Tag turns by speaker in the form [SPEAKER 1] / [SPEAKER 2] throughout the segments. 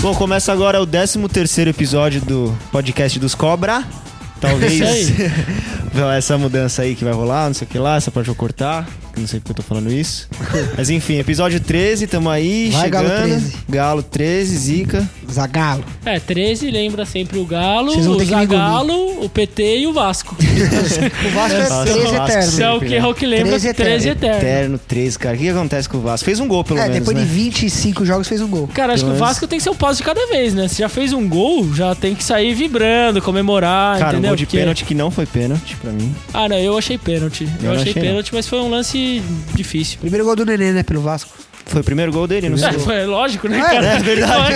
[SPEAKER 1] Bom, começa agora o 13 terceiro episódio do podcast dos Cobra. Talvez
[SPEAKER 2] É Isso
[SPEAKER 1] essa mudança aí que vai rolar, não sei o que lá, essa parte eu vou cortar. que Não sei porque eu tô falando isso. Mas enfim, episódio 13, tamo aí,
[SPEAKER 3] Vai,
[SPEAKER 1] chegando.
[SPEAKER 3] Galo 13.
[SPEAKER 1] Galo 13, Zica.
[SPEAKER 3] Zagalo.
[SPEAKER 2] É, 13 lembra sempre o Galo,
[SPEAKER 3] Vocês vão
[SPEAKER 2] o
[SPEAKER 3] ter que me
[SPEAKER 2] Zagalo, o PT e o Vasco.
[SPEAKER 3] O Vasco
[SPEAKER 1] Nossa,
[SPEAKER 3] é 13
[SPEAKER 2] Isso
[SPEAKER 1] Vasco.
[SPEAKER 3] eterno.
[SPEAKER 2] é o que, é o que lembra 13
[SPEAKER 3] 13
[SPEAKER 2] eterno.
[SPEAKER 1] Eterno 13, cara. O que acontece com o Vasco? Fez um gol, pelo
[SPEAKER 3] É,
[SPEAKER 1] menos.
[SPEAKER 3] depois
[SPEAKER 1] né?
[SPEAKER 3] de 25 jogos fez um gol.
[SPEAKER 2] Cara, acho que
[SPEAKER 1] Pelo
[SPEAKER 2] o
[SPEAKER 1] menos-
[SPEAKER 2] Vasco tem que ser um passo de cada vez, né? Se já fez um gol, já tem que sair vibrando, comemorar,
[SPEAKER 1] Cara, um
[SPEAKER 2] entendeu?
[SPEAKER 1] gol de
[SPEAKER 2] Porque-
[SPEAKER 1] pênalti que não foi pênalti pra mim.
[SPEAKER 2] Ah, não, eu achei pênalti. Eu,
[SPEAKER 1] não
[SPEAKER 2] achei
[SPEAKER 1] achei, não.
[SPEAKER 2] pênalti, mas foi um lance difícil.
[SPEAKER 3] Primeiro gol do Nenê, né, pelo Vasco.
[SPEAKER 1] Foi o primeiro gol dele, não sei.
[SPEAKER 2] É, foi lógico, né,
[SPEAKER 3] É,
[SPEAKER 2] cara?
[SPEAKER 1] é verdade.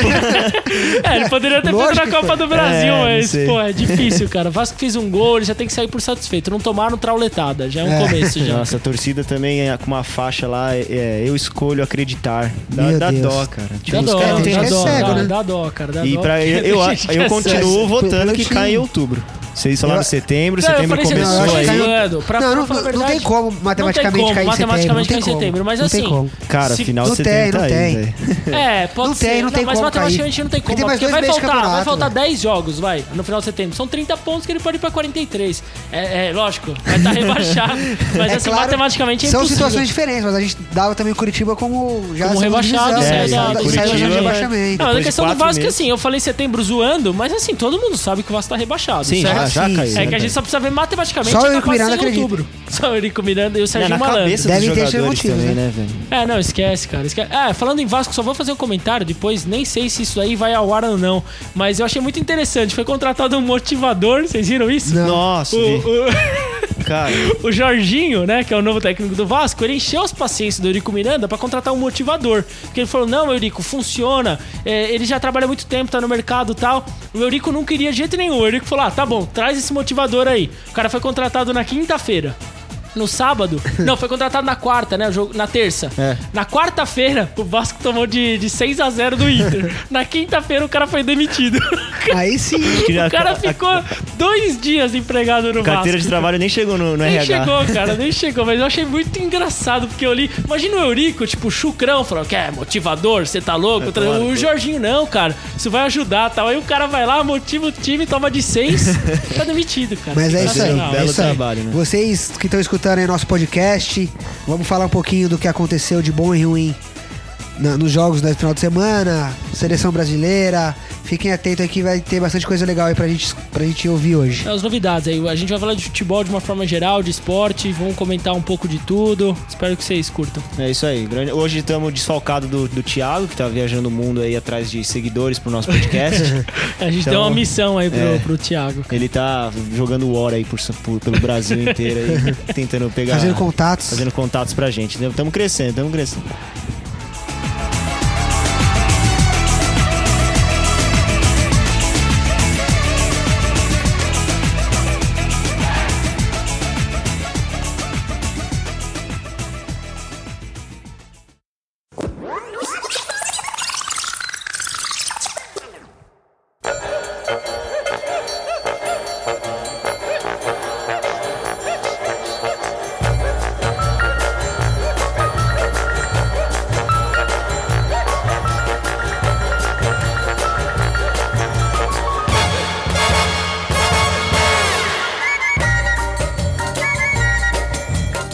[SPEAKER 2] é, ele poderia ter feito
[SPEAKER 3] Lógico
[SPEAKER 2] na
[SPEAKER 3] que
[SPEAKER 2] Copa
[SPEAKER 3] foi.
[SPEAKER 2] do Brasil,
[SPEAKER 1] É, não
[SPEAKER 2] mas,
[SPEAKER 1] sei.
[SPEAKER 2] pô, é difícil, cara. O Vasco fez um gol, ele já tem que sair por satisfeito. Não tomaram trauletada, já é um
[SPEAKER 3] É.
[SPEAKER 2] começo já.
[SPEAKER 1] Nossa, a torcida também é com uma faixa lá, é, eu escolho acreditar. Dá,
[SPEAKER 3] Meu
[SPEAKER 1] dá
[SPEAKER 3] Deus.
[SPEAKER 1] dó, cara. Tipo,
[SPEAKER 2] Dá
[SPEAKER 1] os
[SPEAKER 2] dó,
[SPEAKER 1] caras têm
[SPEAKER 2] dá
[SPEAKER 3] gente que é
[SPEAKER 2] dó,
[SPEAKER 3] cego,
[SPEAKER 2] cara,
[SPEAKER 3] né?
[SPEAKER 2] dá dó, cara, dá
[SPEAKER 1] E
[SPEAKER 2] dó.
[SPEAKER 1] pra eu, eu,
[SPEAKER 2] Tem gente que
[SPEAKER 1] eu
[SPEAKER 2] é cego.
[SPEAKER 1] continuo
[SPEAKER 3] cego.
[SPEAKER 1] votando
[SPEAKER 3] Pelo
[SPEAKER 1] que
[SPEAKER 3] time.
[SPEAKER 1] cai em outubro. Vocês falaram
[SPEAKER 3] Eu-
[SPEAKER 1] setembro,
[SPEAKER 2] Não, eu
[SPEAKER 1] setembro
[SPEAKER 2] falei
[SPEAKER 1] começou
[SPEAKER 3] setembro, eu acho
[SPEAKER 1] aí.
[SPEAKER 3] que caiu-
[SPEAKER 2] zoando. Pra-
[SPEAKER 3] não,
[SPEAKER 2] pra
[SPEAKER 3] não,
[SPEAKER 2] falar a
[SPEAKER 3] não
[SPEAKER 2] verdade,
[SPEAKER 3] tem como matematicamente
[SPEAKER 2] como,
[SPEAKER 3] cair em setembro.
[SPEAKER 2] matematicamente
[SPEAKER 3] não tem
[SPEAKER 2] cair em
[SPEAKER 3] como.
[SPEAKER 2] setembro, mas
[SPEAKER 3] não
[SPEAKER 2] assim,
[SPEAKER 3] Tem como.
[SPEAKER 1] Cara,
[SPEAKER 2] Se-
[SPEAKER 1] final de
[SPEAKER 3] não tem,
[SPEAKER 1] setembro tá
[SPEAKER 3] não
[SPEAKER 1] aí,
[SPEAKER 3] tem.
[SPEAKER 1] velho.
[SPEAKER 2] É, pode
[SPEAKER 3] Não
[SPEAKER 2] ser.
[SPEAKER 3] tem, não tem
[SPEAKER 2] mas
[SPEAKER 3] como
[SPEAKER 2] matematicamente não tem como,
[SPEAKER 3] Porque tem mais
[SPEAKER 2] porque
[SPEAKER 3] dois
[SPEAKER 2] vai
[SPEAKER 3] meses de
[SPEAKER 2] faltar, vai
[SPEAKER 3] campeonato,
[SPEAKER 2] faltar
[SPEAKER 3] né?
[SPEAKER 2] 10 jogos, vai, no final de setembro. São 30 pontos que ele pode ir pra 43. É, é, lógico, vai estar rebaixado. Mas
[SPEAKER 3] É
[SPEAKER 2] assim,
[SPEAKER 3] claro,
[SPEAKER 2] matematicamente é
[SPEAKER 3] São
[SPEAKER 2] impossível.
[SPEAKER 3] situações diferentes, mas a gente dava também o Curitiba como já
[SPEAKER 2] Como
[SPEAKER 3] segunda
[SPEAKER 2] rebaixado, É,
[SPEAKER 3] divisão,
[SPEAKER 1] saiu
[SPEAKER 3] né?
[SPEAKER 1] da-
[SPEAKER 3] Saiu da-
[SPEAKER 1] do
[SPEAKER 3] saiu já de
[SPEAKER 1] Curitiba.
[SPEAKER 3] rebaixamento.
[SPEAKER 2] Não, mas a
[SPEAKER 1] Depois de
[SPEAKER 2] questão do
[SPEAKER 1] quatro
[SPEAKER 2] Vasco é que
[SPEAKER 1] meses.
[SPEAKER 2] assim, eu falei setembro zoando, mas assim, todo mundo sabe que o Vasco tá rebaixado,
[SPEAKER 1] Sim,
[SPEAKER 2] certo?
[SPEAKER 1] já, já
[SPEAKER 3] Sim,
[SPEAKER 1] caiu.
[SPEAKER 3] sim.
[SPEAKER 2] É
[SPEAKER 1] né,
[SPEAKER 2] que a gente
[SPEAKER 1] velho?
[SPEAKER 2] só precisa ver matematicamente
[SPEAKER 3] Só o
[SPEAKER 2] tá
[SPEAKER 3] Eurico
[SPEAKER 2] quase
[SPEAKER 3] Miranda
[SPEAKER 2] em
[SPEAKER 3] acredita.
[SPEAKER 2] outubro. Só o Eurico Miranda e o
[SPEAKER 1] Não,
[SPEAKER 2] Sérgio
[SPEAKER 1] É, na
[SPEAKER 2] Malandro.
[SPEAKER 1] cabeça
[SPEAKER 3] Devem
[SPEAKER 1] dos
[SPEAKER 3] ter seus
[SPEAKER 1] jogadores
[SPEAKER 3] motivos,
[SPEAKER 1] também,
[SPEAKER 3] né?
[SPEAKER 1] né, velho?
[SPEAKER 2] É, não, esquece, cara. Esquece. É, falando em Vasco, só vou fazer um comentário depois, nem sei se isso aí vai ao ar ou não. Mas eu achei muito interessante. Foi contratado um motivador, vocês viram isso?
[SPEAKER 3] Não.
[SPEAKER 1] Nossa, vi.
[SPEAKER 2] O,
[SPEAKER 1] cara.
[SPEAKER 2] o, o Jorginho, né, que é o novo técnico do Vasco, ele encheu as paciências do Eurico Miranda pra contratar um motivador. Porque ele falou: não, Eurico, funciona. É, ele já trabalha há muito tempo, tá no mercado e tal. O Eurico não queria de jeito nenhum. O Eurico falou: ah, tá bom, traz esse motivador aí. O cara foi contratado na quinta-feira. No sábado? Não, foi contratado na quarta, né? O jogo, na terça.
[SPEAKER 1] É.
[SPEAKER 2] Na quarta-feira, o Vasco tomou de, de 6 a 0 do Inter. na quinta-feira, o cara foi demitido.
[SPEAKER 3] Aí sim.
[SPEAKER 2] o cara ficou dois dias empregado no
[SPEAKER 1] tá- Carteira de
[SPEAKER 2] Vasco.
[SPEAKER 1] trabalho nem chegou no, no
[SPEAKER 2] nem
[SPEAKER 1] RH.
[SPEAKER 2] chegou, cara, nem chegou, mas eu achei muito engraçado, porque eu li. Imagina o Eurico, tipo, chucrão, falando que é motivador, você tá louco?
[SPEAKER 1] claro,
[SPEAKER 2] o
[SPEAKER 1] pô.
[SPEAKER 2] Jorginho, não, cara, isso vai ajudar tal. Aí o cara vai lá, motiva o time, toma de seis, tá demitido, cara. Tá
[SPEAKER 3] Mas é isso
[SPEAKER 1] Fazendo um
[SPEAKER 3] aí.
[SPEAKER 2] Sensacional.
[SPEAKER 3] é
[SPEAKER 1] belo
[SPEAKER 3] isso aí.
[SPEAKER 1] trabalho, né?
[SPEAKER 3] Vocês que estão escutando aí nosso podcast, vamos falar um pouquinho do que aconteceu de bom e ruim na- nos jogos do final de semana, seleção brasileira. Fiquem atentos aí que vai ter bastante coisa legal aí pra gente, pra gente ouvir hoje.
[SPEAKER 2] É, As novidades aí, a gente vai falar de futebol de uma forma geral, de esporte, vamos comentar um pouco de tudo. Espero que vocês curtam.
[SPEAKER 1] É isso aí. grande- Hoje estamos desfalcados do, do Thiago, que tá viajando o mundo aí atrás de seguidores pro nosso podcast.
[SPEAKER 2] A gente
[SPEAKER 1] Então,
[SPEAKER 2] deu uma missão aí pro,
[SPEAKER 1] é.
[SPEAKER 2] pro Thiago.
[SPEAKER 1] Ele tá jogando War aí por, por- pelo Brasil inteiro aí, tentando pegar.
[SPEAKER 3] Fazendo contatos.
[SPEAKER 1] fazendo contatos pra gente. Estamos crescendo, estamos crescendo.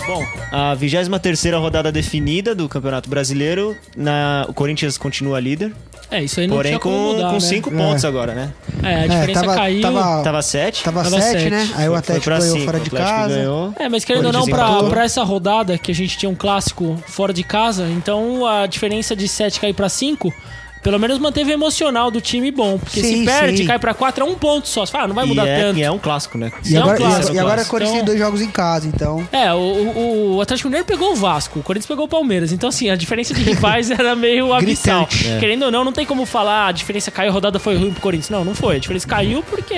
[SPEAKER 1] Bom, a 23 rodada definida do Campeonato Brasileiro. Na, o Corinthians continua líder,
[SPEAKER 2] É, isso aí não
[SPEAKER 1] porém
[SPEAKER 2] tinha como
[SPEAKER 1] com,
[SPEAKER 2] mudar,
[SPEAKER 1] com
[SPEAKER 2] né?
[SPEAKER 1] cinco
[SPEAKER 3] É.
[SPEAKER 1] pontos agora, né?
[SPEAKER 2] É, a diferença
[SPEAKER 3] tava,
[SPEAKER 2] caiu.
[SPEAKER 3] Tava, tava,
[SPEAKER 1] Tava sete.
[SPEAKER 2] tava
[SPEAKER 3] sete,
[SPEAKER 2] sete.
[SPEAKER 3] né? Aí o
[SPEAKER 1] Foi
[SPEAKER 3] Atlético
[SPEAKER 1] pra
[SPEAKER 3] ganhou
[SPEAKER 1] cinco,
[SPEAKER 3] fora
[SPEAKER 1] o
[SPEAKER 3] de
[SPEAKER 1] Atlético
[SPEAKER 3] casa.
[SPEAKER 1] ganhou.
[SPEAKER 2] É, mas querendo ou não,
[SPEAKER 1] Corinthians
[SPEAKER 2] pra,
[SPEAKER 1] empatou.
[SPEAKER 2] pra essa rodada que a gente tinha um clássico fora de casa, então a diferença de 7 cair pra 5, pelo menos manteve o emocional do time bom. Porque se
[SPEAKER 3] Sim,
[SPEAKER 2] perde,
[SPEAKER 3] sim.
[SPEAKER 2] cai pra 4, é um ponto só. Você fala, ah, não vai mudar
[SPEAKER 1] e, é,
[SPEAKER 2] tanto.
[SPEAKER 1] e é um clássico, né?
[SPEAKER 3] E
[SPEAKER 2] É um
[SPEAKER 3] agora,
[SPEAKER 2] clássico,
[SPEAKER 3] e agora o
[SPEAKER 2] clássico.
[SPEAKER 3] Corinthians tem
[SPEAKER 2] Então-
[SPEAKER 3] dois jogos em casa, então.
[SPEAKER 2] É, o, o, o Atlético Mineiro pegou o Vasco, o Corinthians pegou o Palmeiras. Então, assim, a diferença de rivais era meio abissal.
[SPEAKER 3] Gritante.
[SPEAKER 1] É.
[SPEAKER 2] Querendo ou não, não tem como falar "Ah, a diferença caiu, a rodada foi ruim pro Corinthians. Não, não foi. A diferença caiu porque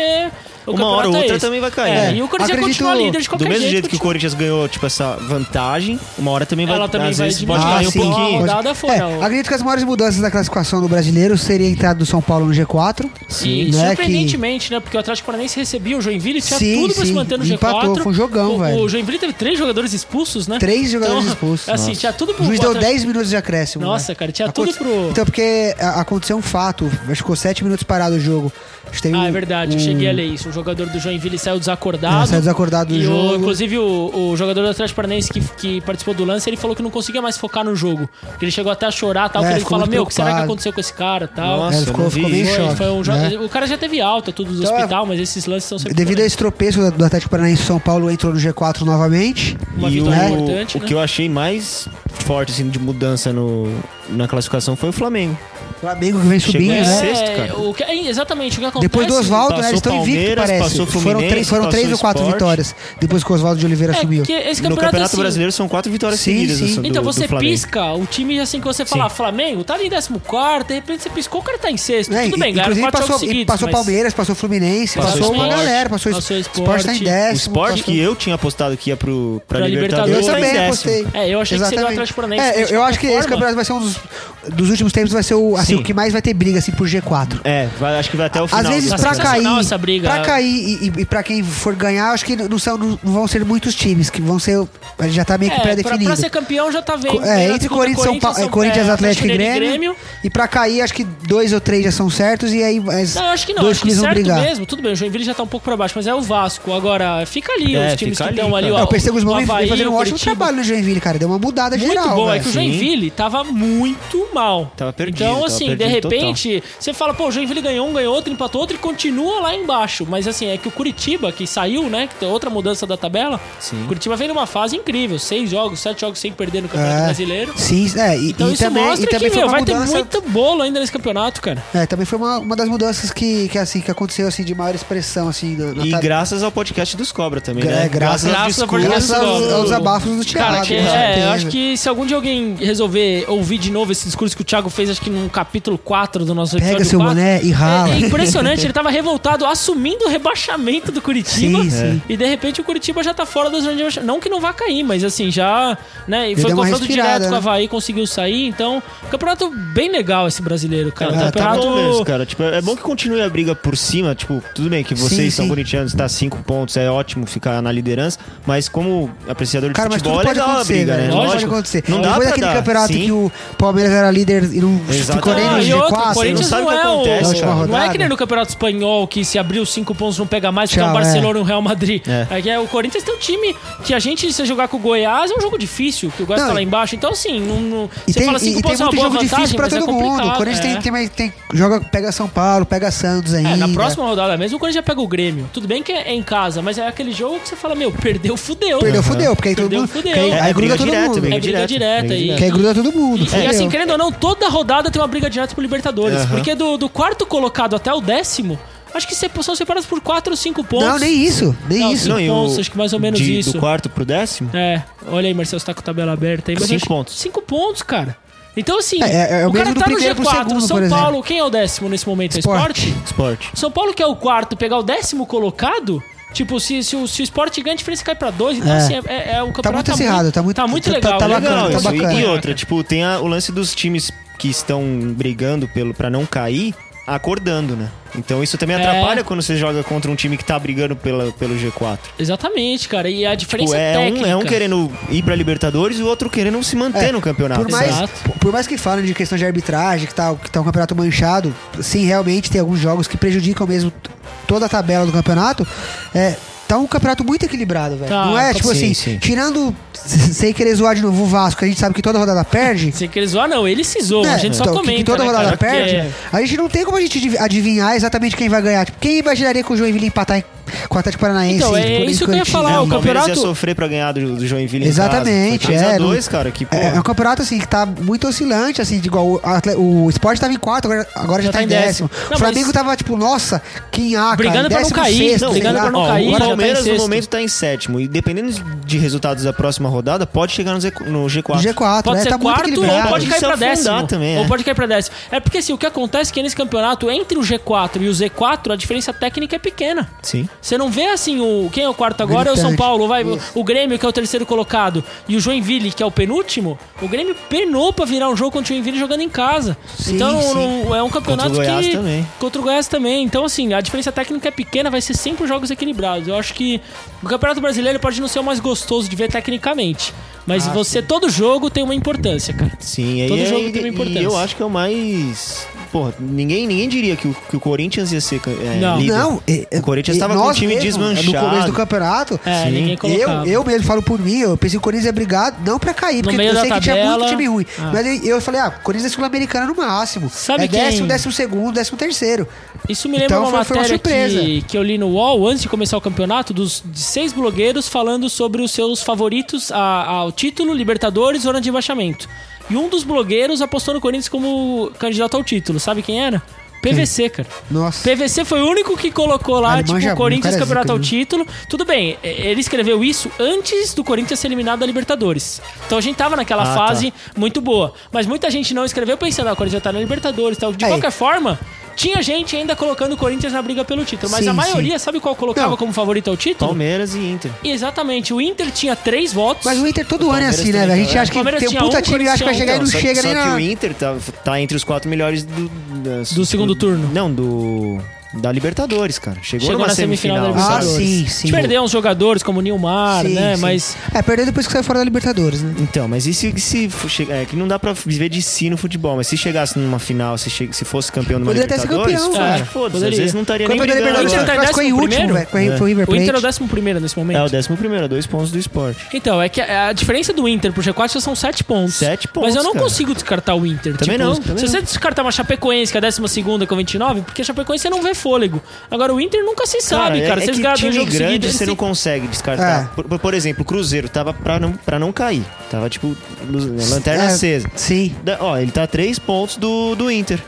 [SPEAKER 2] o
[SPEAKER 1] Uma
[SPEAKER 2] campeonato
[SPEAKER 1] hora ou
[SPEAKER 2] é
[SPEAKER 1] outra
[SPEAKER 2] esse.
[SPEAKER 1] também vai cair.
[SPEAKER 2] É,
[SPEAKER 1] né?
[SPEAKER 2] e o Corinthians
[SPEAKER 3] Acredito-
[SPEAKER 2] continua líder de
[SPEAKER 1] Do
[SPEAKER 2] qualquer
[SPEAKER 1] mesmo jeito, que o
[SPEAKER 2] continua-
[SPEAKER 1] Corinthians ganhou, tipo, essa vantagem, uma hora também vai
[SPEAKER 2] Ela também
[SPEAKER 1] às
[SPEAKER 2] vai
[SPEAKER 1] vezes
[SPEAKER 2] diminuir.
[SPEAKER 1] pode cair
[SPEAKER 2] Ah,
[SPEAKER 1] um
[SPEAKER 2] sim.
[SPEAKER 1] pouquinho.
[SPEAKER 2] Uma rodada foi,
[SPEAKER 3] É,
[SPEAKER 2] ó.
[SPEAKER 3] acredito que as maiores mudanças da classificação do brasileiro seria entrado do São Paulo no G4.
[SPEAKER 2] Sim,
[SPEAKER 3] né,
[SPEAKER 2] surpreendentemente, né? Porque o Atlético Paranaense recebia o Joinville, tinha
[SPEAKER 3] Sim,
[SPEAKER 2] tudo pra
[SPEAKER 3] sim,
[SPEAKER 2] se manter no G4.
[SPEAKER 3] empatou, foi um jogão,
[SPEAKER 2] o,
[SPEAKER 3] velho.
[SPEAKER 2] O Joinville teve três jogadores expulsos, né?
[SPEAKER 3] Três jogadores expulsos.
[SPEAKER 2] Assim,
[SPEAKER 1] Nossa.
[SPEAKER 2] tinha tudo
[SPEAKER 3] O
[SPEAKER 2] pro
[SPEAKER 3] juiz
[SPEAKER 2] pro
[SPEAKER 3] deu
[SPEAKER 2] Atlético-
[SPEAKER 3] 10 minutos de acréscimo.
[SPEAKER 2] Nossa,
[SPEAKER 3] né?
[SPEAKER 2] cara, tinha tudo
[SPEAKER 3] Aconte-
[SPEAKER 2] pro-
[SPEAKER 3] Então, porque a- aconteceu um fato. Acho que ficou 7 minutos parado o jogo. Acho que teve
[SPEAKER 2] Ah,
[SPEAKER 3] um-
[SPEAKER 2] é verdade,
[SPEAKER 3] um-
[SPEAKER 2] eu cheguei a ler isso. O jogador do Joinville saiu desacordado.
[SPEAKER 3] É, saiu desacordado do
[SPEAKER 2] e
[SPEAKER 3] jogo.
[SPEAKER 2] O, inclusive, o, o jogador do Atlético Paranaense que, que participou do lance, ele falou que não conseguia mais focar no jogo. Que ele chegou até a chorar tal.
[SPEAKER 3] É,
[SPEAKER 2] que ele
[SPEAKER 3] ficou
[SPEAKER 2] fala,
[SPEAKER 3] muito
[SPEAKER 2] meu, o que será que
[SPEAKER 3] preocupado.
[SPEAKER 2] aconteceu com esse cara tal?
[SPEAKER 1] Nossa,
[SPEAKER 3] É,
[SPEAKER 1] eu
[SPEAKER 3] ficou,
[SPEAKER 1] não
[SPEAKER 3] ficou
[SPEAKER 1] vi
[SPEAKER 3] meio
[SPEAKER 1] isso.
[SPEAKER 2] Foi,
[SPEAKER 3] choque.
[SPEAKER 2] foi um jo-
[SPEAKER 3] né?
[SPEAKER 2] O cara já teve alta, tudo do
[SPEAKER 3] Então,
[SPEAKER 2] hospital, mas esses lances são sempre.
[SPEAKER 3] Devido a esse tropeço do- do Atlético Paranaense, São Paulo entrou no G4 novamente.
[SPEAKER 2] Uma
[SPEAKER 1] e o,
[SPEAKER 2] vitória importante,
[SPEAKER 1] o
[SPEAKER 2] né?
[SPEAKER 1] que eu achei mais forte assim, de mudança no, na classificação foi o Flamengo.
[SPEAKER 3] O Flamengo que vem
[SPEAKER 1] Chegou
[SPEAKER 3] subindo,
[SPEAKER 1] em
[SPEAKER 3] né?
[SPEAKER 1] sexto. cara.
[SPEAKER 2] o que- é, exatamente, o que acontece...
[SPEAKER 3] Depois do Oswaldo, né?
[SPEAKER 1] Passou
[SPEAKER 3] Eles estão invictos,
[SPEAKER 1] Palmeiras,
[SPEAKER 3] parece.
[SPEAKER 1] passou
[SPEAKER 3] Foram
[SPEAKER 1] Fluminense,
[SPEAKER 3] três, foram
[SPEAKER 1] passou
[SPEAKER 3] três ou quatro
[SPEAKER 1] Sport.
[SPEAKER 3] vitórias depois que o Oswaldo de Oliveira
[SPEAKER 2] É,
[SPEAKER 3] subiu.
[SPEAKER 2] porque esse
[SPEAKER 1] no
[SPEAKER 2] campeonato,
[SPEAKER 1] Campeonato
[SPEAKER 2] assim,
[SPEAKER 1] Brasileiro são quatro vitórias
[SPEAKER 3] Sim,
[SPEAKER 1] seguidas.
[SPEAKER 3] sim.
[SPEAKER 1] assim, Do,
[SPEAKER 2] Então
[SPEAKER 1] do
[SPEAKER 2] você
[SPEAKER 1] Flamengo.
[SPEAKER 2] pisca o time assim que você fala,
[SPEAKER 1] Sim.
[SPEAKER 2] Flamengo, tá ali em 14, de repente você piscou, o cara tá em sexto.
[SPEAKER 3] É,
[SPEAKER 2] Tudo bem,
[SPEAKER 3] e-
[SPEAKER 2] ganharam
[SPEAKER 3] inclusive
[SPEAKER 2] quatro
[SPEAKER 3] passou,
[SPEAKER 2] jogos seguidos.
[SPEAKER 3] passou
[SPEAKER 2] mas-
[SPEAKER 3] Palmeiras, passou Fluminense,
[SPEAKER 1] Passou
[SPEAKER 3] passou, uma
[SPEAKER 1] Sport,
[SPEAKER 3] galera, passou,
[SPEAKER 2] passou
[SPEAKER 3] o Sport tá em
[SPEAKER 2] Sport.
[SPEAKER 1] O
[SPEAKER 3] décimo.
[SPEAKER 1] esporte
[SPEAKER 3] passou-
[SPEAKER 1] que eu tinha apostado que ia pro, pra,
[SPEAKER 2] Pra
[SPEAKER 1] Libertadores,
[SPEAKER 3] eu
[SPEAKER 2] Libertadores.
[SPEAKER 1] tá em
[SPEAKER 3] também
[SPEAKER 1] décimo.
[SPEAKER 3] apostei.
[SPEAKER 2] É, eu achei que seria o Atlético Paranaense,
[SPEAKER 3] É, eu,
[SPEAKER 2] mas de
[SPEAKER 3] eu acho que
[SPEAKER 2] qualquer
[SPEAKER 3] esse
[SPEAKER 2] forma-
[SPEAKER 3] campeonato vai ser um dos, dos últimos tempos, vai ser o, assim,
[SPEAKER 1] Sim.
[SPEAKER 3] o que mais vai ter briga assim, por G4.
[SPEAKER 1] É, vai- acho que vai até o final.
[SPEAKER 3] Às vezes,
[SPEAKER 2] tá
[SPEAKER 1] do
[SPEAKER 3] pra
[SPEAKER 1] campeonato.
[SPEAKER 3] cair,
[SPEAKER 2] sensacional essa briga.
[SPEAKER 3] pra cair e, e, e pra quem for ganhar, acho que não, são, não vão ser muitos times, que vão ser. Já tá meio que
[SPEAKER 2] É, pra,
[SPEAKER 3] pré-definido.
[SPEAKER 2] pra ser campeão já tá vendo.
[SPEAKER 3] É, entre Corinthians, São Paulo, é, Corinthians, Atlético e Grêmio, E pra cair, acho que dois ou três já são certos. E aí, mas
[SPEAKER 2] Não, eu acho que não.
[SPEAKER 3] dois
[SPEAKER 2] Acho que
[SPEAKER 3] times vão
[SPEAKER 2] certo
[SPEAKER 3] brigar.
[SPEAKER 2] mesmo. Tudo bem, o Joinville já tá um pouco pra baixo, mas é o Vasco. Agora, fica ali os
[SPEAKER 1] É,
[SPEAKER 2] times que
[SPEAKER 1] fica
[SPEAKER 2] estão
[SPEAKER 1] ali,
[SPEAKER 2] ali,
[SPEAKER 1] cara.
[SPEAKER 2] ó.
[SPEAKER 3] É, o PC Guzmão
[SPEAKER 2] o
[SPEAKER 3] vem,
[SPEAKER 2] Havaí,
[SPEAKER 3] vem fazendo um
[SPEAKER 2] o
[SPEAKER 3] ótimo
[SPEAKER 2] Curitiba.
[SPEAKER 3] trabalho no Joinville, cara. Deu uma mudada
[SPEAKER 2] Muito
[SPEAKER 3] geral. né?
[SPEAKER 2] bom, é
[SPEAKER 3] velho.
[SPEAKER 2] que o
[SPEAKER 1] Sim.
[SPEAKER 2] Joinville tava muito mal.
[SPEAKER 1] Tava perdido,
[SPEAKER 2] Então,
[SPEAKER 1] tava
[SPEAKER 2] assim,
[SPEAKER 1] perdido
[SPEAKER 2] de
[SPEAKER 1] total.
[SPEAKER 2] repente, você fala, pô, o Joinville ganhou um, ganhou outro, empatou outro e continua lá embaixo. Mas, assim, é que o Curitiba, que saiu, né, que tem outra mudança da tabela,
[SPEAKER 1] Sim.
[SPEAKER 2] o Curitiba veio numa fase incrível. Seis jogos, sete jogos sem perder no Campeonato
[SPEAKER 3] É.
[SPEAKER 2] Brasileiro.
[SPEAKER 3] Sim, é, e,
[SPEAKER 2] Então
[SPEAKER 3] e
[SPEAKER 2] isso
[SPEAKER 3] também, e
[SPEAKER 2] mostra
[SPEAKER 3] também
[SPEAKER 2] que,
[SPEAKER 3] foi
[SPEAKER 2] meu,
[SPEAKER 3] uma
[SPEAKER 2] vai ter
[SPEAKER 3] mudança.
[SPEAKER 2] muito bolo ainda nesse campeonato, cara.
[SPEAKER 3] É, também foi uma, uma das mudanças que, que, assim, que aconteceu assim, de maior expressão, assim, na, na
[SPEAKER 1] E
[SPEAKER 3] tab-
[SPEAKER 1] graças ao podcast dos Cobra também,
[SPEAKER 3] Gra- é,
[SPEAKER 1] né? aos
[SPEAKER 3] graças-
[SPEAKER 2] graças ao
[SPEAKER 1] discursos.
[SPEAKER 2] podcast
[SPEAKER 3] graças aos,
[SPEAKER 2] do-
[SPEAKER 3] aos abafos do Thiago.
[SPEAKER 2] Cara, que,
[SPEAKER 3] com
[SPEAKER 2] é,
[SPEAKER 3] certeza.
[SPEAKER 2] eu acho que se algum dia alguém resolver ouvir de novo esse discurso que o Thiago fez, acho que no capítulo 4 do nosso
[SPEAKER 3] Pega
[SPEAKER 2] episódio
[SPEAKER 3] seu
[SPEAKER 2] 4,
[SPEAKER 3] boné e rala.
[SPEAKER 2] É, é impressionante, ele tava revoltado, assumindo o rebaixamento do Curitiba.
[SPEAKER 3] Sim, sim.
[SPEAKER 2] E de repente o Curitiba já tá fora da zona de rebaixamento. Não que não vá cair, mas assim, já. Né, e
[SPEAKER 3] Ele
[SPEAKER 2] foi
[SPEAKER 3] deu uma
[SPEAKER 2] confronto
[SPEAKER 3] respirada,
[SPEAKER 2] direto com o
[SPEAKER 3] né?
[SPEAKER 2] Havaí, conseguiu sair. Então, campeonato bem legal esse brasileiro, cara.
[SPEAKER 1] Cara,
[SPEAKER 3] Ah, tá
[SPEAKER 1] tá
[SPEAKER 2] campeonato.
[SPEAKER 1] bom mesmo, cara. Tipo, é bom que continue a briga por cima. Tipo, tudo bem que vocês
[SPEAKER 3] Sim,
[SPEAKER 1] são
[SPEAKER 3] sim.
[SPEAKER 1] corintianos, tá cinco pontos, é ótimo ficar na liderança. Mas como apreciador de
[SPEAKER 3] Cara, mas tudo
[SPEAKER 1] futebol, é
[SPEAKER 3] pode
[SPEAKER 1] legal a
[SPEAKER 3] acontecer,
[SPEAKER 1] briga,
[SPEAKER 3] velho.
[SPEAKER 1] né?
[SPEAKER 3] Tudo
[SPEAKER 1] Lógico.
[SPEAKER 3] pode acontecer.
[SPEAKER 1] Não dá
[SPEAKER 3] Depois
[SPEAKER 1] pra
[SPEAKER 3] daquele
[SPEAKER 1] dar,
[SPEAKER 3] campeonato
[SPEAKER 1] sim.
[SPEAKER 3] que o Palmeiras era líder e não ficou nem
[SPEAKER 1] Exatamente.
[SPEAKER 3] no
[SPEAKER 2] Ah, e outro, o
[SPEAKER 3] G4.
[SPEAKER 2] Corinthians
[SPEAKER 1] não sabe
[SPEAKER 2] não,
[SPEAKER 1] o que
[SPEAKER 2] é
[SPEAKER 1] acontece,
[SPEAKER 2] o-
[SPEAKER 1] Na última
[SPEAKER 2] não é
[SPEAKER 3] rodada.
[SPEAKER 2] que nem no Campeonato Espanhol, que se abrir os cinco pontos não pega mais, fica
[SPEAKER 3] Tchau,
[SPEAKER 2] o Barcelona e o Real Madrid.
[SPEAKER 1] É.
[SPEAKER 2] É. que é, o Corinthians tem um time que a gente, se jogar com o Goiás, é um jogo difícil, que o Goiás
[SPEAKER 3] Não,
[SPEAKER 2] tá lá
[SPEAKER 3] e-
[SPEAKER 2] embaixo. Então, assim, não, não-
[SPEAKER 3] E
[SPEAKER 2] você
[SPEAKER 3] tem,
[SPEAKER 2] fala
[SPEAKER 3] e-
[SPEAKER 2] cinco
[SPEAKER 3] e tem
[SPEAKER 2] pontos é uma
[SPEAKER 3] muito
[SPEAKER 2] boa
[SPEAKER 3] jogo difícil
[SPEAKER 2] vantagem,
[SPEAKER 3] pra
[SPEAKER 2] mas é
[SPEAKER 3] todo mundo. O
[SPEAKER 2] complicado,
[SPEAKER 3] Corinthians
[SPEAKER 2] é.
[SPEAKER 3] tem, tem, tem- joga, pega São Paulo, pega Santos ainda.
[SPEAKER 2] É, na próxima rodada mesmo o Corinthians já pega o Grêmio. Tudo bem que é em casa, mas é aquele jogo que você fala, meu, perdeu, fudeu.
[SPEAKER 3] Perdeu,
[SPEAKER 2] Uhum.
[SPEAKER 3] fudeu, porque aí todo
[SPEAKER 2] Perdeu,
[SPEAKER 3] mundo.
[SPEAKER 2] fudeu.
[SPEAKER 3] que aí-
[SPEAKER 2] É,
[SPEAKER 3] Aí
[SPEAKER 1] é
[SPEAKER 3] gruda
[SPEAKER 1] briga
[SPEAKER 3] todo
[SPEAKER 1] direta,
[SPEAKER 3] mundo.
[SPEAKER 1] briga
[SPEAKER 2] É briga direta.
[SPEAKER 1] Briga
[SPEAKER 2] e-
[SPEAKER 1] direta.
[SPEAKER 3] Que aí gruda todo mundo.
[SPEAKER 2] E,
[SPEAKER 3] fudeu.
[SPEAKER 2] assim, querendo ou não, toda rodada tem uma briga direta pro Libertadores.
[SPEAKER 1] Aham.
[SPEAKER 2] Porque do, do quarto colocado até o décimo, acho que se- são separados por 4 ou 5 pontos.
[SPEAKER 3] Não, nem isso. Nem
[SPEAKER 2] Não,
[SPEAKER 3] isso.
[SPEAKER 2] cinco
[SPEAKER 1] e
[SPEAKER 2] pontos, acho que mais ou menos
[SPEAKER 1] de-
[SPEAKER 2] isso.
[SPEAKER 1] Do quarto pro décimo?
[SPEAKER 2] É, olha aí, Marcelo, você tá com a tabela aberta aí. mas
[SPEAKER 1] Cinco
[SPEAKER 2] acho-
[SPEAKER 1] pontos.
[SPEAKER 2] Cinco pontos, cara. Então, assim,
[SPEAKER 3] É, é, é o
[SPEAKER 2] o cara
[SPEAKER 3] mesmo do
[SPEAKER 2] tá no
[SPEAKER 3] primeiro pro
[SPEAKER 2] G4.
[SPEAKER 3] segundo,
[SPEAKER 2] São
[SPEAKER 3] por exemplo.
[SPEAKER 2] Paulo, quem é o décimo nesse momento? É
[SPEAKER 3] Sport.
[SPEAKER 2] Sport?
[SPEAKER 1] Esporte.
[SPEAKER 2] São Paulo, que é o quarto, pegar o décimo colocado. Tipo, se, se, o, se o esporte ganha, a diferença cai pra dois. Então,
[SPEAKER 3] É.
[SPEAKER 2] assim, é, é- é um campeonato.
[SPEAKER 3] muito acirrado, tá muito-
[SPEAKER 2] Tá muito
[SPEAKER 3] tá-
[SPEAKER 2] legal.
[SPEAKER 3] tá
[SPEAKER 2] né?
[SPEAKER 3] bacana,
[SPEAKER 1] Legal,
[SPEAKER 3] tá
[SPEAKER 1] isso. E-
[SPEAKER 3] bacana.
[SPEAKER 1] E outra, tipo, tem a- o lance dos times que estão brigando pelo para não cair acordando, né? Então isso também
[SPEAKER 2] É.
[SPEAKER 1] atrapalha quando você joga contra um time que tá brigando pela, pelo G4.
[SPEAKER 2] Exatamente, cara. E a diferença
[SPEAKER 1] Tipo, é, um,
[SPEAKER 2] técnica.
[SPEAKER 1] é um querendo ir pra Libertadores e o outro querendo se manter
[SPEAKER 3] É,
[SPEAKER 1] no campeonato.
[SPEAKER 3] Por mais,
[SPEAKER 2] Exato.
[SPEAKER 3] por mais que falem de questão de arbitragem, que tá, que tá um campeonato manchado, sim, realmente tem alguns jogos que prejudicam mesmo t- toda a tabela do campeonato. É, tá um campeonato muito equilibrado, velho.
[SPEAKER 2] Tá,
[SPEAKER 3] Não é,
[SPEAKER 2] tá-
[SPEAKER 3] tipo
[SPEAKER 1] sim,
[SPEAKER 3] assim,
[SPEAKER 1] sim.
[SPEAKER 3] tirando, sem querer zoar de novo o Vasco, que a gente sabe que toda rodada perde.
[SPEAKER 2] Sem querer zoar, não. Ele se zoa,
[SPEAKER 3] né?
[SPEAKER 2] a gente só
[SPEAKER 3] Então, que-
[SPEAKER 2] comenta.
[SPEAKER 3] que toda
[SPEAKER 2] né,
[SPEAKER 3] rodada
[SPEAKER 2] cara? Porque
[SPEAKER 3] perde.
[SPEAKER 2] é-
[SPEAKER 3] A gente não tem como a gente adiv- adivinhar exatamente quem vai ganhar. Tipo, quem imaginaria que o Joinville ia empatar em- com o Atlético Paranaense?
[SPEAKER 2] Então, é
[SPEAKER 3] por- um
[SPEAKER 2] isso
[SPEAKER 3] em
[SPEAKER 2] que eu ia
[SPEAKER 3] Curitiba?
[SPEAKER 2] falar,
[SPEAKER 1] É,
[SPEAKER 2] o
[SPEAKER 1] o Palmeiras ia
[SPEAKER 2] campeonato-
[SPEAKER 1] sofrer pra ganhar do, do Joinville em
[SPEAKER 3] Exatamente,
[SPEAKER 1] casa.
[SPEAKER 3] é,
[SPEAKER 1] Foi 3x2, cara, que porra.
[SPEAKER 3] É, é um campeonato assim que tá muito oscilante, assim, de igual o, atle- o esporte tava em 4, agora, agora já, tá em décimo.
[SPEAKER 2] décimo.
[SPEAKER 3] o
[SPEAKER 2] Não,
[SPEAKER 3] Flamengo
[SPEAKER 2] mas-
[SPEAKER 3] tava tipo, nossa, quem há,
[SPEAKER 2] Brigando pra
[SPEAKER 3] cara,
[SPEAKER 2] não
[SPEAKER 3] em
[SPEAKER 2] cair,
[SPEAKER 3] 16º,
[SPEAKER 2] não,
[SPEAKER 3] sei
[SPEAKER 2] brigando
[SPEAKER 3] lá.
[SPEAKER 2] pra não
[SPEAKER 1] Ó,
[SPEAKER 2] cair,
[SPEAKER 1] o
[SPEAKER 2] já tá em
[SPEAKER 1] Palmeiras no
[SPEAKER 2] sexto.
[SPEAKER 1] momento tá em sétimo e dependendo de resultados da próxima rodada pode chegar no, Z- no G4.
[SPEAKER 3] G4,
[SPEAKER 2] Pode
[SPEAKER 3] né?
[SPEAKER 2] ser
[SPEAKER 3] tá muito
[SPEAKER 2] quarto ou
[SPEAKER 3] equilibrado.
[SPEAKER 2] pode cair
[SPEAKER 1] Se
[SPEAKER 2] pra
[SPEAKER 1] afundar
[SPEAKER 2] décimo.
[SPEAKER 1] também, é.
[SPEAKER 2] Ou pode cair pra décimo. É porque assim, o que acontece é que nesse campeonato, entre o G4 e o Z4, a diferença técnica é pequena.
[SPEAKER 1] Sim.
[SPEAKER 2] Você não vê assim o quem é o quarto agora é o São
[SPEAKER 3] Gritante.
[SPEAKER 2] Paulo, vai o, o Grêmio que é o terceiro colocado e o Joinville que é o penúltimo. O Grêmio penou pra virar um jogo contra o Joinville jogando em casa.
[SPEAKER 3] Sim,
[SPEAKER 2] então
[SPEAKER 3] sim.
[SPEAKER 2] não- é um campeonato
[SPEAKER 1] Contra o Goiás
[SPEAKER 2] que
[SPEAKER 1] também.
[SPEAKER 2] contra o Goiás também. Então assim a diferença técnica é pequena, vai ser sempre jogos equilibrados. Eu acho que o Campeonato Brasileiro pode não ser o mais gostoso de ver tecnicamente, mas
[SPEAKER 1] Ah,
[SPEAKER 2] você todo jogo tem uma importância, cara.
[SPEAKER 1] Sim, aí
[SPEAKER 2] Todo
[SPEAKER 1] é-
[SPEAKER 2] jogo tem
[SPEAKER 1] e-
[SPEAKER 2] uma importância.
[SPEAKER 1] E eu acho que é o mais. Porra, ninguém, ninguém diria que o, que o Corinthians ia ser é,
[SPEAKER 2] Não.
[SPEAKER 1] líder.
[SPEAKER 3] Não, e-
[SPEAKER 1] O Corinthians
[SPEAKER 3] e
[SPEAKER 1] tava com o
[SPEAKER 3] nós
[SPEAKER 1] time
[SPEAKER 3] mesmo,
[SPEAKER 1] desmanchado.
[SPEAKER 3] No começo do campeonato,
[SPEAKER 2] É,
[SPEAKER 1] Sim.
[SPEAKER 2] ninguém colocava.
[SPEAKER 3] eu, eu mesmo falo por mim, eu pensei que o Corinthians ia brigar não pra cair, porque
[SPEAKER 2] meio
[SPEAKER 3] eu
[SPEAKER 2] da
[SPEAKER 3] sei que tinha
[SPEAKER 2] tabela.
[SPEAKER 3] muito time ruim.
[SPEAKER 2] Ah.
[SPEAKER 3] Mas eu, eu falei, ah, Corinthians é sul-americana no máximo.
[SPEAKER 2] Sabe
[SPEAKER 3] é décimo,
[SPEAKER 2] quem-
[SPEAKER 3] décimo segundo, décimo terceiro.
[SPEAKER 2] Isso me lembra
[SPEAKER 3] Então,
[SPEAKER 2] uma
[SPEAKER 3] foi- foi uma
[SPEAKER 2] matéria que,
[SPEAKER 3] surpresa.
[SPEAKER 2] que eu li no UOL antes de começar o campeonato, dos de seis blogueiros falando sobre os seus favoritos a- ao título, Libertadores, zona de rebaixamento. E um dos blogueiros apostou no Corinthians como candidato ao título. Sabe quem era? PVC, cara.
[SPEAKER 3] Nossa.
[SPEAKER 2] PVC foi o único que colocou lá,
[SPEAKER 3] Ah, ele
[SPEAKER 2] tipo,
[SPEAKER 3] manja
[SPEAKER 2] o Corinthians
[SPEAKER 3] muito, cara, é
[SPEAKER 2] campeonato
[SPEAKER 3] zica,
[SPEAKER 2] ao título.
[SPEAKER 3] né?
[SPEAKER 2] Tudo bem, é, ele escreveu isso antes do Corinthians ser eliminado da Libertadores. Então a gente tava naquela
[SPEAKER 3] tá.
[SPEAKER 1] Ah,
[SPEAKER 2] fase muito boa. Mas muita gente não escreveu pensando, ah, o Corinthians tá na Libertadores e tal. De
[SPEAKER 3] É.
[SPEAKER 2] qualquer forma, tinha gente ainda colocando o Corinthians na briga pelo título. Mas
[SPEAKER 3] Sim,
[SPEAKER 2] a maioria, sabe qual colocava
[SPEAKER 3] Não.
[SPEAKER 2] como favorito ao título?
[SPEAKER 1] Palmeiras e Inter.
[SPEAKER 2] E Exatamente, o Inter tinha três votos.
[SPEAKER 3] Mas o Inter todo ano é
[SPEAKER 1] Palmeiras
[SPEAKER 3] assim, né?
[SPEAKER 1] também
[SPEAKER 3] velho? A
[SPEAKER 1] tá,
[SPEAKER 3] gente
[SPEAKER 1] né?
[SPEAKER 3] acha que
[SPEAKER 2] Palmeiras
[SPEAKER 3] tem um
[SPEAKER 2] tinha
[SPEAKER 3] puta
[SPEAKER 2] um,
[SPEAKER 3] time e acha que vai
[SPEAKER 2] Corinthians
[SPEAKER 3] chegar e
[SPEAKER 2] tinha
[SPEAKER 3] não
[SPEAKER 2] um.
[SPEAKER 1] só,
[SPEAKER 3] chega
[SPEAKER 1] só
[SPEAKER 3] nem
[SPEAKER 1] que
[SPEAKER 3] na...
[SPEAKER 1] o Inter tá, tá entre os quatro melhores do. das-
[SPEAKER 2] Do segundo turno.
[SPEAKER 1] Não, do. Da Libertadores, cara. Chegou,
[SPEAKER 2] Chegou
[SPEAKER 1] numa
[SPEAKER 2] na semifinal
[SPEAKER 1] semifinal.
[SPEAKER 2] da
[SPEAKER 3] Ah,
[SPEAKER 1] sabe?
[SPEAKER 2] Libertadores.
[SPEAKER 3] sim, sim.
[SPEAKER 2] Perdeu uns jogadores como o Nilmar,
[SPEAKER 3] Sim,
[SPEAKER 2] né?
[SPEAKER 3] sim.
[SPEAKER 2] Mas
[SPEAKER 3] É, perdeu depois que saiu fora da Libertadores, né?
[SPEAKER 1] Então, mas e se, se fu- che- é, que não dá pra viver de si no futebol, mas se chegasse numa final, se, che- se fosse campeão numa
[SPEAKER 3] Poderia até ser
[SPEAKER 1] Libertadores,
[SPEAKER 3] campeão,
[SPEAKER 1] cara,
[SPEAKER 2] cara.
[SPEAKER 1] foda-se, às
[SPEAKER 2] É. Poderia.
[SPEAKER 1] vezes não estaria nem
[SPEAKER 3] Campeão da
[SPEAKER 1] brigando
[SPEAKER 3] Libertadores,
[SPEAKER 2] agora. Inter tá
[SPEAKER 1] agora.
[SPEAKER 2] em
[SPEAKER 3] classificou em
[SPEAKER 2] décimo
[SPEAKER 3] último,
[SPEAKER 2] primeiro?
[SPEAKER 3] velho, com o River
[SPEAKER 2] o
[SPEAKER 3] Plate.
[SPEAKER 2] Inter é o décimo primeiro nesse momento.
[SPEAKER 1] É o décimo primeiro, dois pontos do esporte.
[SPEAKER 2] Então, é que a a diferença do Inter pro G4 já são 7 pontos.
[SPEAKER 1] Sete pontos,
[SPEAKER 2] Mas eu não
[SPEAKER 1] cara.
[SPEAKER 2] consigo descartar o Inter.
[SPEAKER 1] Também
[SPEAKER 2] Tipo,
[SPEAKER 1] não, também
[SPEAKER 2] se
[SPEAKER 1] não.
[SPEAKER 2] você descartar uma Chapecoense, que é a 12 com 29, porque a Chapecoense você não vê fôlego. Agora, o Inter nunca se sabe, cara.
[SPEAKER 1] é,
[SPEAKER 2] Vocês
[SPEAKER 1] é que
[SPEAKER 2] ganharam
[SPEAKER 1] time
[SPEAKER 2] dois jogos
[SPEAKER 1] grande
[SPEAKER 2] seguidos.
[SPEAKER 1] você
[SPEAKER 2] eles
[SPEAKER 1] não
[SPEAKER 2] se-
[SPEAKER 1] consegue descartar.
[SPEAKER 3] É.
[SPEAKER 1] Por, por exemplo, o Cruzeiro tava pra não, pra não cair. Tava, tipo, luz- lanterna
[SPEAKER 3] É,
[SPEAKER 1] acesa.
[SPEAKER 3] Sim.
[SPEAKER 1] Da- ó, ele tá a três pontos do, do Inter.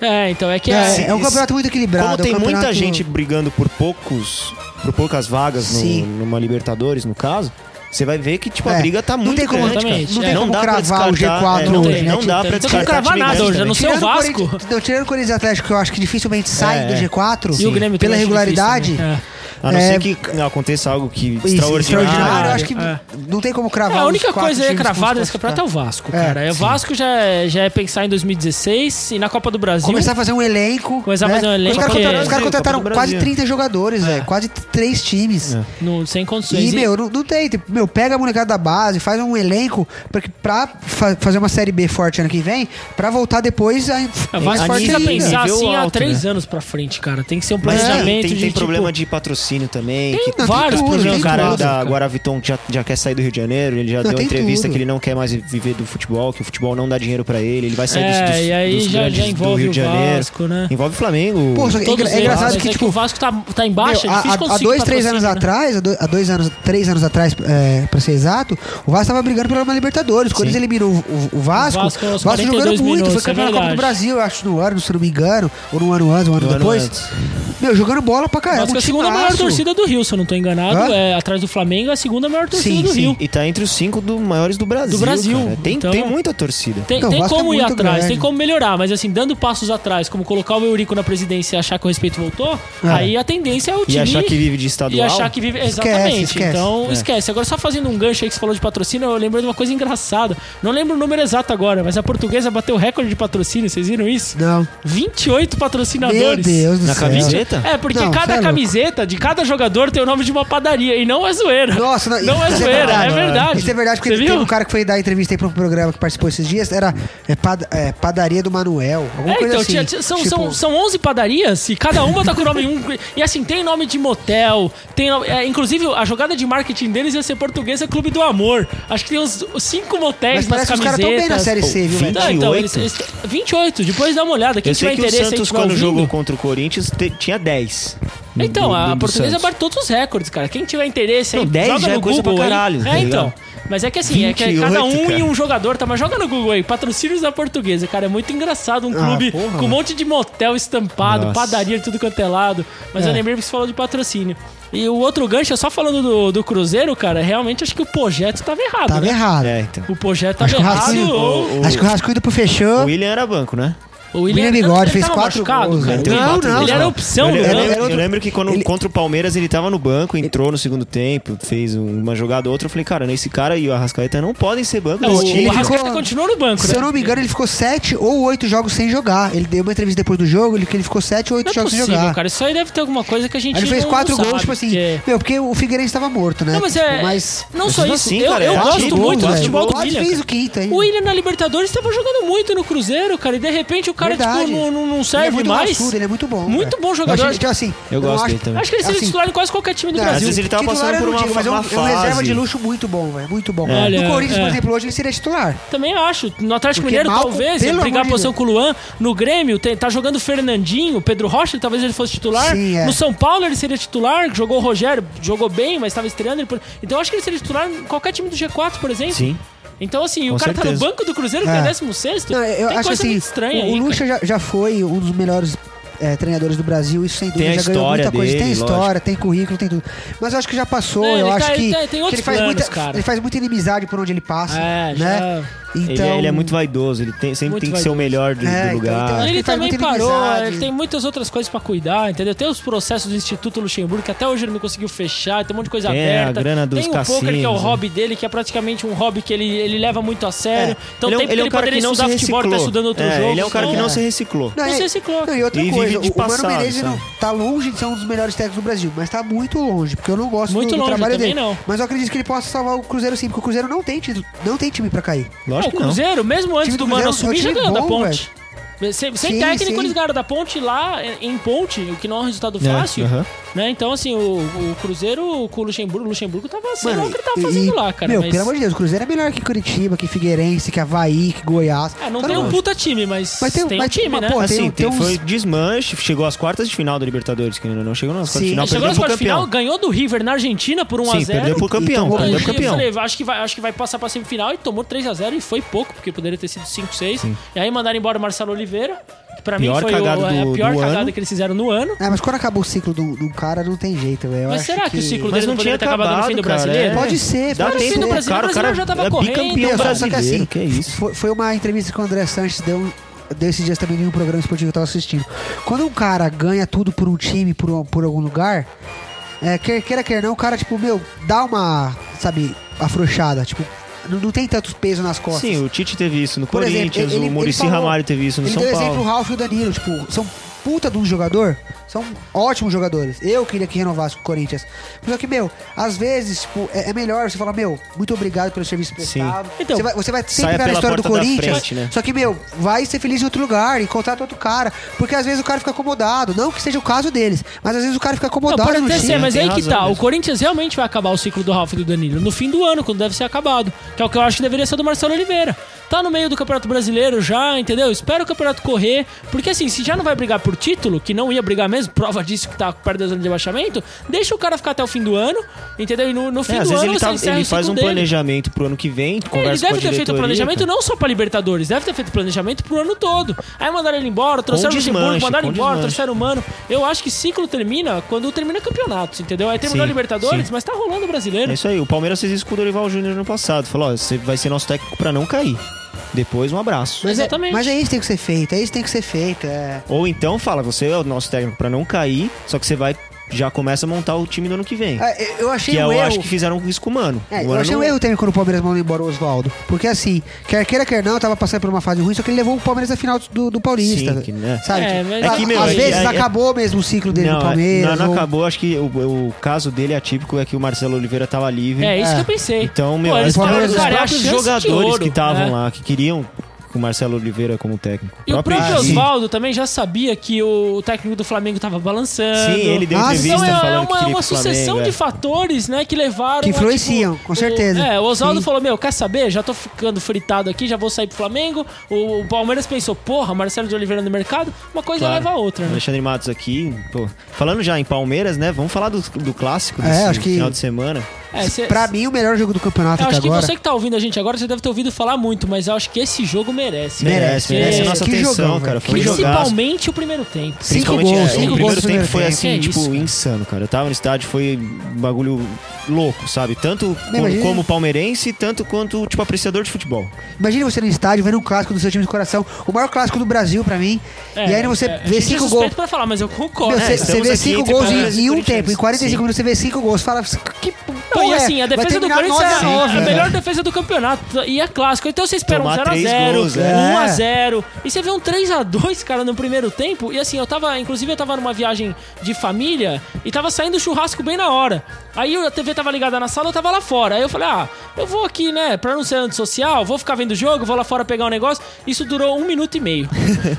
[SPEAKER 2] É, então, é que
[SPEAKER 3] É,
[SPEAKER 2] é.
[SPEAKER 1] se-
[SPEAKER 3] é um campeonato muito equilibrado.
[SPEAKER 1] Como
[SPEAKER 3] é um
[SPEAKER 1] tem muita
[SPEAKER 3] campeonato-
[SPEAKER 1] gente brigando por poucos, por poucas vagas no-
[SPEAKER 3] Sim.
[SPEAKER 1] numa Libertadores, no caso, você vai ver que tipo a
[SPEAKER 3] É,
[SPEAKER 1] briga tá
[SPEAKER 3] não
[SPEAKER 1] muito
[SPEAKER 3] tem como-
[SPEAKER 1] grande, cara.
[SPEAKER 2] Exatamente, não tem
[SPEAKER 3] como
[SPEAKER 1] dá pra
[SPEAKER 3] cravar o
[SPEAKER 1] descartar, é,
[SPEAKER 3] G4
[SPEAKER 1] não,
[SPEAKER 2] hoje,
[SPEAKER 1] não
[SPEAKER 3] né,
[SPEAKER 1] dá
[SPEAKER 3] Tito?
[SPEAKER 1] pra
[SPEAKER 3] Não
[SPEAKER 2] tem como
[SPEAKER 1] descartar
[SPEAKER 2] cravar
[SPEAKER 1] time
[SPEAKER 2] nada
[SPEAKER 1] grande
[SPEAKER 2] hoje, a não
[SPEAKER 1] também.
[SPEAKER 2] ser o
[SPEAKER 3] Tirando
[SPEAKER 2] Vasco.
[SPEAKER 3] Corinthians- não, tirando o Corinthians e Atlético, que eu acho que dificilmente sai
[SPEAKER 1] É,
[SPEAKER 3] do
[SPEAKER 1] é.
[SPEAKER 3] G4.
[SPEAKER 2] E o Grêmio
[SPEAKER 3] Pela
[SPEAKER 2] também acho
[SPEAKER 3] regularidade.
[SPEAKER 2] difícil, né?
[SPEAKER 1] A não
[SPEAKER 3] É.
[SPEAKER 1] ser que aconteça algo que
[SPEAKER 3] Isso,
[SPEAKER 1] extraordinário.
[SPEAKER 3] extraordinário, eu acho que
[SPEAKER 2] É.
[SPEAKER 3] não tem como
[SPEAKER 2] É,
[SPEAKER 3] cravar.
[SPEAKER 2] a
[SPEAKER 3] os
[SPEAKER 2] única
[SPEAKER 3] quatro
[SPEAKER 2] coisa aí
[SPEAKER 3] times que vão se
[SPEAKER 2] cravada
[SPEAKER 1] tá.
[SPEAKER 2] nesse
[SPEAKER 3] classificar.
[SPEAKER 2] campeoto é o Vasco,
[SPEAKER 3] É,
[SPEAKER 2] cara. É, o
[SPEAKER 3] sim.
[SPEAKER 2] Vasco já é, já é pensar em 2016 e na Copa do Brasil.
[SPEAKER 3] Começar a fazer um elenco.
[SPEAKER 2] Começar a
[SPEAKER 3] né?
[SPEAKER 2] fazer um elenco,
[SPEAKER 3] Os caras
[SPEAKER 2] porque-
[SPEAKER 3] contrataram, os caras
[SPEAKER 1] Brasil,
[SPEAKER 3] contrataram
[SPEAKER 1] Copa do
[SPEAKER 3] quase
[SPEAKER 1] Brasil.
[SPEAKER 3] 30 jogadores,
[SPEAKER 2] É.
[SPEAKER 3] velho. Quase t- três times.
[SPEAKER 1] É.
[SPEAKER 2] no- sem condições.
[SPEAKER 3] E, meu, não, não tem. tipo, Meu, pega a molecada da base, faz um elenco pra, que- pra fa- fazer uma Série B forte ano que vem, pra voltar depois
[SPEAKER 2] É,
[SPEAKER 3] a, mais
[SPEAKER 2] Vasco
[SPEAKER 1] a
[SPEAKER 3] forte
[SPEAKER 2] precisa
[SPEAKER 1] nível-
[SPEAKER 3] ainda.
[SPEAKER 2] pensar
[SPEAKER 1] nível
[SPEAKER 2] assim há
[SPEAKER 1] alto,
[SPEAKER 2] três
[SPEAKER 1] né?
[SPEAKER 2] anos pra frente, cara. Tem que ser um
[SPEAKER 1] Mas tem-
[SPEAKER 2] planejamento
[SPEAKER 1] tem,
[SPEAKER 2] de,
[SPEAKER 1] tem
[SPEAKER 2] tipo,
[SPEAKER 1] problema de patrocínio também. que
[SPEAKER 3] não,
[SPEAKER 2] vários
[SPEAKER 3] é, tem tudo,
[SPEAKER 2] problemas,
[SPEAKER 1] o
[SPEAKER 3] tem
[SPEAKER 1] cara
[SPEAKER 3] tudo.
[SPEAKER 1] da Guaraviton que já, já quer sair do Rio de Janeiro, ele já
[SPEAKER 3] Não,
[SPEAKER 1] deu
[SPEAKER 3] tem
[SPEAKER 1] entrevista
[SPEAKER 3] tudo.
[SPEAKER 1] que ele não quer mais viver do futebol, que o futebol não dá dinheiro pra ele, ele vai sair
[SPEAKER 2] É,
[SPEAKER 1] dos, dos,
[SPEAKER 2] e aí
[SPEAKER 1] dos
[SPEAKER 2] já- já
[SPEAKER 1] grandes do
[SPEAKER 2] envolve
[SPEAKER 1] Rio
[SPEAKER 2] o
[SPEAKER 1] de Janeiro.
[SPEAKER 2] Vasco, né?
[SPEAKER 1] Envolve o Flamengo.
[SPEAKER 3] Pô, só que é,
[SPEAKER 2] Todos
[SPEAKER 3] engra- é
[SPEAKER 2] eles,
[SPEAKER 3] engraçado
[SPEAKER 2] mas
[SPEAKER 3] que,
[SPEAKER 2] é
[SPEAKER 3] tipo,
[SPEAKER 2] o Vasco tá, tá em baixa,
[SPEAKER 3] Meu,
[SPEAKER 2] é
[SPEAKER 3] há-
[SPEAKER 2] difícil
[SPEAKER 3] há- há
[SPEAKER 2] conseguir
[SPEAKER 3] dois, três anos
[SPEAKER 2] patrocínio, né?
[SPEAKER 3] atrás, há do- há dois anos, três anos atrás, é, pra ser exato, o Vasco tava brigando pela Libertadores. Quando eles eliminou o, o-
[SPEAKER 2] O
[SPEAKER 3] o Vasco, o
[SPEAKER 2] Vasco é
[SPEAKER 3] Vasco,
[SPEAKER 2] aos
[SPEAKER 3] jogando
[SPEAKER 2] 42
[SPEAKER 3] muito.
[SPEAKER 2] minutos,
[SPEAKER 3] foi
[SPEAKER 2] é
[SPEAKER 3] campeão da Copa do
[SPEAKER 2] verdade.
[SPEAKER 3] Brasil, eu acho, no ano, se não me engano, ou no ano antes, um ano
[SPEAKER 1] No ano
[SPEAKER 3] depois.
[SPEAKER 1] antes.
[SPEAKER 3] Meu, jogando bola pra caramba.
[SPEAKER 2] Vasco é
[SPEAKER 3] um
[SPEAKER 2] a segunda maior
[SPEAKER 3] timaço.
[SPEAKER 2] torcida do Rio, se eu não tô enganado.
[SPEAKER 3] Hã?
[SPEAKER 2] É, atrás do Flamengo é a segunda maior torcida
[SPEAKER 3] Sim,
[SPEAKER 2] do
[SPEAKER 3] sim.
[SPEAKER 2] Rio.
[SPEAKER 1] E tá entre os cinco do, maiores do Brasil.
[SPEAKER 2] Do Brasil,
[SPEAKER 1] cara. Tem,
[SPEAKER 2] então-
[SPEAKER 1] tem muita torcida.
[SPEAKER 2] Tem,
[SPEAKER 3] Não, o
[SPEAKER 2] tem
[SPEAKER 3] Vasco é
[SPEAKER 2] como ir
[SPEAKER 3] muito
[SPEAKER 2] atrás,
[SPEAKER 3] grande.
[SPEAKER 2] tem como melhorar, mas assim, dando passos atrás, como colocar o Eurico na presidência e achar que o respeito voltou, aí a tendência é o time.
[SPEAKER 1] E achar que vive de estadual.
[SPEAKER 2] E achar que vive.
[SPEAKER 3] Esquece,
[SPEAKER 2] Exatamente.
[SPEAKER 3] esquece.
[SPEAKER 2] Então,
[SPEAKER 1] É.
[SPEAKER 2] esquece. Agora, só fazendo um gancho aí que você falou de patrocínio, eu lembrei de uma coisa engraçada. Não lembro o número exato agora, mas a portuguesa bateu recorde de patrocínio, vocês viram isso?
[SPEAKER 3] Não.
[SPEAKER 2] 28
[SPEAKER 3] Meu
[SPEAKER 2] patrocinadores.
[SPEAKER 3] Deus do
[SPEAKER 1] Na
[SPEAKER 3] céu.
[SPEAKER 1] camisa?
[SPEAKER 2] É, porque
[SPEAKER 3] Não,
[SPEAKER 2] cada
[SPEAKER 3] cê é louco.
[SPEAKER 2] camiseta de cada jogador tem o nome de uma padaria. E não é zoeira.
[SPEAKER 3] Nossa, não,
[SPEAKER 2] Não é
[SPEAKER 3] isso
[SPEAKER 2] zoeira, é verdade.
[SPEAKER 3] Isso é verdade, porque
[SPEAKER 2] Você
[SPEAKER 3] teve
[SPEAKER 2] viu?
[SPEAKER 3] um cara que foi dar entrevista aí pra um programa que participou esses dias, era é, pad- é, padaria do Manuel, alguma
[SPEAKER 2] É,
[SPEAKER 3] coisa
[SPEAKER 2] então,
[SPEAKER 3] assim.
[SPEAKER 2] tinha- tinha- são,
[SPEAKER 3] Tipo,
[SPEAKER 2] são, são 11 padarias e cada uma tá com o nome. Um, e assim, tem nome de motel, tem. nome- é, inclusive, a jogada de marketing deles ia ser portuguesa Clube do Amor. Acho que tem uns uns cinco motéis nas
[SPEAKER 3] Mas parece que os
[SPEAKER 2] camisetas.
[SPEAKER 3] caras tão bem na Série C, viu?
[SPEAKER 1] Pô,
[SPEAKER 3] velho?
[SPEAKER 2] Não, então,
[SPEAKER 1] 28?
[SPEAKER 2] eles, eles- 28, depois dá uma olhada. Quem
[SPEAKER 1] Eu
[SPEAKER 2] tiver
[SPEAKER 1] sei que o
[SPEAKER 2] interesse aí,
[SPEAKER 1] Santos,
[SPEAKER 2] tiver
[SPEAKER 1] quando
[SPEAKER 2] ouvindo-
[SPEAKER 1] jogou contra o Corinthians, te- tinha 10. do-
[SPEAKER 2] Então,
[SPEAKER 1] do-
[SPEAKER 2] a
[SPEAKER 1] do- do
[SPEAKER 2] portuguesa
[SPEAKER 1] Santos.
[SPEAKER 2] bate todos os recordes, cara. Quem tiver interesse aí,
[SPEAKER 1] Não, 10
[SPEAKER 2] joga
[SPEAKER 1] já
[SPEAKER 2] no
[SPEAKER 1] é coisa
[SPEAKER 2] Google
[SPEAKER 1] pra
[SPEAKER 2] aí.
[SPEAKER 1] caralho, tá
[SPEAKER 2] É,
[SPEAKER 1] ligado?
[SPEAKER 2] então. Mas é que assim, é que
[SPEAKER 1] 28,
[SPEAKER 2] cada um
[SPEAKER 1] cara.
[SPEAKER 2] e um jogador, tá? Mas joga no Google aí, patrocínios da portuguesa, cara. É muito engraçado um clube
[SPEAKER 1] porra,
[SPEAKER 2] com um
[SPEAKER 1] mano.
[SPEAKER 2] monte de motel estampado,
[SPEAKER 1] Nossa.
[SPEAKER 2] padaria, tudo quanto é lado. Mas eu lembrei que você falou de patrocínio. E o outro gancho, só falando do, do Cruzeiro, cara, realmente acho que o projeto tava errado.
[SPEAKER 3] Tava
[SPEAKER 2] né?
[SPEAKER 3] errado.
[SPEAKER 1] É, então.
[SPEAKER 2] O projeto tava
[SPEAKER 3] Ah, Acho que o
[SPEAKER 2] errado.
[SPEAKER 3] Rafinha-
[SPEAKER 2] ou-
[SPEAKER 1] O-
[SPEAKER 3] Acho que o Rascudo pro
[SPEAKER 1] O
[SPEAKER 3] fechou.
[SPEAKER 1] William era banco, né?
[SPEAKER 2] O
[SPEAKER 3] William Bigode
[SPEAKER 2] ele
[SPEAKER 3] fez
[SPEAKER 2] tava
[SPEAKER 3] quatro
[SPEAKER 2] machucado,
[SPEAKER 3] gols,
[SPEAKER 2] cara.
[SPEAKER 3] né?
[SPEAKER 2] Ele-
[SPEAKER 3] Não, não,
[SPEAKER 2] Ele era
[SPEAKER 3] não.
[SPEAKER 2] opção
[SPEAKER 1] eu,
[SPEAKER 2] do
[SPEAKER 1] lembro,
[SPEAKER 3] Ele-
[SPEAKER 2] banco.
[SPEAKER 1] eu lembro que quando,
[SPEAKER 3] ele-
[SPEAKER 1] contra o Palmeiras ele tava no banco, entrou no segundo tempo, fez uma jogada ou outra. Eu falei, cara, esse cara e o Arrascaeta não podem ser banco
[SPEAKER 2] É, o-
[SPEAKER 1] desse time.
[SPEAKER 2] O
[SPEAKER 1] cara.
[SPEAKER 2] Arrascaeta continuou no banco, né?
[SPEAKER 3] Se eu não me engano, ele ficou sete ou oito jogos sem jogar. Ele deu uma entrevista depois do jogo, ele, que ele ficou sete ou oito
[SPEAKER 2] Não é
[SPEAKER 3] jogos sem
[SPEAKER 2] possível,
[SPEAKER 3] jogar.
[SPEAKER 2] cara. Isso aí deve ter alguma coisa que a gente
[SPEAKER 3] Aí ele fez
[SPEAKER 2] não-
[SPEAKER 3] quatro
[SPEAKER 2] não
[SPEAKER 3] gols,
[SPEAKER 2] sabe,
[SPEAKER 3] tipo assim.
[SPEAKER 2] porque-
[SPEAKER 3] Meu, porque o Figueirense tava morto, né?
[SPEAKER 2] Não, mas é...
[SPEAKER 3] Tipo, mas-
[SPEAKER 2] Não só
[SPEAKER 1] Mas
[SPEAKER 2] isso.
[SPEAKER 1] assim,
[SPEAKER 2] eu
[SPEAKER 1] cara,
[SPEAKER 2] eu
[SPEAKER 1] é
[SPEAKER 2] gosto
[SPEAKER 1] ativo,
[SPEAKER 2] muito do
[SPEAKER 1] velho.
[SPEAKER 2] futebol do
[SPEAKER 3] Quase
[SPEAKER 2] William.
[SPEAKER 3] tipo fez o
[SPEAKER 2] cara.
[SPEAKER 3] quinto aí.
[SPEAKER 2] O William na Libertadores tava jogando muito no Cruzeiro, cara. E de repente o cara, tipo,
[SPEAKER 3] Verdade.
[SPEAKER 2] não, não- não
[SPEAKER 3] Ele é
[SPEAKER 2] serve
[SPEAKER 3] muito
[SPEAKER 2] mais.
[SPEAKER 3] raçudo, ele é muito bom.
[SPEAKER 2] Muito
[SPEAKER 3] cara.
[SPEAKER 2] bom jogador.
[SPEAKER 3] Eu acho que, então, assim,
[SPEAKER 1] Eu
[SPEAKER 3] não
[SPEAKER 1] gosto
[SPEAKER 3] acho-
[SPEAKER 1] dele também.
[SPEAKER 2] Acho que ele seria
[SPEAKER 3] Assim,
[SPEAKER 2] titular em quase qualquer time do
[SPEAKER 3] Não,
[SPEAKER 1] Às
[SPEAKER 2] Brasil.
[SPEAKER 1] vezes ele tava
[SPEAKER 3] titular
[SPEAKER 1] passando
[SPEAKER 3] eu
[SPEAKER 1] por
[SPEAKER 3] não
[SPEAKER 1] uma,
[SPEAKER 3] digo, mas é um-
[SPEAKER 1] uma
[SPEAKER 3] é um reserva de
[SPEAKER 1] fase.
[SPEAKER 3] luxo muito bom, velho. Muito bom.
[SPEAKER 2] Olha,
[SPEAKER 3] no Corinthians,
[SPEAKER 2] é.
[SPEAKER 3] por exemplo, hoje ele seria titular.
[SPEAKER 2] Também acho. No Atlético
[SPEAKER 3] Porque
[SPEAKER 2] Mineiro,
[SPEAKER 3] mal,
[SPEAKER 2] talvez,
[SPEAKER 3] pelo
[SPEAKER 2] ele brigar
[SPEAKER 3] amor de
[SPEAKER 2] posição
[SPEAKER 3] Deus.
[SPEAKER 2] com o Luan. No Grêmio, tem- tá jogando o Fernandinho, Pedro Rocha, talvez ele fosse titular.
[SPEAKER 3] Sim, é.
[SPEAKER 2] No São Paulo, ele seria titular. Jogou o Rogério, jogou bem, mas tava estreando. Ele... Então, eu acho que ele seria titular em qualquer time do G4, por exemplo.
[SPEAKER 1] Sim.
[SPEAKER 2] Então, assim, o
[SPEAKER 1] Com
[SPEAKER 2] cara tá
[SPEAKER 1] certeza.
[SPEAKER 2] no banco do Cruzeiro, que é
[SPEAKER 3] É.
[SPEAKER 2] 16.
[SPEAKER 3] Não, eu
[SPEAKER 2] tem
[SPEAKER 3] acho
[SPEAKER 2] coisa
[SPEAKER 3] assim,
[SPEAKER 2] muito estranha
[SPEAKER 3] o,
[SPEAKER 2] aí.
[SPEAKER 3] o Lucha já, já foi um dos melhores é, treinadores do Brasil, isso sem dúvida,
[SPEAKER 1] a
[SPEAKER 3] já ganhou
[SPEAKER 1] história
[SPEAKER 3] muita coisa. tem
[SPEAKER 1] dele,
[SPEAKER 3] história, tem currículo, tem tudo. Mas eu acho que já passou,
[SPEAKER 2] Não, ele
[SPEAKER 3] eu
[SPEAKER 2] tá-
[SPEAKER 3] acho
[SPEAKER 2] ele
[SPEAKER 3] que,
[SPEAKER 2] tá- tem
[SPEAKER 3] que
[SPEAKER 2] outros
[SPEAKER 3] ele, faz
[SPEAKER 2] planos,
[SPEAKER 3] muita,
[SPEAKER 2] cara.
[SPEAKER 3] ele faz muita inimizade por onde ele passa,
[SPEAKER 2] É,
[SPEAKER 3] né? Então,
[SPEAKER 1] Ele, é- ele é muito vaidoso, ele tem- sempre
[SPEAKER 2] Muito
[SPEAKER 1] tem que ser o melhor do,
[SPEAKER 3] É,
[SPEAKER 1] do
[SPEAKER 3] então-
[SPEAKER 1] lugar.
[SPEAKER 3] então-
[SPEAKER 2] cara.
[SPEAKER 3] acho que
[SPEAKER 2] Ele
[SPEAKER 3] ele faz
[SPEAKER 2] também
[SPEAKER 3] muita
[SPEAKER 2] parou,
[SPEAKER 3] inimizade.
[SPEAKER 2] ele tem muitas outras coisas pra cuidar, entendeu? Tem os processos do Instituto Luxemburgo que até hoje ele não conseguiu fechar, tem um monte de coisa
[SPEAKER 1] Tem a
[SPEAKER 2] aberta.
[SPEAKER 1] grana dos
[SPEAKER 2] tem o poker que é o
[SPEAKER 1] cassinos, né?
[SPEAKER 2] hobby dele, que é praticamente um hobby que ele, ele leva muito a sério.
[SPEAKER 3] É.
[SPEAKER 2] Então
[SPEAKER 1] é um-
[SPEAKER 2] tem ele, ele poderia estudar futebol, ele tá estudando outro
[SPEAKER 1] É,
[SPEAKER 2] jogo.
[SPEAKER 1] Ele é um cara que
[SPEAKER 2] então-
[SPEAKER 1] não se reciclou.
[SPEAKER 3] Não,
[SPEAKER 2] Não
[SPEAKER 3] é-
[SPEAKER 2] sei se cloca.
[SPEAKER 3] não, e outra
[SPEAKER 1] E vive
[SPEAKER 3] coisa,
[SPEAKER 1] de
[SPEAKER 3] o, o Mano
[SPEAKER 1] passado,
[SPEAKER 3] Menezes
[SPEAKER 1] sabe?
[SPEAKER 3] não, tá longe de ser um dos melhores técnicos do Brasil, mas tá muito longe, porque eu não gosto
[SPEAKER 2] Muito
[SPEAKER 3] do, do
[SPEAKER 2] longe, eu
[SPEAKER 3] trabalho
[SPEAKER 2] também
[SPEAKER 3] dele.
[SPEAKER 2] não.
[SPEAKER 3] Mas eu acredito que ele possa salvar o Cruzeiro sim, porque o Cruzeiro não tem, título- não tem time pra cair.
[SPEAKER 2] Não, o
[SPEAKER 1] Lógico que não.
[SPEAKER 2] Cruzeiro, mesmo antes
[SPEAKER 3] Time
[SPEAKER 2] do
[SPEAKER 3] do
[SPEAKER 2] Mano
[SPEAKER 3] Cruzeiro é um
[SPEAKER 2] assumir, já
[SPEAKER 3] time
[SPEAKER 2] ganhou da
[SPEAKER 3] bom,
[SPEAKER 2] ponte. Sem, sem
[SPEAKER 3] Sim,
[SPEAKER 2] técnico,
[SPEAKER 3] sim.
[SPEAKER 2] eles ganharam da ponte lá em- em ponte, o que não é um resultado
[SPEAKER 1] É,
[SPEAKER 2] fácil.
[SPEAKER 1] aham.
[SPEAKER 2] né? Então, assim, o, o Cruzeiro com o Luxemburgo, o Luxemburgo tava sei lá o que ele tava
[SPEAKER 3] e-
[SPEAKER 2] fazendo lá, cara.
[SPEAKER 3] Meu,
[SPEAKER 2] mas...
[SPEAKER 3] pelo amor de Deus, o Cruzeiro é melhor que Curitiba, que Figueirense, que Havaí, que Goiás.
[SPEAKER 2] É, não
[SPEAKER 3] Tá
[SPEAKER 2] tem um
[SPEAKER 3] longe.
[SPEAKER 2] puta time, mas,
[SPEAKER 3] Mas
[SPEAKER 2] tem,
[SPEAKER 3] tem-
[SPEAKER 2] um
[SPEAKER 3] mas tem
[SPEAKER 2] time,
[SPEAKER 3] uma
[SPEAKER 2] né?
[SPEAKER 3] porra,
[SPEAKER 1] Assim,
[SPEAKER 3] tem- tem
[SPEAKER 1] tem-
[SPEAKER 3] uns-
[SPEAKER 1] foi desmanche, chegou às quartas de final da Libertadores, que ainda não chegou nas quartas
[SPEAKER 3] Sim.
[SPEAKER 1] de final,
[SPEAKER 2] Ele chegou
[SPEAKER 1] perdeu
[SPEAKER 2] na
[SPEAKER 1] pro
[SPEAKER 2] quarta final, um
[SPEAKER 1] campeão.
[SPEAKER 2] ganhou do River na Argentina por 1x0.
[SPEAKER 1] Sim, perdeu pro campeão,
[SPEAKER 3] tomou-
[SPEAKER 1] perdeu
[SPEAKER 2] Aí
[SPEAKER 1] pro
[SPEAKER 2] eu
[SPEAKER 1] campeão.
[SPEAKER 2] falei, acho que, vai, acho que vai passar pra semifinal e tomou 3x0 e foi pouco, porque poderia ter sido 5x6. E aí mandaram embora o Marcelo Oliveira, que pra mim
[SPEAKER 1] Pior
[SPEAKER 2] foi o- é,
[SPEAKER 1] cagada
[SPEAKER 2] a
[SPEAKER 1] do-
[SPEAKER 2] pior
[SPEAKER 1] do
[SPEAKER 2] cagada
[SPEAKER 1] ano.
[SPEAKER 2] que eles fizeram no ano.
[SPEAKER 3] É, mas quando acabou o ciclo do, do cara, não tem jeito, velho. Eu
[SPEAKER 2] Mas
[SPEAKER 3] acho
[SPEAKER 2] será que, o ciclo dele
[SPEAKER 1] Mas
[SPEAKER 2] não,
[SPEAKER 1] não
[SPEAKER 2] poderia
[SPEAKER 1] tinha
[SPEAKER 2] ter acabado no fim do
[SPEAKER 1] acabado, cara,
[SPEAKER 2] brasileiro?
[SPEAKER 1] é.
[SPEAKER 3] Pode ser,
[SPEAKER 1] Dá
[SPEAKER 3] pode
[SPEAKER 2] fim
[SPEAKER 1] tempo,
[SPEAKER 3] ser.
[SPEAKER 2] do Brasil,
[SPEAKER 1] cara,
[SPEAKER 2] o
[SPEAKER 1] o cara
[SPEAKER 2] Brasil já tava
[SPEAKER 1] é
[SPEAKER 2] correndo,
[SPEAKER 1] bicampeão
[SPEAKER 2] só que
[SPEAKER 1] brasileiro,
[SPEAKER 3] assim,
[SPEAKER 1] que é isso.
[SPEAKER 3] Foi, foi uma entrevista que o André Sanches deu, deu esses dias também em um programa esportivo que eu tava assistindo. Quando um cara ganha tudo por um time, por, um- por algum lugar, é, quer, queira, quer não, o cara, tipo, meu, dá uma, sabe, afrouxada. Tipo, não, não tem tanto peso nas costas.
[SPEAKER 1] Sim, o Tite teve isso no
[SPEAKER 3] Por exemplo,
[SPEAKER 1] Corinthians,
[SPEAKER 3] ele- ele
[SPEAKER 1] o Murici
[SPEAKER 3] falou-
[SPEAKER 1] Ramalho teve isso no
[SPEAKER 3] Ele
[SPEAKER 1] São
[SPEAKER 3] deu
[SPEAKER 1] Paulo.
[SPEAKER 3] exemplo o Ralf e o Danilo, tipo, são puta de um jogador, são ótimos jogadores. Eu queria que renovasse com o Corinthians. Mas Só que, meu, às vezes, tipo, é, é melhor você falar, meu, muito obrigado pelo serviço prestado.
[SPEAKER 2] Então,
[SPEAKER 3] você, vai, você vai
[SPEAKER 1] saia
[SPEAKER 3] sempre pegar a
[SPEAKER 1] pela
[SPEAKER 3] história do
[SPEAKER 1] porta da
[SPEAKER 3] Corinthians.
[SPEAKER 1] frente, né?
[SPEAKER 3] Só que, meu, vai ser feliz em outro lugar e contrata outro cara. Porque às vezes o cara fica acomodado. Não que seja o caso deles, mas às vezes o cara fica
[SPEAKER 2] Não,
[SPEAKER 3] acomodado
[SPEAKER 2] pode
[SPEAKER 3] no
[SPEAKER 2] até
[SPEAKER 3] time.
[SPEAKER 2] ser, mas
[SPEAKER 1] tem
[SPEAKER 2] aí que
[SPEAKER 1] razão
[SPEAKER 2] tá. O
[SPEAKER 1] mesmo.
[SPEAKER 2] Corinthians realmente vai acabar o ciclo do Ralf e do Danilo no fim do ano, quando deve ser acabado. Que é o que eu acho que deveria ser do Marcelo Oliveira. Tá no meio do Campeonato Brasileiro já, entendeu? Espera o campeonato correr. Porque assim, se já não vai brigar por título, que não ia brigar mesmo, prova disso que tá perto da zona de rebaixamento, deixa o cara ficar até o fim do ano, entendeu? E no, no fim
[SPEAKER 1] É,
[SPEAKER 2] do
[SPEAKER 1] às vezes
[SPEAKER 2] ano
[SPEAKER 1] ele,
[SPEAKER 2] você
[SPEAKER 1] tá-
[SPEAKER 2] encerra
[SPEAKER 1] ele
[SPEAKER 2] o
[SPEAKER 1] faz
[SPEAKER 2] ciclo
[SPEAKER 1] um
[SPEAKER 2] dele.
[SPEAKER 1] planejamento pro ano que vem,
[SPEAKER 2] Ele
[SPEAKER 1] conversa com a
[SPEAKER 2] deve ter feito o
[SPEAKER 1] diretoria,
[SPEAKER 2] planejamento
[SPEAKER 1] cara.
[SPEAKER 2] não só pra Libertadores, deve ter feito planejamento pro ano todo. Aí mandaram ele embora, trouxeram o
[SPEAKER 1] desmanche,
[SPEAKER 2] Luxemburgo, mandaram
[SPEAKER 1] com
[SPEAKER 2] embora,
[SPEAKER 1] desmanche.
[SPEAKER 2] trouxeram o Mano. Eu acho que ciclo termina quando termina campeonatos, entendeu? Aí terminou
[SPEAKER 1] Sim,
[SPEAKER 2] a Libertadores,
[SPEAKER 1] sim.
[SPEAKER 2] mas tá rolando o brasileiro.
[SPEAKER 1] É isso aí, o Palmeiras fez isso com o Dorival Júnior no passado. Falou, ó, você vai ser nosso técnico pra não cair. Depois um abraço.
[SPEAKER 3] Mas é,
[SPEAKER 2] Exatamente.
[SPEAKER 3] mas é isso que tem que ser feito, é isso que tem que ser feito. É...
[SPEAKER 1] Ou então fala, você é o nosso técnico pra não cair, só que você vai já começa a montar o time do ano que vem.
[SPEAKER 3] Ah, eu- Eu achei
[SPEAKER 1] que é
[SPEAKER 3] um
[SPEAKER 1] eu
[SPEAKER 3] erro.
[SPEAKER 1] acho que fizeram isso com o Mano.
[SPEAKER 3] É,
[SPEAKER 1] O
[SPEAKER 3] eu
[SPEAKER 1] Mano
[SPEAKER 3] achei um
[SPEAKER 1] não-
[SPEAKER 3] erro também quando o Palmeiras mandou embora o Oswaldo. Porque assim, quer queira, quer não, tava passando por uma fase ruim, só que ele levou o Palmeiras à final do, do Paulista.
[SPEAKER 1] Sim, que, né?
[SPEAKER 3] Sabe?
[SPEAKER 2] É,
[SPEAKER 3] Tipo,
[SPEAKER 2] mas-
[SPEAKER 1] É que, meu,
[SPEAKER 3] às
[SPEAKER 1] é-
[SPEAKER 3] vezes
[SPEAKER 1] é-
[SPEAKER 3] acabou mesmo o ciclo dele
[SPEAKER 1] Não,
[SPEAKER 3] no
[SPEAKER 1] é-
[SPEAKER 3] Palmeiras.
[SPEAKER 1] não, não
[SPEAKER 3] ou-
[SPEAKER 1] acabou, acho que o, o caso dele atípico é que o Marcelo Oliveira tava livre.
[SPEAKER 2] É, isso
[SPEAKER 3] É.
[SPEAKER 2] que eu pensei.
[SPEAKER 1] Então, meu,
[SPEAKER 2] Pô, eles
[SPEAKER 1] os
[SPEAKER 3] foram-
[SPEAKER 1] próprios, os
[SPEAKER 2] cara, é a
[SPEAKER 1] próprios
[SPEAKER 2] chance de
[SPEAKER 1] jogadores
[SPEAKER 2] ouro,
[SPEAKER 1] que estavam
[SPEAKER 2] né?
[SPEAKER 1] lá, que queriam o Marcelo Oliveira como técnico.
[SPEAKER 2] E o
[SPEAKER 1] Próprio-
[SPEAKER 2] próprio
[SPEAKER 1] Ah, sim.
[SPEAKER 2] Oswaldo também já sabia que o técnico do Flamengo tava balançando.
[SPEAKER 1] Sim, ele deu
[SPEAKER 3] Ah,
[SPEAKER 1] entrevista
[SPEAKER 2] Então é, é
[SPEAKER 1] falando que
[SPEAKER 2] uma,
[SPEAKER 1] queria ir
[SPEAKER 2] uma
[SPEAKER 1] pro
[SPEAKER 2] sucessão
[SPEAKER 1] Flamengo,
[SPEAKER 2] de
[SPEAKER 1] é.
[SPEAKER 2] fatores, né, que levaram.
[SPEAKER 3] Que
[SPEAKER 2] a,
[SPEAKER 3] influenciam, com
[SPEAKER 2] o-
[SPEAKER 3] certeza.
[SPEAKER 2] é, o Oswaldo
[SPEAKER 3] Sim.
[SPEAKER 2] falou: Meu, quer saber? Já tô ficando fritado aqui, já vou sair pro Flamengo. O, o Palmeiras pensou: Porra, Marcelo de Oliveira no mercado, uma coisa
[SPEAKER 1] Claro.
[SPEAKER 2] leva a outra, né?
[SPEAKER 1] Alexandre Matos aqui, pô. Falando já em Palmeiras, né? Vamos falar do, do clássico
[SPEAKER 3] É,
[SPEAKER 1] desse
[SPEAKER 3] acho que-
[SPEAKER 1] final de semana.
[SPEAKER 2] É, cê-
[SPEAKER 3] pra mim, o melhor jogo do campeonato
[SPEAKER 2] Eu
[SPEAKER 3] até
[SPEAKER 2] acho que
[SPEAKER 3] agora.
[SPEAKER 2] você que tá ouvindo a gente agora, você deve ter ouvido falar muito, mas eu acho que esse jogo merece.
[SPEAKER 1] Merece, merece,
[SPEAKER 2] Porque-
[SPEAKER 1] a nossa
[SPEAKER 3] Que
[SPEAKER 1] atenção,
[SPEAKER 3] jogão,
[SPEAKER 1] cara.
[SPEAKER 3] velho.
[SPEAKER 1] Foi um jogaço.
[SPEAKER 2] Principalmente o primeiro tempo.
[SPEAKER 3] Cinco
[SPEAKER 1] Principalmente,
[SPEAKER 3] gols,
[SPEAKER 1] é,
[SPEAKER 2] cinco
[SPEAKER 1] o
[SPEAKER 2] gols no
[SPEAKER 1] primeiro tempo
[SPEAKER 3] primeiro
[SPEAKER 1] foi
[SPEAKER 3] tempo.
[SPEAKER 1] assim,
[SPEAKER 2] Que
[SPEAKER 1] tipo,
[SPEAKER 2] é isso, cara.
[SPEAKER 1] insano, cara. Eu tava no estádio, foi um bagulho louco, sabe? Tanto co-
[SPEAKER 3] imagina.
[SPEAKER 1] como palmeirense, tanto quanto, tipo, apreciador de futebol.
[SPEAKER 3] Imagina você no estádio vendo um clássico do seu time de coração, o maior clássico do Brasil pra mim.
[SPEAKER 2] É,
[SPEAKER 3] e aí né, você
[SPEAKER 2] é, gente,
[SPEAKER 3] vê
[SPEAKER 2] né?
[SPEAKER 3] cinco
[SPEAKER 2] é
[SPEAKER 3] gols.
[SPEAKER 2] suspeito pra falar, mas eu concordo.
[SPEAKER 3] Meu,
[SPEAKER 1] É,
[SPEAKER 3] você-
[SPEAKER 1] estamos
[SPEAKER 3] você vê
[SPEAKER 1] aqui
[SPEAKER 3] cinco
[SPEAKER 1] entre
[SPEAKER 3] gols
[SPEAKER 1] palmeiras
[SPEAKER 3] em,
[SPEAKER 1] e
[SPEAKER 3] em um
[SPEAKER 1] corintianos.
[SPEAKER 3] tempo. Em 45
[SPEAKER 1] Sim.
[SPEAKER 3] minutos você vê cinco gols. Fala, que
[SPEAKER 2] Não,
[SPEAKER 3] porra
[SPEAKER 2] e assim,
[SPEAKER 3] é?
[SPEAKER 2] a
[SPEAKER 3] Vai
[SPEAKER 2] defesa do
[SPEAKER 3] terminar
[SPEAKER 2] Corinthians é
[SPEAKER 3] 9 a né? 9,
[SPEAKER 2] a
[SPEAKER 3] velho.
[SPEAKER 2] melhor defesa do campeonato. E é clássico. Então você espera um
[SPEAKER 1] Tomar três
[SPEAKER 2] 0x0,
[SPEAKER 1] gols, é.
[SPEAKER 2] 1x0. E você vê um 3x2, cara, no primeiro tempo. E assim, eu tava. Inclusive, eu tava numa viagem de família e tava saindo churrasco bem na hora. Aí a TV tava ligada na sala, eu tava lá fora. Aí eu falei, ah, eu vou aqui, né, pra não ser antissocial, vou ficar vendo o jogo, vou lá fora pegar um negócio. Isso durou um minuto e meio.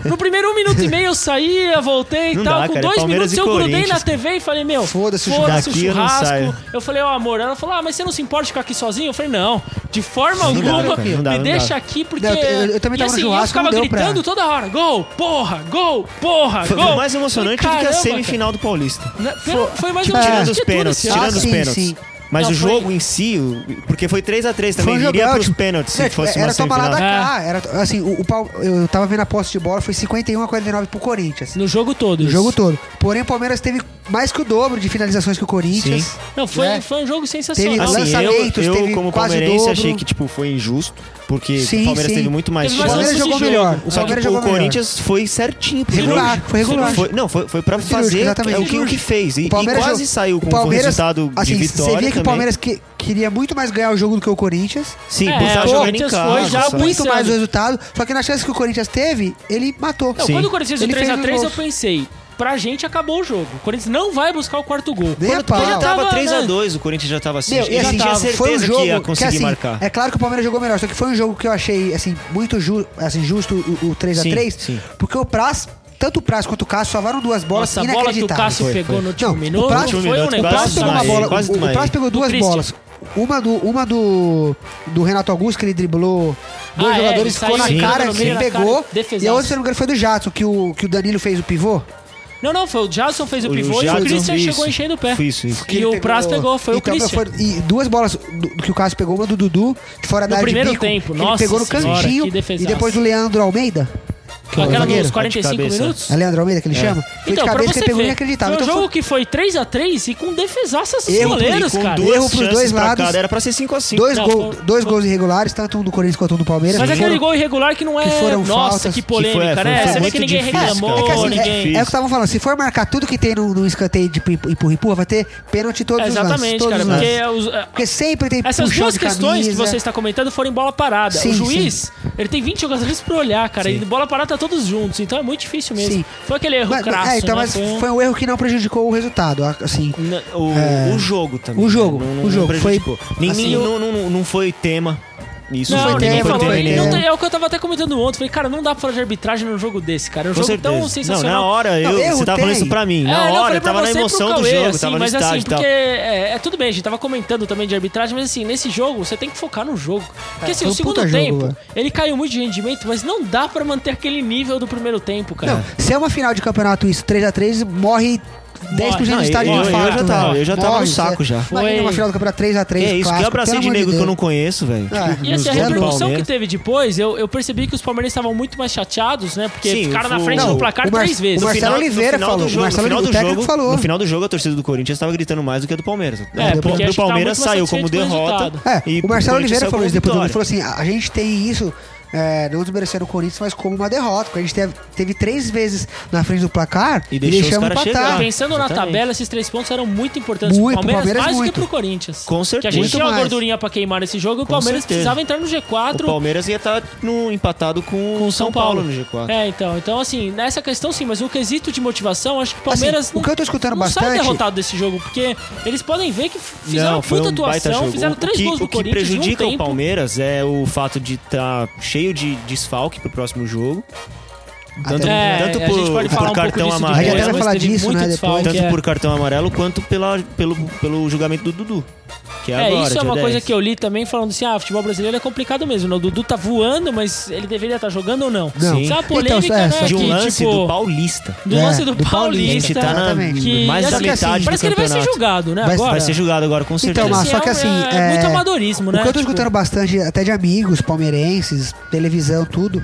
[SPEAKER 2] No primeiro um minuto e meio eu saía, voltei e
[SPEAKER 1] Não
[SPEAKER 2] tal.
[SPEAKER 1] dá,
[SPEAKER 2] com
[SPEAKER 1] cara, é
[SPEAKER 2] dois
[SPEAKER 1] Palmeiras
[SPEAKER 2] minutos
[SPEAKER 1] e
[SPEAKER 2] eu grudei na
[SPEAKER 1] Corinthians,
[SPEAKER 2] TV e falei, meu,
[SPEAKER 3] Foda-se o
[SPEAKER 2] foda-se o
[SPEAKER 1] Daqui eu não
[SPEAKER 2] churrasco.
[SPEAKER 1] saio.
[SPEAKER 2] Eu falei, ó, amor, ela falou, ah, mas você não se importa de ficar aqui sozinho? Eu falei, não, de forma
[SPEAKER 1] Não dá,
[SPEAKER 2] alguma,
[SPEAKER 1] cara, não dá,
[SPEAKER 2] me
[SPEAKER 1] não
[SPEAKER 2] deixa
[SPEAKER 1] dá.
[SPEAKER 2] aqui, porque...
[SPEAKER 3] Não, eu- eu também
[SPEAKER 2] E,
[SPEAKER 3] tava no
[SPEAKER 2] assim,
[SPEAKER 3] churrasco,
[SPEAKER 2] eu ficava
[SPEAKER 3] não deu pra-
[SPEAKER 2] gritando toda hora, gol, porra, gol, porra,
[SPEAKER 1] Foi
[SPEAKER 2] gol.
[SPEAKER 1] mais emocionante
[SPEAKER 2] Falei,
[SPEAKER 1] do que a
[SPEAKER 2] "Caramba,
[SPEAKER 1] semifinal do Paulista.
[SPEAKER 2] cara." Né, Foi, foi mais
[SPEAKER 3] Tipo,
[SPEAKER 2] emocionante
[SPEAKER 1] Tirando
[SPEAKER 2] do
[SPEAKER 1] os
[SPEAKER 2] que tudo
[SPEAKER 1] pênaltis,
[SPEAKER 2] esse ano.
[SPEAKER 1] tirando os
[SPEAKER 3] sim,
[SPEAKER 1] pênaltis.
[SPEAKER 3] sim.
[SPEAKER 1] Mas
[SPEAKER 2] Não,
[SPEAKER 1] o
[SPEAKER 2] foi-
[SPEAKER 1] jogo em si, o- porque foi 3x3
[SPEAKER 3] Foi
[SPEAKER 1] também,
[SPEAKER 3] um
[SPEAKER 1] iria
[SPEAKER 3] jogão,
[SPEAKER 1] pros
[SPEAKER 3] tipo,
[SPEAKER 1] pênaltis se
[SPEAKER 3] Não, tipo,
[SPEAKER 1] fosse
[SPEAKER 3] era
[SPEAKER 1] uma
[SPEAKER 3] tomar lá
[SPEAKER 1] semifinal.
[SPEAKER 3] da
[SPEAKER 2] semifinal.
[SPEAKER 3] cá. Era, assim, o, o Pal- eu tava vendo a posse de bola, foi 51 a 49 pro Corinthians.
[SPEAKER 2] No jogo todo.
[SPEAKER 3] O
[SPEAKER 2] isso.
[SPEAKER 3] jogo todo. Porém, o Palmeiras teve mais que o dobro de finalizações que o Corinthians.
[SPEAKER 1] Sim.
[SPEAKER 2] Não, foi,
[SPEAKER 3] né?
[SPEAKER 2] foi um jogo
[SPEAKER 3] Teve
[SPEAKER 2] sensacional.
[SPEAKER 1] Assim,
[SPEAKER 3] lançamentos,
[SPEAKER 1] eu,
[SPEAKER 3] teve
[SPEAKER 1] eu como
[SPEAKER 3] quase
[SPEAKER 1] palmeirense,
[SPEAKER 3] dobro.
[SPEAKER 1] achei que tipo, foi injusto, porque
[SPEAKER 3] Sim,
[SPEAKER 1] o Palmeiras
[SPEAKER 3] sim.
[SPEAKER 1] teve muito mais
[SPEAKER 2] Teve
[SPEAKER 3] O
[SPEAKER 2] mais
[SPEAKER 1] chances.
[SPEAKER 2] lances
[SPEAKER 3] Palmeiras
[SPEAKER 2] esse
[SPEAKER 3] jogou
[SPEAKER 2] jogo.
[SPEAKER 3] melhor.
[SPEAKER 1] Só que
[SPEAKER 3] O
[SPEAKER 1] tipo,
[SPEAKER 3] Palmeiras
[SPEAKER 1] o
[SPEAKER 3] jogou melhor.
[SPEAKER 1] Corinthians foi certinho pro
[SPEAKER 3] Regular,
[SPEAKER 1] jogo.
[SPEAKER 3] foi regular.
[SPEAKER 1] Foi- não, foi, foi pra
[SPEAKER 3] cirúrgico,
[SPEAKER 1] fazer
[SPEAKER 3] exatamente.
[SPEAKER 1] o que, o que fez. E,
[SPEAKER 3] O Palmeiras
[SPEAKER 1] e quase
[SPEAKER 3] jogou-
[SPEAKER 1] saiu com
[SPEAKER 3] o
[SPEAKER 1] o
[SPEAKER 3] Palmeiras-
[SPEAKER 1] resultado
[SPEAKER 3] assim,
[SPEAKER 1] de vitória
[SPEAKER 3] Você via que o
[SPEAKER 1] também.
[SPEAKER 3] Palmeiras que- queria muito mais ganhar o jogo do que o Corinthians.
[SPEAKER 1] Sim,
[SPEAKER 2] É,
[SPEAKER 1] por
[SPEAKER 2] o
[SPEAKER 1] estar jogando em
[SPEAKER 2] Corinthians foi
[SPEAKER 1] casa.
[SPEAKER 2] já
[SPEAKER 1] sabe?
[SPEAKER 3] muito
[SPEAKER 2] pensando.
[SPEAKER 3] mais o resultado. Só que na chance que o Corinthians teve, ele matou.
[SPEAKER 2] Não,
[SPEAKER 1] Sim.
[SPEAKER 2] quando o Corinthians fez
[SPEAKER 3] Ele fez os
[SPEAKER 2] 3x3, eu
[SPEAKER 3] gols.
[SPEAKER 2] pensei, pra gente acabou o jogo. O Corinthians não vai buscar o quarto gol.
[SPEAKER 3] Nem a
[SPEAKER 1] Quando quando já
[SPEAKER 3] pau.
[SPEAKER 2] Tava,
[SPEAKER 1] tava
[SPEAKER 2] né?
[SPEAKER 1] 3x2, o Corinthians já tava assim.
[SPEAKER 3] Meu, e
[SPEAKER 1] ele
[SPEAKER 3] assim,
[SPEAKER 1] tinha
[SPEAKER 3] tava-
[SPEAKER 1] certeza
[SPEAKER 3] foi um jogo
[SPEAKER 1] que ia conseguir
[SPEAKER 3] assim,
[SPEAKER 1] marcar.
[SPEAKER 3] É claro que o Palmeiras jogou melhor, só que foi um jogo que eu achei assim muito ju assim, justo o, o 3 a
[SPEAKER 1] Sim,
[SPEAKER 3] 3,
[SPEAKER 1] sim.
[SPEAKER 3] porque o Praz, tanto o Praz quanto o Cássio salvaram duas bolas
[SPEAKER 2] Nossa, a bola que o
[SPEAKER 3] inacreditáveis.
[SPEAKER 2] Cássio
[SPEAKER 1] Foi,
[SPEAKER 2] pegou
[SPEAKER 1] foi.
[SPEAKER 2] no último
[SPEAKER 3] Não, o
[SPEAKER 2] minuto
[SPEAKER 3] Prato-
[SPEAKER 2] foi
[SPEAKER 1] o
[SPEAKER 2] um
[SPEAKER 1] minuto,
[SPEAKER 3] o Praz
[SPEAKER 1] quase
[SPEAKER 2] negócio...
[SPEAKER 3] pegou uma
[SPEAKER 1] desmaiei,
[SPEAKER 3] bola,
[SPEAKER 1] quase
[SPEAKER 3] o, o
[SPEAKER 1] desmaiei.
[SPEAKER 3] Praz pegou duas
[SPEAKER 2] Christian.
[SPEAKER 3] bolas. Uma do uma do do Renato Augusto que ele driblou dois
[SPEAKER 2] Ah, é,
[SPEAKER 3] jogadores,
[SPEAKER 2] ele saiu
[SPEAKER 3] ficou na
[SPEAKER 2] sim.
[SPEAKER 3] cara,
[SPEAKER 2] no meio
[SPEAKER 3] ele
[SPEAKER 2] da cara,
[SPEAKER 3] pegou.
[SPEAKER 2] defesaço.
[SPEAKER 3] e a outra, se eu não me engano, foi do Jato, que o que o Danilo fez o pivô.
[SPEAKER 2] Não, não, foi o Jason fez o pivô e o
[SPEAKER 1] Jadson,
[SPEAKER 2] Christian
[SPEAKER 1] isso.
[SPEAKER 2] chegou enchendo o pé.
[SPEAKER 1] Foi isso, isso.
[SPEAKER 2] E o Praz pegou, foi
[SPEAKER 3] Então,
[SPEAKER 2] o Christian.
[SPEAKER 3] foi- e duas bolas do, do que o Cássio pegou, uma do Dudu, de fora da
[SPEAKER 2] No
[SPEAKER 3] área de
[SPEAKER 2] primeiro
[SPEAKER 3] bico,
[SPEAKER 2] tempo,
[SPEAKER 3] que
[SPEAKER 2] nossa
[SPEAKER 3] Ele pegou no
[SPEAKER 2] senhora,
[SPEAKER 3] cantinho,
[SPEAKER 2] que defesaço.
[SPEAKER 3] e depois do Leandro Almeida, que é o
[SPEAKER 2] Aquela
[SPEAKER 3] zagueiro.
[SPEAKER 2] dos 45
[SPEAKER 1] cabeça.
[SPEAKER 2] minutos?
[SPEAKER 3] É Leandro Almeida que ele chama? Foi
[SPEAKER 2] Então,
[SPEAKER 3] de
[SPEAKER 2] pra
[SPEAKER 3] cabeça que
[SPEAKER 2] você
[SPEAKER 3] ele pegou
[SPEAKER 2] ver,
[SPEAKER 3] inacreditável.
[SPEAKER 2] foi um
[SPEAKER 3] Então,
[SPEAKER 2] jogo que foi 3x3 e com defesaças dos
[SPEAKER 3] Erro,
[SPEAKER 2] goleiros,
[SPEAKER 1] com
[SPEAKER 2] cara.
[SPEAKER 1] duas
[SPEAKER 3] Erro pros
[SPEAKER 1] chances
[SPEAKER 3] dois
[SPEAKER 1] pra
[SPEAKER 3] lados.
[SPEAKER 1] cada, Era pra ser 5x5.
[SPEAKER 3] dois,
[SPEAKER 2] Não,
[SPEAKER 3] gol-
[SPEAKER 2] foi-
[SPEAKER 3] dois gols irregulares, tanto um do Corinthians quanto um do Palmeiras.
[SPEAKER 2] Mas
[SPEAKER 3] que
[SPEAKER 2] aquele
[SPEAKER 3] foram-
[SPEAKER 2] gol irregular que não é...
[SPEAKER 3] que foram
[SPEAKER 2] Nossa,
[SPEAKER 3] faltas,
[SPEAKER 2] que
[SPEAKER 3] que
[SPEAKER 2] polêmica,
[SPEAKER 1] foi- foi-
[SPEAKER 2] né?
[SPEAKER 1] foi
[SPEAKER 2] você vê
[SPEAKER 1] muito
[SPEAKER 2] que ninguém
[SPEAKER 1] difícil, cara.
[SPEAKER 2] reclamou,
[SPEAKER 3] É que assim,
[SPEAKER 2] ninguém...
[SPEAKER 1] difícil.
[SPEAKER 3] é, é o que estavam falando, se for marcar tudo que tem no, no escanteio de pim- empurra-empurra, vai ter pênalti todos
[SPEAKER 2] É,
[SPEAKER 3] os lances.
[SPEAKER 2] Exatamente,
[SPEAKER 3] todos
[SPEAKER 2] cara,
[SPEAKER 3] os lances.
[SPEAKER 2] porque os- é,
[SPEAKER 3] Porque sempre tem
[SPEAKER 2] essas
[SPEAKER 3] puxão
[SPEAKER 2] duas
[SPEAKER 3] de
[SPEAKER 2] questões que
[SPEAKER 3] camisa.
[SPEAKER 2] você está comentando foram em bola parada.
[SPEAKER 3] Sim,
[SPEAKER 2] o juiz, ele tem 20 jogadores pra olhar, cara,
[SPEAKER 1] Sim.
[SPEAKER 2] e bola parada tá todos juntos, então é muito difícil mesmo.
[SPEAKER 3] Sim.
[SPEAKER 2] Foi aquele erro
[SPEAKER 3] Mas-
[SPEAKER 2] crasso,
[SPEAKER 3] é, então,
[SPEAKER 2] né?
[SPEAKER 3] mas
[SPEAKER 2] Foi um-
[SPEAKER 3] foi um erro que não prejudicou o resultado, assim...
[SPEAKER 1] Na- O,
[SPEAKER 3] É.
[SPEAKER 1] o jogo também.
[SPEAKER 3] O jogo,
[SPEAKER 1] né?
[SPEAKER 3] o jogo,
[SPEAKER 1] prejudicou.
[SPEAKER 3] foi-
[SPEAKER 1] Nem,
[SPEAKER 3] assim,
[SPEAKER 1] nem-
[SPEAKER 3] eu-
[SPEAKER 1] não, não, não foi tema. Isso
[SPEAKER 2] Não,
[SPEAKER 1] foi
[SPEAKER 3] foi
[SPEAKER 1] tema,
[SPEAKER 2] ninguém
[SPEAKER 3] tema,
[SPEAKER 2] falou.
[SPEAKER 1] foi tema. né?
[SPEAKER 3] foi
[SPEAKER 2] ele
[SPEAKER 3] tema.
[SPEAKER 2] não
[SPEAKER 1] nenhum.
[SPEAKER 2] tem- é o que eu tava até comentando ontem. Falei, cara, não dá pra falar de arbitragem num jogo desse, cara. É um
[SPEAKER 1] Com
[SPEAKER 2] jogo
[SPEAKER 1] certeza.
[SPEAKER 2] tão sensacional.
[SPEAKER 1] Não, na hora,
[SPEAKER 3] Não,
[SPEAKER 1] eu,
[SPEAKER 3] erro
[SPEAKER 1] você tava falando
[SPEAKER 3] tem.
[SPEAKER 1] isso pra mim.
[SPEAKER 2] É, não,
[SPEAKER 1] Na
[SPEAKER 2] eu
[SPEAKER 1] hora,
[SPEAKER 2] falei
[SPEAKER 1] eu
[SPEAKER 2] pra
[SPEAKER 1] tava na
[SPEAKER 2] você e pro
[SPEAKER 1] emoção do
[SPEAKER 2] Cauê,
[SPEAKER 1] jogo,
[SPEAKER 2] assim,
[SPEAKER 1] tava no
[SPEAKER 2] mas
[SPEAKER 1] estádio
[SPEAKER 2] assim,
[SPEAKER 1] e tal.
[SPEAKER 2] porque é, é, tudo bem, a gente tava comentando também de arbitragem, mas assim, nesse jogo você tem que focar no jogo.
[SPEAKER 1] É,
[SPEAKER 2] Porque assim,
[SPEAKER 3] foi
[SPEAKER 2] o
[SPEAKER 3] um
[SPEAKER 2] segundo
[SPEAKER 3] puta jogo,
[SPEAKER 2] tempo,
[SPEAKER 3] velho.
[SPEAKER 2] ele caiu muito de rendimento, mas não dá pra manter aquele nível do primeiro tempo, cara.
[SPEAKER 3] Não, se é uma final de campeonato isso, 3x3, morre 10%
[SPEAKER 2] Morre.
[SPEAKER 3] do
[SPEAKER 1] Não,
[SPEAKER 3] estádio
[SPEAKER 1] eu-
[SPEAKER 3] de
[SPEAKER 1] eu
[SPEAKER 3] infarto,
[SPEAKER 1] já tava-
[SPEAKER 3] velho.
[SPEAKER 1] eu já tava no
[SPEAKER 3] Morre,
[SPEAKER 1] saco já.
[SPEAKER 3] Imagina
[SPEAKER 2] Foi.
[SPEAKER 3] uma final do campeonato 3x3,
[SPEAKER 1] Que é isso, que
[SPEAKER 3] clássico,
[SPEAKER 1] abraçar
[SPEAKER 3] pelo
[SPEAKER 1] de
[SPEAKER 3] amor
[SPEAKER 1] nego que eu
[SPEAKER 3] Deus.
[SPEAKER 1] não conheço, velho.
[SPEAKER 3] Ah.
[SPEAKER 1] Tipo,
[SPEAKER 2] E assim, a
[SPEAKER 1] nos
[SPEAKER 2] repercussão que
[SPEAKER 1] Palmeiras.
[SPEAKER 2] teve depois, eu, eu percebi que os palmeirenses estavam muito mais chateados, né? Porque
[SPEAKER 1] Sim,
[SPEAKER 2] ficaram na
[SPEAKER 1] o-
[SPEAKER 2] frente
[SPEAKER 1] não,
[SPEAKER 2] do placar
[SPEAKER 3] o Mar-
[SPEAKER 2] três
[SPEAKER 3] o
[SPEAKER 2] vezes. assim.
[SPEAKER 1] No
[SPEAKER 3] Mar- Marcelo
[SPEAKER 1] no
[SPEAKER 3] Oliveira
[SPEAKER 1] final do
[SPEAKER 3] falou,
[SPEAKER 1] jogo,
[SPEAKER 3] Marcelo
[SPEAKER 1] no final
[SPEAKER 3] Oliveira,
[SPEAKER 1] do
[SPEAKER 3] o técnico
[SPEAKER 1] jogo,
[SPEAKER 3] falou.
[SPEAKER 1] No final do jogo, a torcida do Corinthians tava gritando mais do que a do Palmeiras.
[SPEAKER 2] É,
[SPEAKER 1] O
[SPEAKER 2] porque
[SPEAKER 1] do
[SPEAKER 2] acho que tava
[SPEAKER 1] Palmeiras
[SPEAKER 2] muito mais
[SPEAKER 1] saiu como
[SPEAKER 2] satisfeito com o
[SPEAKER 1] derrota.
[SPEAKER 2] resultado.
[SPEAKER 1] e
[SPEAKER 3] É, o Marcelo
[SPEAKER 1] Corinthians
[SPEAKER 3] Oliveira
[SPEAKER 1] saiu
[SPEAKER 3] falou
[SPEAKER 1] como
[SPEAKER 3] isso depois do jogo,
[SPEAKER 1] vitória.
[SPEAKER 3] ele falou assim, a gente tem isso, é, não desmerecendo o Corinthians, mas como uma derrota, porque a gente teve, teve três vezes na frente do placar
[SPEAKER 1] E
[SPEAKER 3] e,
[SPEAKER 1] deixou os
[SPEAKER 3] deixamos
[SPEAKER 1] caras
[SPEAKER 3] empatar.
[SPEAKER 1] chegar.
[SPEAKER 2] Pensando na
[SPEAKER 1] exatamente.
[SPEAKER 2] tabela, esses três pontos eram muito importantes
[SPEAKER 3] Muito,
[SPEAKER 2] pro Palmeiras,
[SPEAKER 3] Palmeiras
[SPEAKER 2] mais do
[SPEAKER 3] muito.
[SPEAKER 2] que pro Corinthians.
[SPEAKER 3] assim,
[SPEAKER 1] Com
[SPEAKER 2] Que a
[SPEAKER 1] certeza.
[SPEAKER 2] gente
[SPEAKER 3] Muito
[SPEAKER 2] tinha uma
[SPEAKER 3] mais.
[SPEAKER 2] gordurinha pra queimar nesse jogo e o
[SPEAKER 1] Com
[SPEAKER 2] Palmeiras
[SPEAKER 1] certeza.
[SPEAKER 2] precisava entrar no
[SPEAKER 1] O
[SPEAKER 2] G4
[SPEAKER 1] Palmeiras ia estar no, empatado com
[SPEAKER 2] com o São Paulo.
[SPEAKER 1] no G4.
[SPEAKER 2] É, então. Então, assim, nessa questão sim, mas o quesito de motivação, acho que o Palmeiras.
[SPEAKER 3] Assim, o que eu tô escutando
[SPEAKER 2] não sai
[SPEAKER 3] bastante-
[SPEAKER 2] derrotado desse jogo, porque eles podem ver que f- fizeram
[SPEAKER 1] Não,
[SPEAKER 2] uma
[SPEAKER 1] foi
[SPEAKER 2] puta
[SPEAKER 1] um baita
[SPEAKER 2] atuação,
[SPEAKER 1] jogo.
[SPEAKER 2] fizeram
[SPEAKER 1] O
[SPEAKER 2] três
[SPEAKER 1] que-
[SPEAKER 2] gols do
[SPEAKER 1] O que
[SPEAKER 2] Corinthians. em um
[SPEAKER 1] prejudica o
[SPEAKER 2] tempo.
[SPEAKER 1] Palmeiras é o fato de estar cheio de desfalque pro próximo jogo. Tanto,
[SPEAKER 2] É,
[SPEAKER 1] tanto
[SPEAKER 2] a
[SPEAKER 1] por,
[SPEAKER 2] gente pode
[SPEAKER 1] por
[SPEAKER 2] falar um pouco
[SPEAKER 1] cartão
[SPEAKER 2] disso
[SPEAKER 1] amarelo, né?
[SPEAKER 3] A gente até vai
[SPEAKER 2] mas é
[SPEAKER 3] falar
[SPEAKER 2] teve
[SPEAKER 3] disso,
[SPEAKER 2] muito
[SPEAKER 3] né,
[SPEAKER 2] desfalque,
[SPEAKER 1] tanto
[SPEAKER 2] é.
[SPEAKER 1] por cartão amarelo quanto pela, pelo, pelo julgamento do Dudu. que é,
[SPEAKER 2] É,
[SPEAKER 1] agora,
[SPEAKER 2] isso é
[SPEAKER 1] dia
[SPEAKER 2] uma
[SPEAKER 1] 10.
[SPEAKER 2] coisa que eu li também falando assim: ah, futebol brasileiro é complicado mesmo. né? O Dudu tá voando, mas ele deveria estar jogando ou não?
[SPEAKER 3] Não.
[SPEAKER 2] Isso é uma
[SPEAKER 3] Então,
[SPEAKER 2] polêmica,
[SPEAKER 3] é,
[SPEAKER 2] né?
[SPEAKER 3] só
[SPEAKER 1] De um
[SPEAKER 2] que,
[SPEAKER 1] lance
[SPEAKER 2] tipo,
[SPEAKER 1] do Paulista.
[SPEAKER 2] do
[SPEAKER 3] É,
[SPEAKER 2] lance do,
[SPEAKER 3] do
[SPEAKER 1] A
[SPEAKER 2] Paulista.
[SPEAKER 3] Paulista.
[SPEAKER 1] gente tá na,
[SPEAKER 3] Exatamente.
[SPEAKER 2] que-
[SPEAKER 1] mais
[SPEAKER 2] e
[SPEAKER 1] da
[SPEAKER 2] assim,
[SPEAKER 1] metade do
[SPEAKER 2] Parece que ele vai ser
[SPEAKER 1] campeonato.
[SPEAKER 2] julgado, né?
[SPEAKER 3] Vai-
[SPEAKER 2] agora.
[SPEAKER 1] Vai ser julgado agora, com certeza.
[SPEAKER 3] Então, mas
[SPEAKER 2] Esse
[SPEAKER 3] só
[SPEAKER 2] é
[SPEAKER 3] que
[SPEAKER 2] um- é
[SPEAKER 3] assim, é,
[SPEAKER 2] muito amadorismo, né?
[SPEAKER 3] O que eu tô
[SPEAKER 2] Tipo-
[SPEAKER 3] escutando bastante, até de amigos, palmeirenses, televisão, tudo.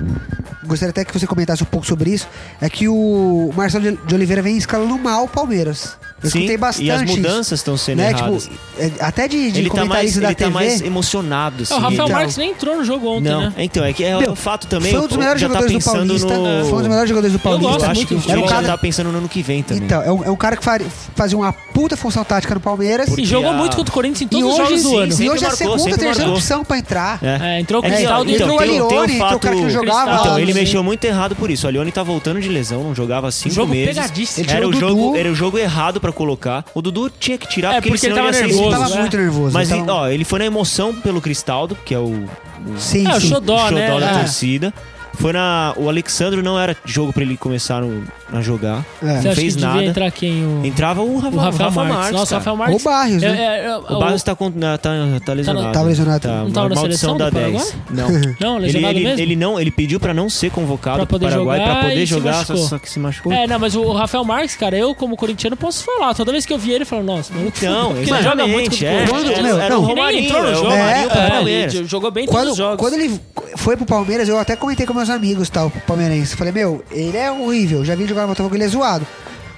[SPEAKER 3] Gostaria até que você comentasse um pouco sobre isso. É que o Marcelo de- de Oliveira vem escalando mal o Palmeiras. Eu
[SPEAKER 1] Sim,
[SPEAKER 3] escutei bastante.
[SPEAKER 1] e as
[SPEAKER 3] isso,
[SPEAKER 1] mudanças estão sendo
[SPEAKER 3] né?
[SPEAKER 1] erradas.
[SPEAKER 3] Tipo, é, até de, de
[SPEAKER 1] ele tá mais,
[SPEAKER 3] comentarista
[SPEAKER 1] ele
[SPEAKER 3] da
[SPEAKER 1] tá
[SPEAKER 3] TV.
[SPEAKER 1] mais emocionado.
[SPEAKER 2] É,
[SPEAKER 1] Assim,
[SPEAKER 2] o Rafael
[SPEAKER 1] ele-
[SPEAKER 3] Então-
[SPEAKER 2] Marques nem entrou no jogo ontem,
[SPEAKER 1] Não,
[SPEAKER 2] né?
[SPEAKER 1] então, é que é
[SPEAKER 3] Meu,
[SPEAKER 1] o fato também.
[SPEAKER 3] foi um
[SPEAKER 1] o-
[SPEAKER 3] dos melhores
[SPEAKER 1] já tá
[SPEAKER 3] jogadores do
[SPEAKER 1] pensando
[SPEAKER 3] Paulista.
[SPEAKER 1] No...
[SPEAKER 3] Foi um dos melhores jogadores do Paulista.
[SPEAKER 2] gosto
[SPEAKER 1] Eu acho que o
[SPEAKER 2] muito do
[SPEAKER 1] Filho
[SPEAKER 3] Era um
[SPEAKER 1] já
[SPEAKER 3] cara-
[SPEAKER 1] tá pensando no ano que vem também.
[SPEAKER 3] Então, é um, é um cara que faria- fazia uma puta função tática no Palmeiras.
[SPEAKER 2] E
[SPEAKER 1] Porque
[SPEAKER 2] jogou
[SPEAKER 1] a-
[SPEAKER 2] muito contra o Corinthians em todos
[SPEAKER 3] e
[SPEAKER 2] os
[SPEAKER 3] hoje,
[SPEAKER 2] jogos do ano.
[SPEAKER 3] e hoje é
[SPEAKER 1] Sempre
[SPEAKER 3] a
[SPEAKER 1] marcou,
[SPEAKER 3] segunda,
[SPEAKER 1] sempre
[SPEAKER 3] terceira
[SPEAKER 1] marcou.
[SPEAKER 3] opção pra entrar.
[SPEAKER 2] É, entrou o
[SPEAKER 1] É que,
[SPEAKER 2] Cristaldo
[SPEAKER 1] então,
[SPEAKER 3] entrou o
[SPEAKER 1] tem
[SPEAKER 2] inteiro.
[SPEAKER 1] tem
[SPEAKER 3] Alione, entrou o
[SPEAKER 1] fato-
[SPEAKER 3] cara que não jogava.
[SPEAKER 1] Então,
[SPEAKER 2] Ah,
[SPEAKER 1] ele
[SPEAKER 2] sim.
[SPEAKER 1] mexeu muito errado por isso. O Alione tá voltando de lesão, não jogava há cinco
[SPEAKER 2] Jogo
[SPEAKER 1] meses.
[SPEAKER 2] pegadíssimo.
[SPEAKER 3] Ele
[SPEAKER 1] Era o,
[SPEAKER 3] tirou o
[SPEAKER 1] jogo,
[SPEAKER 3] Dudu.
[SPEAKER 1] era o jogo errado pra colocar. O Dudu tinha que tirar
[SPEAKER 2] É,
[SPEAKER 1] porque, ele
[SPEAKER 2] porque ele
[SPEAKER 1] senão
[SPEAKER 2] tava
[SPEAKER 1] ia ser
[SPEAKER 2] nervoso,
[SPEAKER 3] Ele
[SPEAKER 1] expulso.
[SPEAKER 3] tava
[SPEAKER 2] né?
[SPEAKER 3] muito nervoso. então,
[SPEAKER 1] Mas
[SPEAKER 3] ele tava-
[SPEAKER 1] ó, ele foi na emoção pelo Cristaldo, que é o
[SPEAKER 3] sim,
[SPEAKER 2] É, o show-
[SPEAKER 3] sim.
[SPEAKER 2] Xodó, né?
[SPEAKER 1] da
[SPEAKER 2] É.
[SPEAKER 1] torcida. Foi na. O Alexandro não era jogo pra ele começar no- a jogar.
[SPEAKER 2] Você
[SPEAKER 3] É.
[SPEAKER 1] Não
[SPEAKER 2] acha
[SPEAKER 1] fez
[SPEAKER 2] que devia
[SPEAKER 1] nada.
[SPEAKER 2] entrar quem? O,
[SPEAKER 1] Entrava o Rafa,
[SPEAKER 2] o Rafael Marques. Nossa, o
[SPEAKER 1] cara.
[SPEAKER 2] Rafael Marques.
[SPEAKER 3] Ou o Barrios, né?
[SPEAKER 2] É, é, é,
[SPEAKER 1] O Barros tá, com- na- tá, tá lesionado.
[SPEAKER 3] Tá lesionado.
[SPEAKER 2] Não tava na seleção
[SPEAKER 1] maldição
[SPEAKER 2] do
[SPEAKER 1] da 10. Não.
[SPEAKER 2] Não,
[SPEAKER 1] Ele,
[SPEAKER 2] lesionado
[SPEAKER 1] ele,
[SPEAKER 2] mesmo?
[SPEAKER 1] ele não, ele pediu pra não ser convocado
[SPEAKER 2] Pra
[SPEAKER 1] pro
[SPEAKER 2] poder
[SPEAKER 1] Paraguai
[SPEAKER 2] jogar
[SPEAKER 1] pra poder
[SPEAKER 2] e se
[SPEAKER 1] jogar, só,
[SPEAKER 2] machucou.
[SPEAKER 1] só que se machucou.
[SPEAKER 2] É, não, mas o Rafael Marques, cara, eu como corintiano posso falar. Toda vez que eu vi ele, eu falo, nossa, mano,
[SPEAKER 1] Então,
[SPEAKER 2] porque ele
[SPEAKER 1] exatamente,
[SPEAKER 2] joga muito contra o
[SPEAKER 1] é,
[SPEAKER 2] Corinthians.
[SPEAKER 3] Quando-
[SPEAKER 1] era-
[SPEAKER 3] meu,
[SPEAKER 1] era o
[SPEAKER 3] não.
[SPEAKER 2] Ele
[SPEAKER 1] Romarinho,
[SPEAKER 2] nem entrou no
[SPEAKER 1] era o
[SPEAKER 2] jogo.
[SPEAKER 1] Romarinho pro
[SPEAKER 2] É,
[SPEAKER 1] Palmeiras.
[SPEAKER 2] ele jogou bem em todos os
[SPEAKER 3] Quando,
[SPEAKER 2] jogos.
[SPEAKER 3] quando ele foi pro Palmeiras, eu até comentei com meus amigos, tal, palmeirense. Falei, meu, ele é horrível. Já vi jogar no Botafogo, ele é zoado.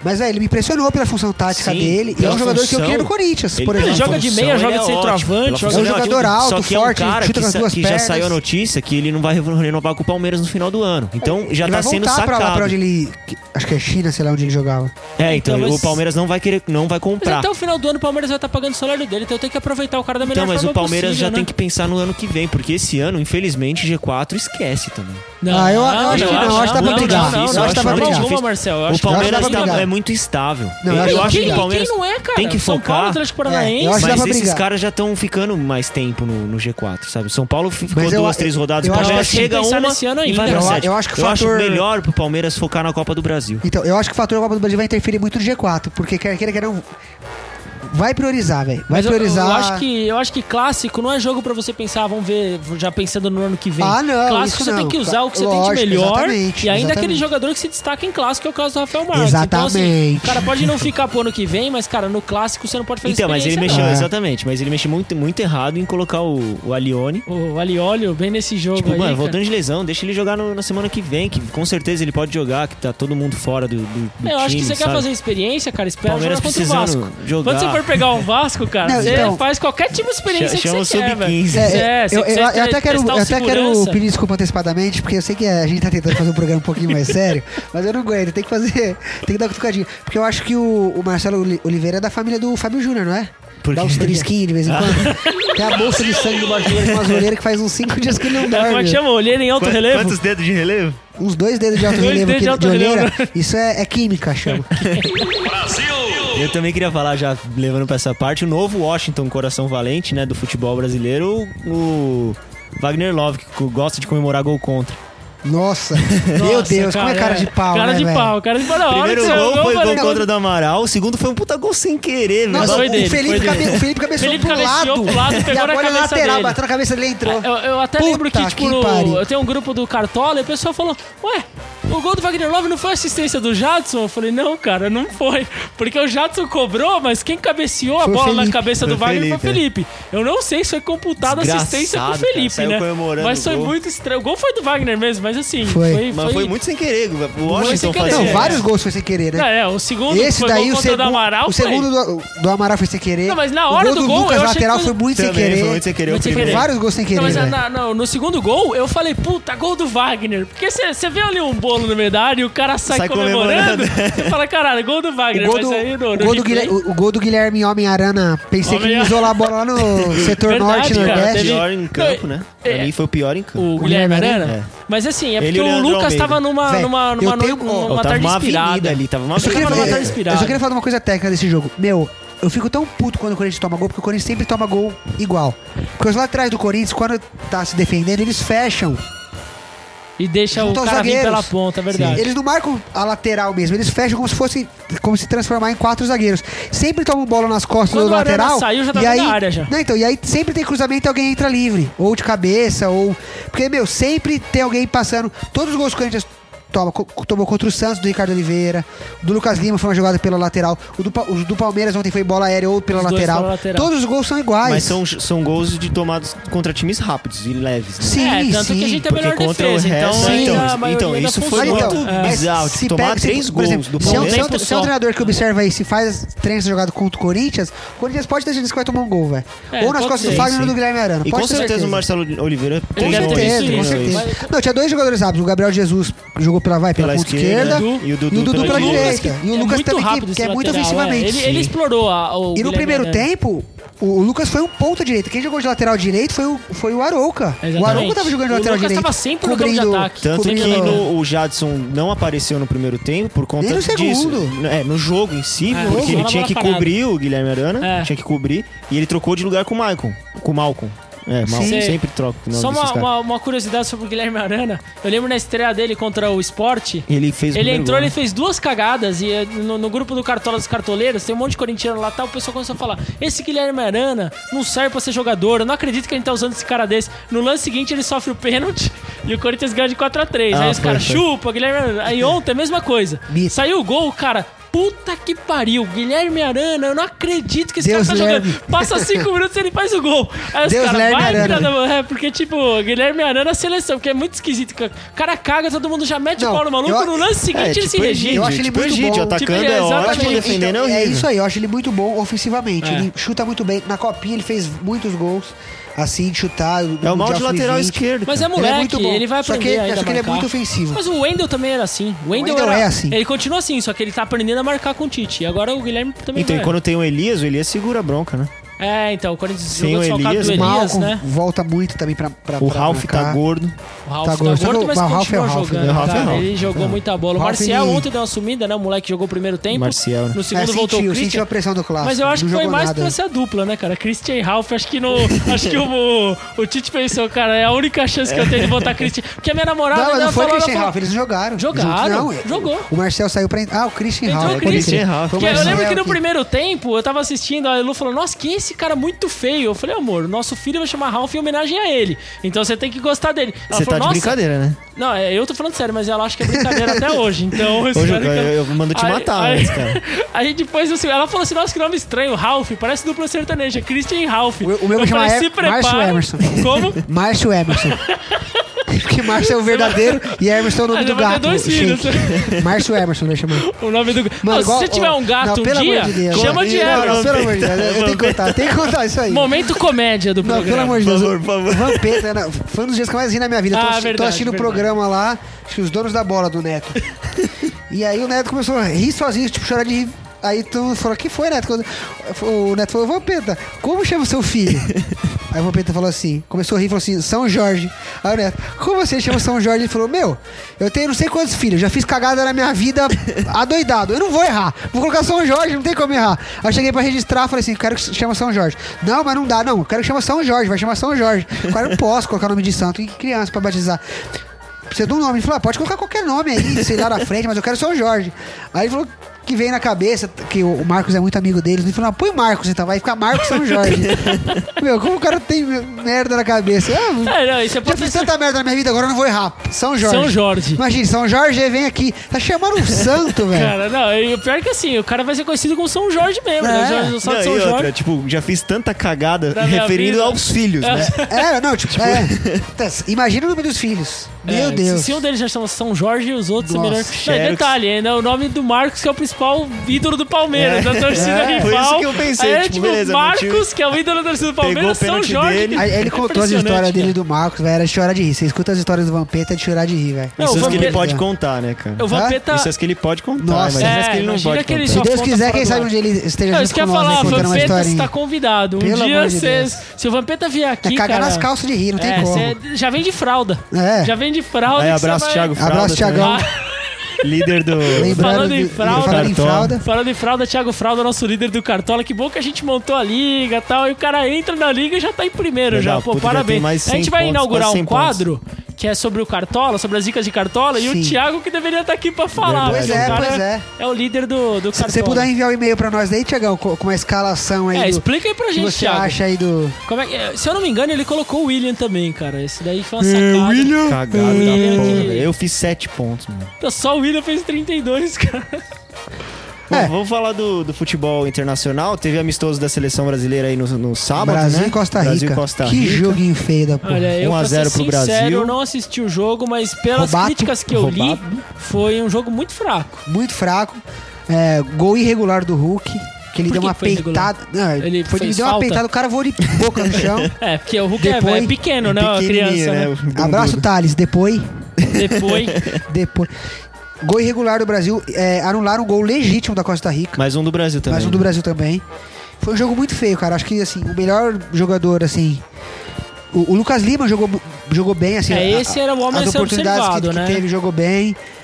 [SPEAKER 3] Mas, velho, ele me impressionou pela função tática
[SPEAKER 1] Sim,
[SPEAKER 3] dele. E é
[SPEAKER 1] pela
[SPEAKER 3] um jogador que eu
[SPEAKER 1] função.
[SPEAKER 3] queria no Corinthians, por
[SPEAKER 1] Ele
[SPEAKER 3] exemplo.
[SPEAKER 2] Ele joga de
[SPEAKER 1] função,
[SPEAKER 2] meia, joga
[SPEAKER 1] ele
[SPEAKER 2] de
[SPEAKER 1] é ótimo.
[SPEAKER 2] centroavante, joga
[SPEAKER 1] Pela função,
[SPEAKER 3] É um jogador alto,
[SPEAKER 1] Só que
[SPEAKER 3] forte,
[SPEAKER 1] é um cara
[SPEAKER 3] chuta
[SPEAKER 1] que,
[SPEAKER 3] com as
[SPEAKER 1] sa-
[SPEAKER 3] duas
[SPEAKER 1] que já
[SPEAKER 3] pernas.
[SPEAKER 1] saiu a notícia que ele não vai renovar com o Palmeiras no final do ano. Então já
[SPEAKER 3] ele
[SPEAKER 1] tá
[SPEAKER 3] vai
[SPEAKER 1] sendo
[SPEAKER 3] voltar pra lá, pra
[SPEAKER 1] sacado.
[SPEAKER 3] onde ele... que- Acho que é China, sei lá, onde ele jogava.
[SPEAKER 1] É, então
[SPEAKER 2] Então, mas-
[SPEAKER 1] o Palmeiras não vai querer, não vai
[SPEAKER 2] Mas
[SPEAKER 1] comprar.
[SPEAKER 2] até o final do ano o Palmeiras vai estar pagando o salário dele, então tem que aproveitar o cara da melhor
[SPEAKER 1] Então, mas
[SPEAKER 2] forma
[SPEAKER 1] o Palmeiras
[SPEAKER 2] possível,
[SPEAKER 1] já
[SPEAKER 2] né?
[SPEAKER 1] tem que pensar no ano que vem, porque esse ano, infelizmente, G4 esquece também.
[SPEAKER 2] Não,
[SPEAKER 3] Ah, eu- eu acho
[SPEAKER 1] que não, eu acho que dá pra brigar.
[SPEAKER 2] Não, não,
[SPEAKER 1] Isso,
[SPEAKER 2] não,
[SPEAKER 1] eu
[SPEAKER 2] acho que dá pra brigar. Alguma, Marcel, eu
[SPEAKER 1] O
[SPEAKER 2] acho que dá pra
[SPEAKER 1] Palmeiras
[SPEAKER 2] brigar.
[SPEAKER 1] tá-
[SPEAKER 3] brigar.
[SPEAKER 1] é muito instável.
[SPEAKER 3] Não,
[SPEAKER 1] eu, acho que
[SPEAKER 2] quem-
[SPEAKER 1] o Palmeiras
[SPEAKER 2] quem não é, cara?
[SPEAKER 1] tem que
[SPEAKER 2] São Paulo,
[SPEAKER 1] focar.
[SPEAKER 2] Atlético
[SPEAKER 3] É, eu acho
[SPEAKER 2] Paranaense.
[SPEAKER 3] que dá
[SPEAKER 1] mas
[SPEAKER 3] pra
[SPEAKER 1] esses
[SPEAKER 3] brigar.
[SPEAKER 1] caras já estão ficando mais tempo no, no G4, sabe? O São Paulo ficou
[SPEAKER 3] Mas eu-
[SPEAKER 1] duas, três
[SPEAKER 3] eu-
[SPEAKER 1] rodadas.
[SPEAKER 3] eu
[SPEAKER 1] o
[SPEAKER 3] acho
[SPEAKER 1] Palmeiras
[SPEAKER 2] que tem que
[SPEAKER 1] chega
[SPEAKER 2] pensar
[SPEAKER 1] uma
[SPEAKER 2] nesse ano
[SPEAKER 1] e
[SPEAKER 2] ainda.
[SPEAKER 1] vai pra
[SPEAKER 3] Eu a-
[SPEAKER 1] sete.
[SPEAKER 3] eu acho que o
[SPEAKER 1] eu acho
[SPEAKER 3] fator-
[SPEAKER 1] melhor pro Palmeiras focar na Copa do Brasil.
[SPEAKER 3] Então, eu acho que o fator Copa do Brasil vai interferir muito no G4. Porque quer queira, quer não... Vai priorizar, velho. Vai
[SPEAKER 2] Mas eu, eu,
[SPEAKER 3] priorizar...
[SPEAKER 2] acho que, eu acho que clássico não é jogo pra você pensar, ah, vamos ver, já pensando no ano que vem.
[SPEAKER 3] Ah, não,
[SPEAKER 2] Clássico
[SPEAKER 3] isso
[SPEAKER 2] você tem
[SPEAKER 3] não.
[SPEAKER 2] que usar o que você tem
[SPEAKER 3] Lógico,
[SPEAKER 2] de melhor.
[SPEAKER 3] exatamente,
[SPEAKER 2] e ainda aquele
[SPEAKER 3] exatamente.
[SPEAKER 2] jogador que se destaca em clássico, que é o caso do Rafael Marques. Então, assim,
[SPEAKER 3] Exatamente.
[SPEAKER 2] o cara pode não ficar pro ano que vem, mas, cara, no clássico você não pode fazer
[SPEAKER 1] Então, mas ele
[SPEAKER 2] experiência,
[SPEAKER 1] mexeu,
[SPEAKER 3] não.
[SPEAKER 1] exatamente, mas ele mexeu muito, muito errado em colocar o, o Alione.
[SPEAKER 2] não. O Aliolio, bem nesse jogo
[SPEAKER 1] Tipo,
[SPEAKER 2] aí,
[SPEAKER 1] mano,
[SPEAKER 2] cara.
[SPEAKER 1] voltando de lesão, deixa ele jogar no- na semana que vem, que com certeza ele pode jogar, que tá todo mundo fora do, do, do
[SPEAKER 2] É, eu
[SPEAKER 1] time,
[SPEAKER 2] acho que você quer
[SPEAKER 1] sabe?
[SPEAKER 2] fazer experiência, cara, espera
[SPEAKER 1] Palmeiras
[SPEAKER 2] jogar contra o
[SPEAKER 1] precisando
[SPEAKER 2] Vasco.
[SPEAKER 1] jogar.
[SPEAKER 2] Quando você for pegar o Vasco, cara,
[SPEAKER 3] Não,
[SPEAKER 2] você
[SPEAKER 3] então-
[SPEAKER 2] faz qualquer tipo de experiência
[SPEAKER 1] Ch- chama
[SPEAKER 2] que
[SPEAKER 1] o
[SPEAKER 2] você quer,
[SPEAKER 1] sub-15.
[SPEAKER 2] velho.
[SPEAKER 3] É,
[SPEAKER 2] É, você
[SPEAKER 3] eu, eu-
[SPEAKER 2] precisa
[SPEAKER 3] eu até quero,
[SPEAKER 2] testar
[SPEAKER 3] eu
[SPEAKER 2] o
[SPEAKER 3] até quero
[SPEAKER 2] segurança.
[SPEAKER 3] pedir desculpa antecipadamente, porque eu sei que é, a gente tá tentando fazer um programa um pouquinho mais sério, mas eu não aguento, tem que fazer, tem que dar uma cutucadinha. Porque eu acho que o, o Marcelo Oli- Oliveira é da família do Fábio Júnior, não é?
[SPEAKER 1] Por
[SPEAKER 3] Dá
[SPEAKER 1] quê?
[SPEAKER 3] uns trisquinhos de vez em
[SPEAKER 2] Ah.
[SPEAKER 3] quando. Tem a bolsa de sangue do Marcelo Oliveira, umas orelhas que faz uns cinco dias que ele não
[SPEAKER 2] Como é que
[SPEAKER 3] dorme.
[SPEAKER 2] chama? Olheira em alto relevo?
[SPEAKER 1] dedos de relevo?
[SPEAKER 3] Uns dois dedos de alto
[SPEAKER 2] Dois
[SPEAKER 3] relevo
[SPEAKER 2] dedos
[SPEAKER 3] aqui
[SPEAKER 2] de alto
[SPEAKER 3] de, olheira.
[SPEAKER 2] relevo.
[SPEAKER 3] Isso é, é química, chama.
[SPEAKER 1] Eu também queria falar, já levando pra essa parte, o novo Washington Coração Valente, né, do futebol brasileiro, o Wagner Love, que gosta de comemorar gol contra.
[SPEAKER 3] Nossa, meu
[SPEAKER 2] Nossa,
[SPEAKER 3] Deus, como é cara de pau,
[SPEAKER 2] Cara
[SPEAKER 3] né,
[SPEAKER 2] de
[SPEAKER 3] velho?
[SPEAKER 2] pau, cara de pau. Na hora
[SPEAKER 1] Primeiro
[SPEAKER 2] que você
[SPEAKER 1] gol
[SPEAKER 2] jogou,
[SPEAKER 1] foi
[SPEAKER 2] mano,
[SPEAKER 1] gol contra do Amaral, o segundo foi um puta gol sem querer, né?
[SPEAKER 3] Nossa,
[SPEAKER 2] foi
[SPEAKER 3] o,
[SPEAKER 2] dele,
[SPEAKER 3] Felipe
[SPEAKER 2] foi dele.
[SPEAKER 3] cabe- o Felipe cabeçou
[SPEAKER 2] Felipe
[SPEAKER 3] pro
[SPEAKER 2] cabeceou
[SPEAKER 3] lado,
[SPEAKER 2] pro lado, pegou
[SPEAKER 3] e
[SPEAKER 2] na
[SPEAKER 3] a bola é
[SPEAKER 2] cabeça
[SPEAKER 3] lateral,
[SPEAKER 2] dele.
[SPEAKER 3] bateu na cabeça dele e entrou.
[SPEAKER 2] É, Eu, eu até
[SPEAKER 3] Puta
[SPEAKER 2] lembro que, tipo,
[SPEAKER 3] que
[SPEAKER 2] no-
[SPEAKER 3] pariu.
[SPEAKER 2] eu tenho um grupo do Cartola e o pessoal falou: Ué, o gol do Wagner Love não foi assistência do Jadson? Eu falei: Não, cara, não foi. Porque o Jadson cobrou, mas quem cabeceou a
[SPEAKER 3] Foi o
[SPEAKER 2] bola na
[SPEAKER 3] Felipe.
[SPEAKER 2] cabeça do
[SPEAKER 1] Foi o
[SPEAKER 2] Wagner foi o Felipe.
[SPEAKER 1] Felipe,
[SPEAKER 2] Eu não sei se foi computada
[SPEAKER 1] Desgraçado,
[SPEAKER 2] assistência pro
[SPEAKER 1] cara,
[SPEAKER 2] Felipe,
[SPEAKER 1] saiu
[SPEAKER 2] né?
[SPEAKER 1] comemorando
[SPEAKER 2] Mas
[SPEAKER 1] o
[SPEAKER 2] foi
[SPEAKER 1] gol.
[SPEAKER 2] muito estranho. O gol foi do Wagner mesmo, mas assim.
[SPEAKER 3] Foi.
[SPEAKER 2] Foi,
[SPEAKER 1] Mas foi muito sem querer, o
[SPEAKER 2] sem
[SPEAKER 1] Washington
[SPEAKER 2] querer.
[SPEAKER 1] fazia.
[SPEAKER 3] Não,
[SPEAKER 2] é.
[SPEAKER 3] vários gols foi sem querer, né?
[SPEAKER 2] Ah, é, o segundo
[SPEAKER 3] Esse
[SPEAKER 2] foi
[SPEAKER 3] daí,
[SPEAKER 2] gol
[SPEAKER 3] o
[SPEAKER 2] contra o
[SPEAKER 3] segundo,
[SPEAKER 2] do Amaral. foi.
[SPEAKER 3] o segundo do, do Amaral foi sem querer.
[SPEAKER 2] Não, mas na hora
[SPEAKER 3] o
[SPEAKER 2] do
[SPEAKER 3] gol
[SPEAKER 2] gol, eu
[SPEAKER 3] Lucas
[SPEAKER 2] achei
[SPEAKER 3] lateral
[SPEAKER 2] que
[SPEAKER 3] foi
[SPEAKER 2] foi- é
[SPEAKER 3] muito sem
[SPEAKER 1] Também,
[SPEAKER 3] querer.
[SPEAKER 1] foi muito sem querer, o
[SPEAKER 2] Muito sem
[SPEAKER 1] primeiro.
[SPEAKER 2] querer.
[SPEAKER 3] Vários gols sem querer. né?
[SPEAKER 2] Não, mas é
[SPEAKER 3] velho.
[SPEAKER 2] na- na- no segundo gol, eu falei, puta, gol do Wagner. Porque você vê ali um bolo no meio da área e o cara sai,
[SPEAKER 1] Sai
[SPEAKER 2] comemorando.
[SPEAKER 1] comemorando.
[SPEAKER 2] Você fala, caralho, gol do
[SPEAKER 3] O
[SPEAKER 2] Wagner.
[SPEAKER 3] gol
[SPEAKER 2] mas
[SPEAKER 3] do,
[SPEAKER 2] aí tipo, no,
[SPEAKER 3] o
[SPEAKER 2] no
[SPEAKER 3] gol
[SPEAKER 2] replay-
[SPEAKER 3] do Guilherme, o- o gol do Guilherme Homem Arana, pensei que
[SPEAKER 2] Homem-
[SPEAKER 3] ele isolou a bola lá no setor
[SPEAKER 2] Verdade,
[SPEAKER 3] norte,
[SPEAKER 2] cara,
[SPEAKER 1] O
[SPEAKER 3] nordeste.
[SPEAKER 2] teve-
[SPEAKER 1] pior em campo, né?
[SPEAKER 2] É.
[SPEAKER 1] Pra mim foi o pior em campo.
[SPEAKER 2] O Guilherme
[SPEAKER 3] Guilherme
[SPEAKER 2] Arana. Mas assim, é porque
[SPEAKER 1] Ele e o
[SPEAKER 2] o
[SPEAKER 1] Leandro
[SPEAKER 2] Lucas
[SPEAKER 1] Almeida.
[SPEAKER 2] tava numa,
[SPEAKER 3] Véi,
[SPEAKER 2] numa,
[SPEAKER 3] eu
[SPEAKER 2] numa, noite-
[SPEAKER 3] tenho- ó,
[SPEAKER 2] numa
[SPEAKER 1] Ó, tava
[SPEAKER 2] tarde
[SPEAKER 1] uma avenida
[SPEAKER 2] inspirada.
[SPEAKER 1] ali, tava uma
[SPEAKER 3] Eu só, queria
[SPEAKER 1] avenida.
[SPEAKER 2] Tava numa
[SPEAKER 3] falar,
[SPEAKER 2] tarde
[SPEAKER 3] eu
[SPEAKER 2] inspirada.
[SPEAKER 3] só queria falar uma coisa técnica desse jogo. Meu, eu fico tão puto quando o Corinthians toma gol, porque o Corinthians sempre toma gol igual. Porque os laterais do Corinthians, quando tá se defendendo, eles fecham.
[SPEAKER 2] E deixa o
[SPEAKER 3] Juntam os
[SPEAKER 2] cara vir
[SPEAKER 3] zagueiros.
[SPEAKER 2] pela ponta, é verdade.
[SPEAKER 3] Eles não marcam a lateral mesmo, eles fecham como se fosse como se transformar em quatro zagueiros. Sempre tomam bola nas costas
[SPEAKER 2] Quando
[SPEAKER 3] do
[SPEAKER 2] o Arana
[SPEAKER 3] lateral.
[SPEAKER 2] saiu, já tava
[SPEAKER 3] e
[SPEAKER 2] na
[SPEAKER 3] aí,
[SPEAKER 2] área já.
[SPEAKER 3] Não, então, e aí sempre tem cruzamento e alguém entra livre, ou de cabeça, ou porque meu, sempre tem alguém passando. Todos os gols que o Corinthians toma, co- tomou contra o Santos do Ricardo Oliveira, do Lucas Lima foi uma jogada pela lateral, o do, Pa- o do Palmeiras ontem foi bola aérea ou pela
[SPEAKER 2] Os dois
[SPEAKER 3] lateral.
[SPEAKER 2] pela lateral.
[SPEAKER 3] Todos os gols são iguais.
[SPEAKER 1] Mas são, são gols de tomados contra times rápidos e leves. Né?
[SPEAKER 3] Sim,
[SPEAKER 2] é, tanto
[SPEAKER 3] sim.
[SPEAKER 2] que a gente é
[SPEAKER 1] Porque
[SPEAKER 2] melhor
[SPEAKER 1] contra
[SPEAKER 2] defesa.
[SPEAKER 1] o
[SPEAKER 2] Então,
[SPEAKER 1] resto,
[SPEAKER 2] ainda
[SPEAKER 1] então,
[SPEAKER 2] a maioria
[SPEAKER 1] então,
[SPEAKER 2] ainda
[SPEAKER 1] isso foi
[SPEAKER 2] funciona.
[SPEAKER 1] muito
[SPEAKER 2] É.
[SPEAKER 3] mas
[SPEAKER 1] bizarro. tipo,
[SPEAKER 3] se
[SPEAKER 1] Tomar
[SPEAKER 3] pega- se-
[SPEAKER 1] três
[SPEAKER 3] por
[SPEAKER 1] gols
[SPEAKER 3] exemplo,
[SPEAKER 1] do
[SPEAKER 3] se é um-
[SPEAKER 1] Palmeiras-
[SPEAKER 3] Se é, um, se é um
[SPEAKER 2] Só.
[SPEAKER 3] treinador que observa aí, se faz treinos jogado contra o Corinthians, o Corinthians pode ter gente que vai tomar um gol, velho.
[SPEAKER 2] É,
[SPEAKER 3] Ou nas
[SPEAKER 2] pode
[SPEAKER 3] costas
[SPEAKER 2] ser,
[SPEAKER 3] do Fagner ou
[SPEAKER 1] sim.
[SPEAKER 3] do Guilherme Arana.
[SPEAKER 1] E
[SPEAKER 3] pode
[SPEAKER 1] com
[SPEAKER 3] ter
[SPEAKER 1] certeza o Marcelo Oliveira
[SPEAKER 2] Ele
[SPEAKER 3] Com
[SPEAKER 1] treinou
[SPEAKER 2] deve ter
[SPEAKER 1] isso,
[SPEAKER 3] certeza,
[SPEAKER 2] feito
[SPEAKER 1] treinou
[SPEAKER 3] com
[SPEAKER 2] isso.
[SPEAKER 1] isso.
[SPEAKER 3] certeza. Não, tinha dois jogadores rápidos. O Gabriel Jesus jogou pela, vai, pela, ponta esquerda,
[SPEAKER 1] e o Dudu,
[SPEAKER 3] e o Dudu pela
[SPEAKER 1] pela
[SPEAKER 3] direita. E o
[SPEAKER 2] É
[SPEAKER 3] Lucas
[SPEAKER 2] muito
[SPEAKER 3] também, que-
[SPEAKER 2] rápido
[SPEAKER 3] que é
[SPEAKER 2] esse
[SPEAKER 3] muito
[SPEAKER 2] lateral,
[SPEAKER 3] ofensivamente.
[SPEAKER 2] Ele, ele
[SPEAKER 1] Sim.
[SPEAKER 2] explorou a, o
[SPEAKER 3] E no
[SPEAKER 2] Guilherme
[SPEAKER 3] primeiro
[SPEAKER 2] Arana.
[SPEAKER 3] tempo, o Lucas foi um ponta direita. Quem jogou de lateral direito foi o, foi o Arouca.
[SPEAKER 2] Exatamente.
[SPEAKER 3] O Arouca tava jogando de
[SPEAKER 2] O
[SPEAKER 3] lateral
[SPEAKER 2] Lucas
[SPEAKER 3] direito.
[SPEAKER 2] tava sempre no campo de ataque.
[SPEAKER 1] Tanto que
[SPEAKER 2] Cobrindo-
[SPEAKER 1] no- o Jadson não apareceu no primeiro tempo por conta
[SPEAKER 3] Nem no
[SPEAKER 1] disso.
[SPEAKER 3] segundo.
[SPEAKER 1] É, no jogo em si,
[SPEAKER 2] É,
[SPEAKER 1] porque
[SPEAKER 2] jogo.
[SPEAKER 1] ele tinha que
[SPEAKER 2] Bola parada.
[SPEAKER 1] cobrir o Guilherme Arana,
[SPEAKER 2] É.
[SPEAKER 1] tinha que cobrir, e ele trocou de lugar com o Maicon, com o Malcolm. É, Malcolm
[SPEAKER 2] Sim.
[SPEAKER 1] sempre troca o nome
[SPEAKER 2] Só
[SPEAKER 1] desses
[SPEAKER 2] uma,
[SPEAKER 1] caras.
[SPEAKER 2] uma, uma curiosidade sobre o Guilherme Arana. Eu lembro na estreia dele contra o Sport.
[SPEAKER 1] Ele fez o
[SPEAKER 2] Ele
[SPEAKER 1] primeiro
[SPEAKER 2] entrou,
[SPEAKER 1] gol,
[SPEAKER 2] ele fez duas cagadas e eh, no, no grupo do Cartola dos Cartoleiros, tem um monte de corintiano lá e tal, o pessoal começou a falar: esse Guilherme Arana não serve pra ser jogador, eu não acredito que a gente tá usando esse cara desse. No lance seguinte ele sofre o pênalti e o Corinthians ganha de 4x3.
[SPEAKER 1] Ah,
[SPEAKER 2] Aí os
[SPEAKER 1] foi,
[SPEAKER 2] caras
[SPEAKER 1] foi.
[SPEAKER 2] chupa, Guilherme Arana. Aí ontem a mesma coisa.
[SPEAKER 3] Mito.
[SPEAKER 2] Saiu o gol, cara. Puta que pariu, Guilherme Arana, eu não acredito que esse
[SPEAKER 3] Deus
[SPEAKER 2] cara tá
[SPEAKER 3] leve.
[SPEAKER 2] jogando. Passa cinco minutos e ele faz o gol. Aí os
[SPEAKER 3] Deus
[SPEAKER 2] caras,
[SPEAKER 3] leve,
[SPEAKER 2] vai,
[SPEAKER 3] Arana.
[SPEAKER 2] filha da Não, É, porque, tipo, Guilherme Arana é a seleção, porque é muito esquisito. cara. O cara caga, todo mundo já mete
[SPEAKER 3] Não,
[SPEAKER 2] o pau no maluco,
[SPEAKER 3] eu-
[SPEAKER 2] no lance seguinte
[SPEAKER 1] É,
[SPEAKER 2] ele se
[SPEAKER 1] tipo Egídio,
[SPEAKER 2] registra.
[SPEAKER 3] Eu acho ele
[SPEAKER 1] tipo
[SPEAKER 3] muito
[SPEAKER 1] Egídio,
[SPEAKER 3] bom.
[SPEAKER 1] atacando
[SPEAKER 2] Tipo,
[SPEAKER 1] é
[SPEAKER 2] exatamente.
[SPEAKER 1] ótimo, defendendo é
[SPEAKER 3] Então,
[SPEAKER 1] horrível.
[SPEAKER 3] É isso aí, eu acho ele muito bom ofensivamente.
[SPEAKER 2] É.
[SPEAKER 3] Ele chuta muito bem. Na copinha ele fez muitos gols, assim, de chutar.
[SPEAKER 1] É o mal de lateral
[SPEAKER 3] esquerdo.
[SPEAKER 1] esquerdo.
[SPEAKER 2] Mas é
[SPEAKER 1] cara.
[SPEAKER 2] moleque, ele,
[SPEAKER 3] muito bom.
[SPEAKER 2] vai
[SPEAKER 3] Só
[SPEAKER 2] aprender
[SPEAKER 3] que-
[SPEAKER 2] ainda
[SPEAKER 3] só que ele é
[SPEAKER 2] a marcar.
[SPEAKER 3] muito ofensivo.
[SPEAKER 2] Mas o Wendel também era assim. O Wendel,
[SPEAKER 3] Wendel
[SPEAKER 2] era-
[SPEAKER 3] é assim.
[SPEAKER 2] Ele continua assim, só que ele tá aprendendo a marcar com o Tite. E agora o Guilherme também
[SPEAKER 1] Então, e
[SPEAKER 2] vai.
[SPEAKER 1] quando tem o Elias, o Elias segura a bronca, né?
[SPEAKER 2] É, então, o Corinthians
[SPEAKER 1] Sem
[SPEAKER 2] jogou
[SPEAKER 1] o
[SPEAKER 2] desfalcado
[SPEAKER 1] Elias,
[SPEAKER 2] do
[SPEAKER 1] o
[SPEAKER 2] Elias,
[SPEAKER 3] Malcom
[SPEAKER 2] né?
[SPEAKER 3] volta muito também pra. pra
[SPEAKER 1] O
[SPEAKER 3] pra
[SPEAKER 1] Ralf tá
[SPEAKER 3] marcar.
[SPEAKER 1] gordo.
[SPEAKER 2] O Ralf
[SPEAKER 3] Tá
[SPEAKER 2] tá,
[SPEAKER 3] gordo, só
[SPEAKER 2] gordo,
[SPEAKER 3] que o-
[SPEAKER 2] mas
[SPEAKER 3] mas o Ralf
[SPEAKER 2] continua
[SPEAKER 3] é o Ralf,
[SPEAKER 2] jogando.
[SPEAKER 1] né? O Ralf é
[SPEAKER 2] cara.
[SPEAKER 1] o Ralf.
[SPEAKER 2] Ele jogou muita bola. O
[SPEAKER 3] O Ralf,
[SPEAKER 2] Marcial
[SPEAKER 3] ele-
[SPEAKER 2] ontem deu uma sumida, né? O moleque jogou o primeiro tempo.
[SPEAKER 1] Marcial, né?
[SPEAKER 2] No
[SPEAKER 3] É,
[SPEAKER 2] segundo voltou
[SPEAKER 3] sentiu,
[SPEAKER 2] o
[SPEAKER 3] sentiu
[SPEAKER 2] Christian.
[SPEAKER 3] a pressão do clássico.
[SPEAKER 2] Mas eu acho
[SPEAKER 3] não
[SPEAKER 2] que foi
[SPEAKER 3] jogou
[SPEAKER 2] mais
[SPEAKER 3] nada.
[SPEAKER 2] pra essa dupla, né, cara? Christian e Ralf, acho que no. acho que o, o Tite pensou, cara, é a única chance que eu tenho de botar Christian. Porque a minha namorada
[SPEAKER 3] Não, mas
[SPEAKER 2] ela
[SPEAKER 3] não foi o
[SPEAKER 2] falou,
[SPEAKER 3] Christian
[SPEAKER 2] ela
[SPEAKER 3] Ralf, eles não jogaram.
[SPEAKER 2] Jogaram,
[SPEAKER 3] Juntos,
[SPEAKER 2] jogou.
[SPEAKER 3] O Marcel saiu pra. en- Ah, o Christian
[SPEAKER 2] Entrou
[SPEAKER 3] Ralf.
[SPEAKER 2] o
[SPEAKER 3] pode crer.
[SPEAKER 1] Christian Ralf.
[SPEAKER 3] Foi o
[SPEAKER 2] Porque
[SPEAKER 1] Que
[SPEAKER 2] eu lembro
[SPEAKER 3] Marcel
[SPEAKER 2] que no primeiro tempo eu tava assistindo, a Elu falou: Nossa, que esse cara muito feio. Eu falei: Amor, o nosso filho vai chamar Ralph em homenagem a ele. Então você tem que gostar dele. Ela
[SPEAKER 1] Você tá
[SPEAKER 2] falou:
[SPEAKER 1] de
[SPEAKER 2] Nossa,
[SPEAKER 1] brincadeira, né?
[SPEAKER 2] Não, é, eu tô falando sério, mas ela acha que é brincadeira até hoje. Então eu
[SPEAKER 1] Hoje eu,
[SPEAKER 2] espero que ela-
[SPEAKER 1] eu mando te
[SPEAKER 2] Aí-
[SPEAKER 1] matar,
[SPEAKER 2] aí-
[SPEAKER 1] mas, cara.
[SPEAKER 2] Aí depois assim, ela falou assim: nossa, que nome estranho, Ralph, parece dupla sertaneja, Christian e Ralph.
[SPEAKER 3] O- o
[SPEAKER 2] eu
[SPEAKER 3] meu vai chamar
[SPEAKER 2] falei,
[SPEAKER 3] Em-
[SPEAKER 2] se prepara.
[SPEAKER 3] Márcio Emerson.
[SPEAKER 2] Como?
[SPEAKER 3] Márcio Emerson. Porque Márcio é o verdadeiro e Emerson é o nome
[SPEAKER 2] Ah, já
[SPEAKER 3] do
[SPEAKER 2] vai ter
[SPEAKER 3] gato.
[SPEAKER 2] dois filhos.
[SPEAKER 3] shake. Márcio Emerson, vai chamar.
[SPEAKER 2] O nome do. Não,
[SPEAKER 3] igual-
[SPEAKER 2] se você tiver
[SPEAKER 3] ó,
[SPEAKER 2] um gato
[SPEAKER 3] não,
[SPEAKER 2] um
[SPEAKER 3] pelo
[SPEAKER 2] dia,
[SPEAKER 3] amor de Deus.
[SPEAKER 2] chama de
[SPEAKER 3] Não, não,
[SPEAKER 2] Emerson.
[SPEAKER 3] Pelo amor de Deus, eu tenho que contar, tem que contar isso aí.
[SPEAKER 2] Momento comédia do
[SPEAKER 3] Não,
[SPEAKER 2] programa.
[SPEAKER 3] pelo amor de Deus.
[SPEAKER 1] Por favor, por favor.
[SPEAKER 3] Vampeta, né? foi um dos dias que eu mais ri na minha vida. Eu tô,
[SPEAKER 2] Ah,
[SPEAKER 3] assi- tô
[SPEAKER 2] verdade,
[SPEAKER 3] assistindo o
[SPEAKER 2] verdade.
[SPEAKER 3] programa lá, acho que os donos da bola do Neto. e aí o Neto começou a rir sozinho, tipo, chorar de rir. Aí tu falou, que foi, Neto? Quando- O Neto falou, Vampeta, como chama seu filho? aí o Vampeta falou assim, começou a rir, falou assim, São Jorge. Aí o Neto, como você chama São Jorge? Ele falou, meu, eu tenho não sei quantos filhos, já fiz cagada na minha vida adoidado, eu não vou errar. Vou colocar São Jorge, não tem como errar. Aí eu cheguei pra registrar, falei assim, quero que chama São Jorge. Não, mas não dá, não, quero que chama São Jorge, vai chamar São Jorge. Agora eu é? não posso colocar o nome de santo e criança pra batizar. Precisa de um nome. Ele falou, ah, pode colocar qualquer nome aí, sei lá na frente, mas eu quero São Jorge. Aí ele falou que veio na cabeça, que o Marcos é muito amigo deles. Ele falou, ah, põe Marcos então, vai ficar Marcos São Jorge. Meu, como o cara tem merda na cabeça? Ah,
[SPEAKER 2] É, não, isso é
[SPEAKER 3] já fiz
[SPEAKER 2] professor.
[SPEAKER 3] tanta merda na minha vida, agora eu não vou errar. São Jorge.
[SPEAKER 2] São Jorge.
[SPEAKER 3] Imagina, São Jorge vem aqui. Tá chamando um santo, velho.
[SPEAKER 2] Cara, não, e o pior é que assim, o cara vai ser conhecido como São Jorge mesmo,
[SPEAKER 3] É.
[SPEAKER 2] né? Jorge, o Salto
[SPEAKER 1] Não,
[SPEAKER 2] São
[SPEAKER 1] e
[SPEAKER 2] Jorge.
[SPEAKER 1] outra, tipo, já fiz tanta cagada
[SPEAKER 2] Da minha
[SPEAKER 1] referindo
[SPEAKER 2] vida.
[SPEAKER 1] aos filhos, né?
[SPEAKER 3] É, não, tipo, é. Tá, Imagina o nome dos filhos.
[SPEAKER 2] É,
[SPEAKER 3] Meu Deus.
[SPEAKER 2] Se, se um deles já chama São Jorge e os outros
[SPEAKER 3] Nossa,
[SPEAKER 2] é melhor. Não,
[SPEAKER 1] Xerox.
[SPEAKER 2] detalhe, ainda o nome do Marcos, que é o principal ídolo do Palmeiras, da torcida
[SPEAKER 1] É,
[SPEAKER 2] rival.
[SPEAKER 1] foi isso que eu pensei,
[SPEAKER 2] Aí,
[SPEAKER 1] tipo, beleza, meu
[SPEAKER 2] Marcos, que é o ídolo da torcida do Palmeiras,
[SPEAKER 1] o
[SPEAKER 2] São
[SPEAKER 1] pênalti
[SPEAKER 2] Jorge.
[SPEAKER 1] dele.
[SPEAKER 3] Aí ele contou as
[SPEAKER 2] é Impressionante,
[SPEAKER 3] histórias dele
[SPEAKER 2] cara.
[SPEAKER 3] do Marcos, velho, era de chorar de rir. Você escuta as histórias do Vampeta, é de chorar de rir, velho.
[SPEAKER 2] Não,
[SPEAKER 1] Isso
[SPEAKER 2] o
[SPEAKER 1] é que ele
[SPEAKER 2] Vampeta-
[SPEAKER 1] pode contar, né, cara?
[SPEAKER 2] O Vampeta.
[SPEAKER 1] Isso é que ele pode contar, mas
[SPEAKER 3] Nossa.
[SPEAKER 2] É,
[SPEAKER 1] isso é que ele não
[SPEAKER 2] imagina
[SPEAKER 1] pode
[SPEAKER 2] que ele
[SPEAKER 1] contar.
[SPEAKER 3] Se
[SPEAKER 2] só
[SPEAKER 3] Deus
[SPEAKER 2] aponta
[SPEAKER 3] quiser,
[SPEAKER 2] fora
[SPEAKER 3] quem
[SPEAKER 2] do
[SPEAKER 3] sabe
[SPEAKER 2] ar.
[SPEAKER 3] onde ele
[SPEAKER 1] é
[SPEAKER 3] esteja
[SPEAKER 2] Não,
[SPEAKER 3] junto
[SPEAKER 2] isso que eu ia
[SPEAKER 3] com nós,
[SPEAKER 2] falar,
[SPEAKER 3] aí, contando uma
[SPEAKER 2] Vampeta está
[SPEAKER 3] historinha.
[SPEAKER 2] convidado. Um
[SPEAKER 3] Pelo
[SPEAKER 2] dia
[SPEAKER 3] amor de
[SPEAKER 2] cês-
[SPEAKER 3] Deus.
[SPEAKER 2] se o Vampeta vier aqui.
[SPEAKER 3] É cagar
[SPEAKER 2] cara,
[SPEAKER 3] nas calças de rir, não tem
[SPEAKER 2] é,
[SPEAKER 3] como.
[SPEAKER 2] cê já vem de fralda.
[SPEAKER 3] É.
[SPEAKER 2] Já vem de fralda.
[SPEAKER 1] Aí,
[SPEAKER 2] que cê
[SPEAKER 1] abraço,
[SPEAKER 2] vai- Ah,
[SPEAKER 1] Thiago Fralda.
[SPEAKER 3] Abraço,
[SPEAKER 1] também.
[SPEAKER 3] Thiagão.
[SPEAKER 1] Líder do.
[SPEAKER 3] Lembrando
[SPEAKER 2] Falando em
[SPEAKER 3] de-
[SPEAKER 2] fralda.
[SPEAKER 3] falando em fralda.
[SPEAKER 2] Falando em fralda, Thiago Fralda, nosso líder do Cartola, que bom que a gente montou a liga e tal, e o cara entra na liga e já tá em primeiro
[SPEAKER 1] Legal,
[SPEAKER 2] já. Pô,
[SPEAKER 1] puta, já tem
[SPEAKER 2] parabéns.
[SPEAKER 1] mais
[SPEAKER 2] a gente
[SPEAKER 1] 100
[SPEAKER 2] vai
[SPEAKER 1] pontos,
[SPEAKER 2] inaugurar
[SPEAKER 1] quase
[SPEAKER 2] um
[SPEAKER 1] 100 pontos.
[SPEAKER 2] quadro que é sobre o Cartola, sobre as dicas de Cartola, e o
[SPEAKER 3] Sim.
[SPEAKER 2] Thiago que deveria estar aqui pra falar.
[SPEAKER 3] Pois
[SPEAKER 2] mas
[SPEAKER 3] é,
[SPEAKER 2] o cara
[SPEAKER 3] pois é.
[SPEAKER 2] É o líder do, do
[SPEAKER 3] Se
[SPEAKER 2] Cartola.
[SPEAKER 3] você puder enviar o e-mail pra nós aí, Tiagão, com com uma escalação aí
[SPEAKER 2] É,
[SPEAKER 3] do
[SPEAKER 2] explica aí pra
[SPEAKER 3] que
[SPEAKER 2] gente,
[SPEAKER 3] você
[SPEAKER 2] Thiago.
[SPEAKER 3] acha aí do...
[SPEAKER 2] Como é que- é, se eu não me engano, ele colocou o William também, cara. Esse daí foi uma
[SPEAKER 3] É,
[SPEAKER 2] sacada.
[SPEAKER 3] William...
[SPEAKER 1] Cagado da porra. velho. Eu fiz 7 pontos, mano.
[SPEAKER 2] Então, Só o William fez 32, cara.
[SPEAKER 1] Bom,
[SPEAKER 3] É.
[SPEAKER 1] vamos falar do, do futebol internacional. Teve amistoso da seleção brasileira aí no, no sábado,
[SPEAKER 3] Brasil
[SPEAKER 1] né?
[SPEAKER 3] e Costa Rica.
[SPEAKER 1] Brasil e Costa Rica.
[SPEAKER 3] Que joguinho feio da porra.
[SPEAKER 2] Olha, eu
[SPEAKER 1] 1 a
[SPEAKER 2] pra ser
[SPEAKER 1] 0 pro
[SPEAKER 2] sincero,
[SPEAKER 1] Brasil.
[SPEAKER 2] eu não assisti o jogo, mas pelas
[SPEAKER 3] Roubado,
[SPEAKER 2] críticas que eu li,
[SPEAKER 1] roubado.
[SPEAKER 2] foi um jogo muito fraco.
[SPEAKER 3] Muito fraco. É, gol irregular do Hulk. Que ele
[SPEAKER 2] Por
[SPEAKER 3] deu
[SPEAKER 2] que
[SPEAKER 3] uma
[SPEAKER 2] foi irregular?
[SPEAKER 3] peitada. Não,
[SPEAKER 2] Ele
[SPEAKER 3] foi,
[SPEAKER 2] fez
[SPEAKER 3] deu uma
[SPEAKER 2] falta?
[SPEAKER 3] peitada, o cara voou de boca no chão.
[SPEAKER 2] É, porque o Hulk é-
[SPEAKER 3] Depois-
[SPEAKER 2] é, pequeno, né? A
[SPEAKER 1] Pequenininho,
[SPEAKER 2] criança, né?
[SPEAKER 1] O bundudo.
[SPEAKER 3] Abraço, Thales. Depois. né?
[SPEAKER 2] Depois.
[SPEAKER 3] Depois. Gol irregular do Brasil. É, anularam um gol legítimo da Costa Rica.
[SPEAKER 1] Mais um do Brasil também.
[SPEAKER 3] Mais um do Brasil também. Foi um jogo muito feio, cara. Acho que assim, o melhor jogador, assim. O, o Lucas Lima jogou, mu- jogou bem, assim.
[SPEAKER 2] É,
[SPEAKER 3] a-
[SPEAKER 2] esse era o homem a
[SPEAKER 3] as
[SPEAKER 2] ser
[SPEAKER 3] oportunidades que,
[SPEAKER 2] observado,
[SPEAKER 3] que
[SPEAKER 2] né?
[SPEAKER 3] teve, jogou bem.
[SPEAKER 2] Saiu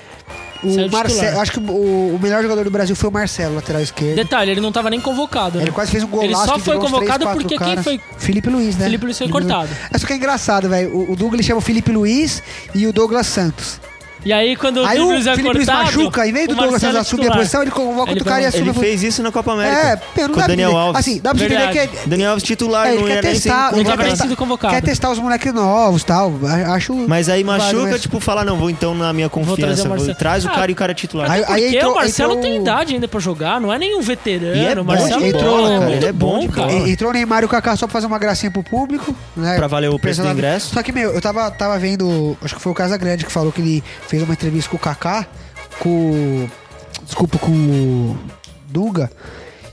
[SPEAKER 3] O
[SPEAKER 2] titular.
[SPEAKER 3] Marcelo, acho que o, o melhor jogador do Brasil foi o Marcelo, lateral esquerdo.
[SPEAKER 2] Detalhe, ele não tava nem convocado, né?
[SPEAKER 3] Ele quase fez um golaço.
[SPEAKER 2] Ele só
[SPEAKER 3] que
[SPEAKER 2] foi
[SPEAKER 3] tirou uns
[SPEAKER 2] convocado
[SPEAKER 3] quatro
[SPEAKER 2] porque quem
[SPEAKER 3] caras.
[SPEAKER 2] foi-
[SPEAKER 3] Felipe Luiz, né?
[SPEAKER 2] Felipe Luiz foi cortado.
[SPEAKER 3] É só que é engraçado, velho. O, o Douglas chama o Felipe Luiz e o Douglas Santos.
[SPEAKER 2] E aí, quando o
[SPEAKER 3] Aí o
[SPEAKER 2] Douglas é
[SPEAKER 3] Felipe Luiz
[SPEAKER 2] cortado.
[SPEAKER 3] machuca, em vez do
[SPEAKER 2] o
[SPEAKER 3] Douglas Santos
[SPEAKER 2] Marcelo é
[SPEAKER 3] assumir a
[SPEAKER 2] titular.
[SPEAKER 3] posição, ele convoca
[SPEAKER 2] Ele
[SPEAKER 3] outro cara e
[SPEAKER 2] vai-
[SPEAKER 3] assume
[SPEAKER 1] Ele
[SPEAKER 3] a posição.
[SPEAKER 1] fez isso na Copa
[SPEAKER 3] É,
[SPEAKER 1] América.
[SPEAKER 3] meu, não
[SPEAKER 1] com
[SPEAKER 3] dá
[SPEAKER 1] o Daniel
[SPEAKER 3] pra entender.
[SPEAKER 1] Alves.
[SPEAKER 3] Assim, dá pra você entender
[SPEAKER 2] Verdade.
[SPEAKER 3] que é-
[SPEAKER 1] Daniel Alves titular,
[SPEAKER 3] é, ele
[SPEAKER 1] não
[SPEAKER 3] quer
[SPEAKER 1] era nem assim, sem
[SPEAKER 3] testar, ele
[SPEAKER 2] tava
[SPEAKER 1] convocar.
[SPEAKER 2] nem
[SPEAKER 3] testar-
[SPEAKER 2] sendo convocado.
[SPEAKER 3] Quer testar os moleques novos e tal. A- Acho.
[SPEAKER 1] Mas aí machuca,
[SPEAKER 3] válido, mas-
[SPEAKER 1] tipo, fala, não, vou então na minha
[SPEAKER 2] trazer
[SPEAKER 1] confiança.
[SPEAKER 2] o
[SPEAKER 1] vou-
[SPEAKER 2] Marcelo.
[SPEAKER 1] traz o
[SPEAKER 2] Ah,
[SPEAKER 1] cara e o cara é titular.
[SPEAKER 3] aí-
[SPEAKER 2] Porque
[SPEAKER 3] aí entrou-
[SPEAKER 2] o Marcelo
[SPEAKER 3] entrou- um-
[SPEAKER 2] tem idade ainda pra jogar, não é nenhum veterano.
[SPEAKER 1] E é
[SPEAKER 2] o
[SPEAKER 1] bom,
[SPEAKER 2] Marcelo
[SPEAKER 3] entrou-
[SPEAKER 2] bola, é
[SPEAKER 3] cara,
[SPEAKER 2] muito
[SPEAKER 1] ele é bom de bola.
[SPEAKER 2] cara.
[SPEAKER 3] E- Entrou o Neymar e o Kaká só pra fazer uma gracinha pro público, né?
[SPEAKER 1] Pra valer o preço do ingresso.
[SPEAKER 3] Só que, meu, eu tava, tava vendo. Acho que foi o Casa Grande que falou que ele fez uma entrevista com o Kaká, com. o- Desculpa, com o Dunga.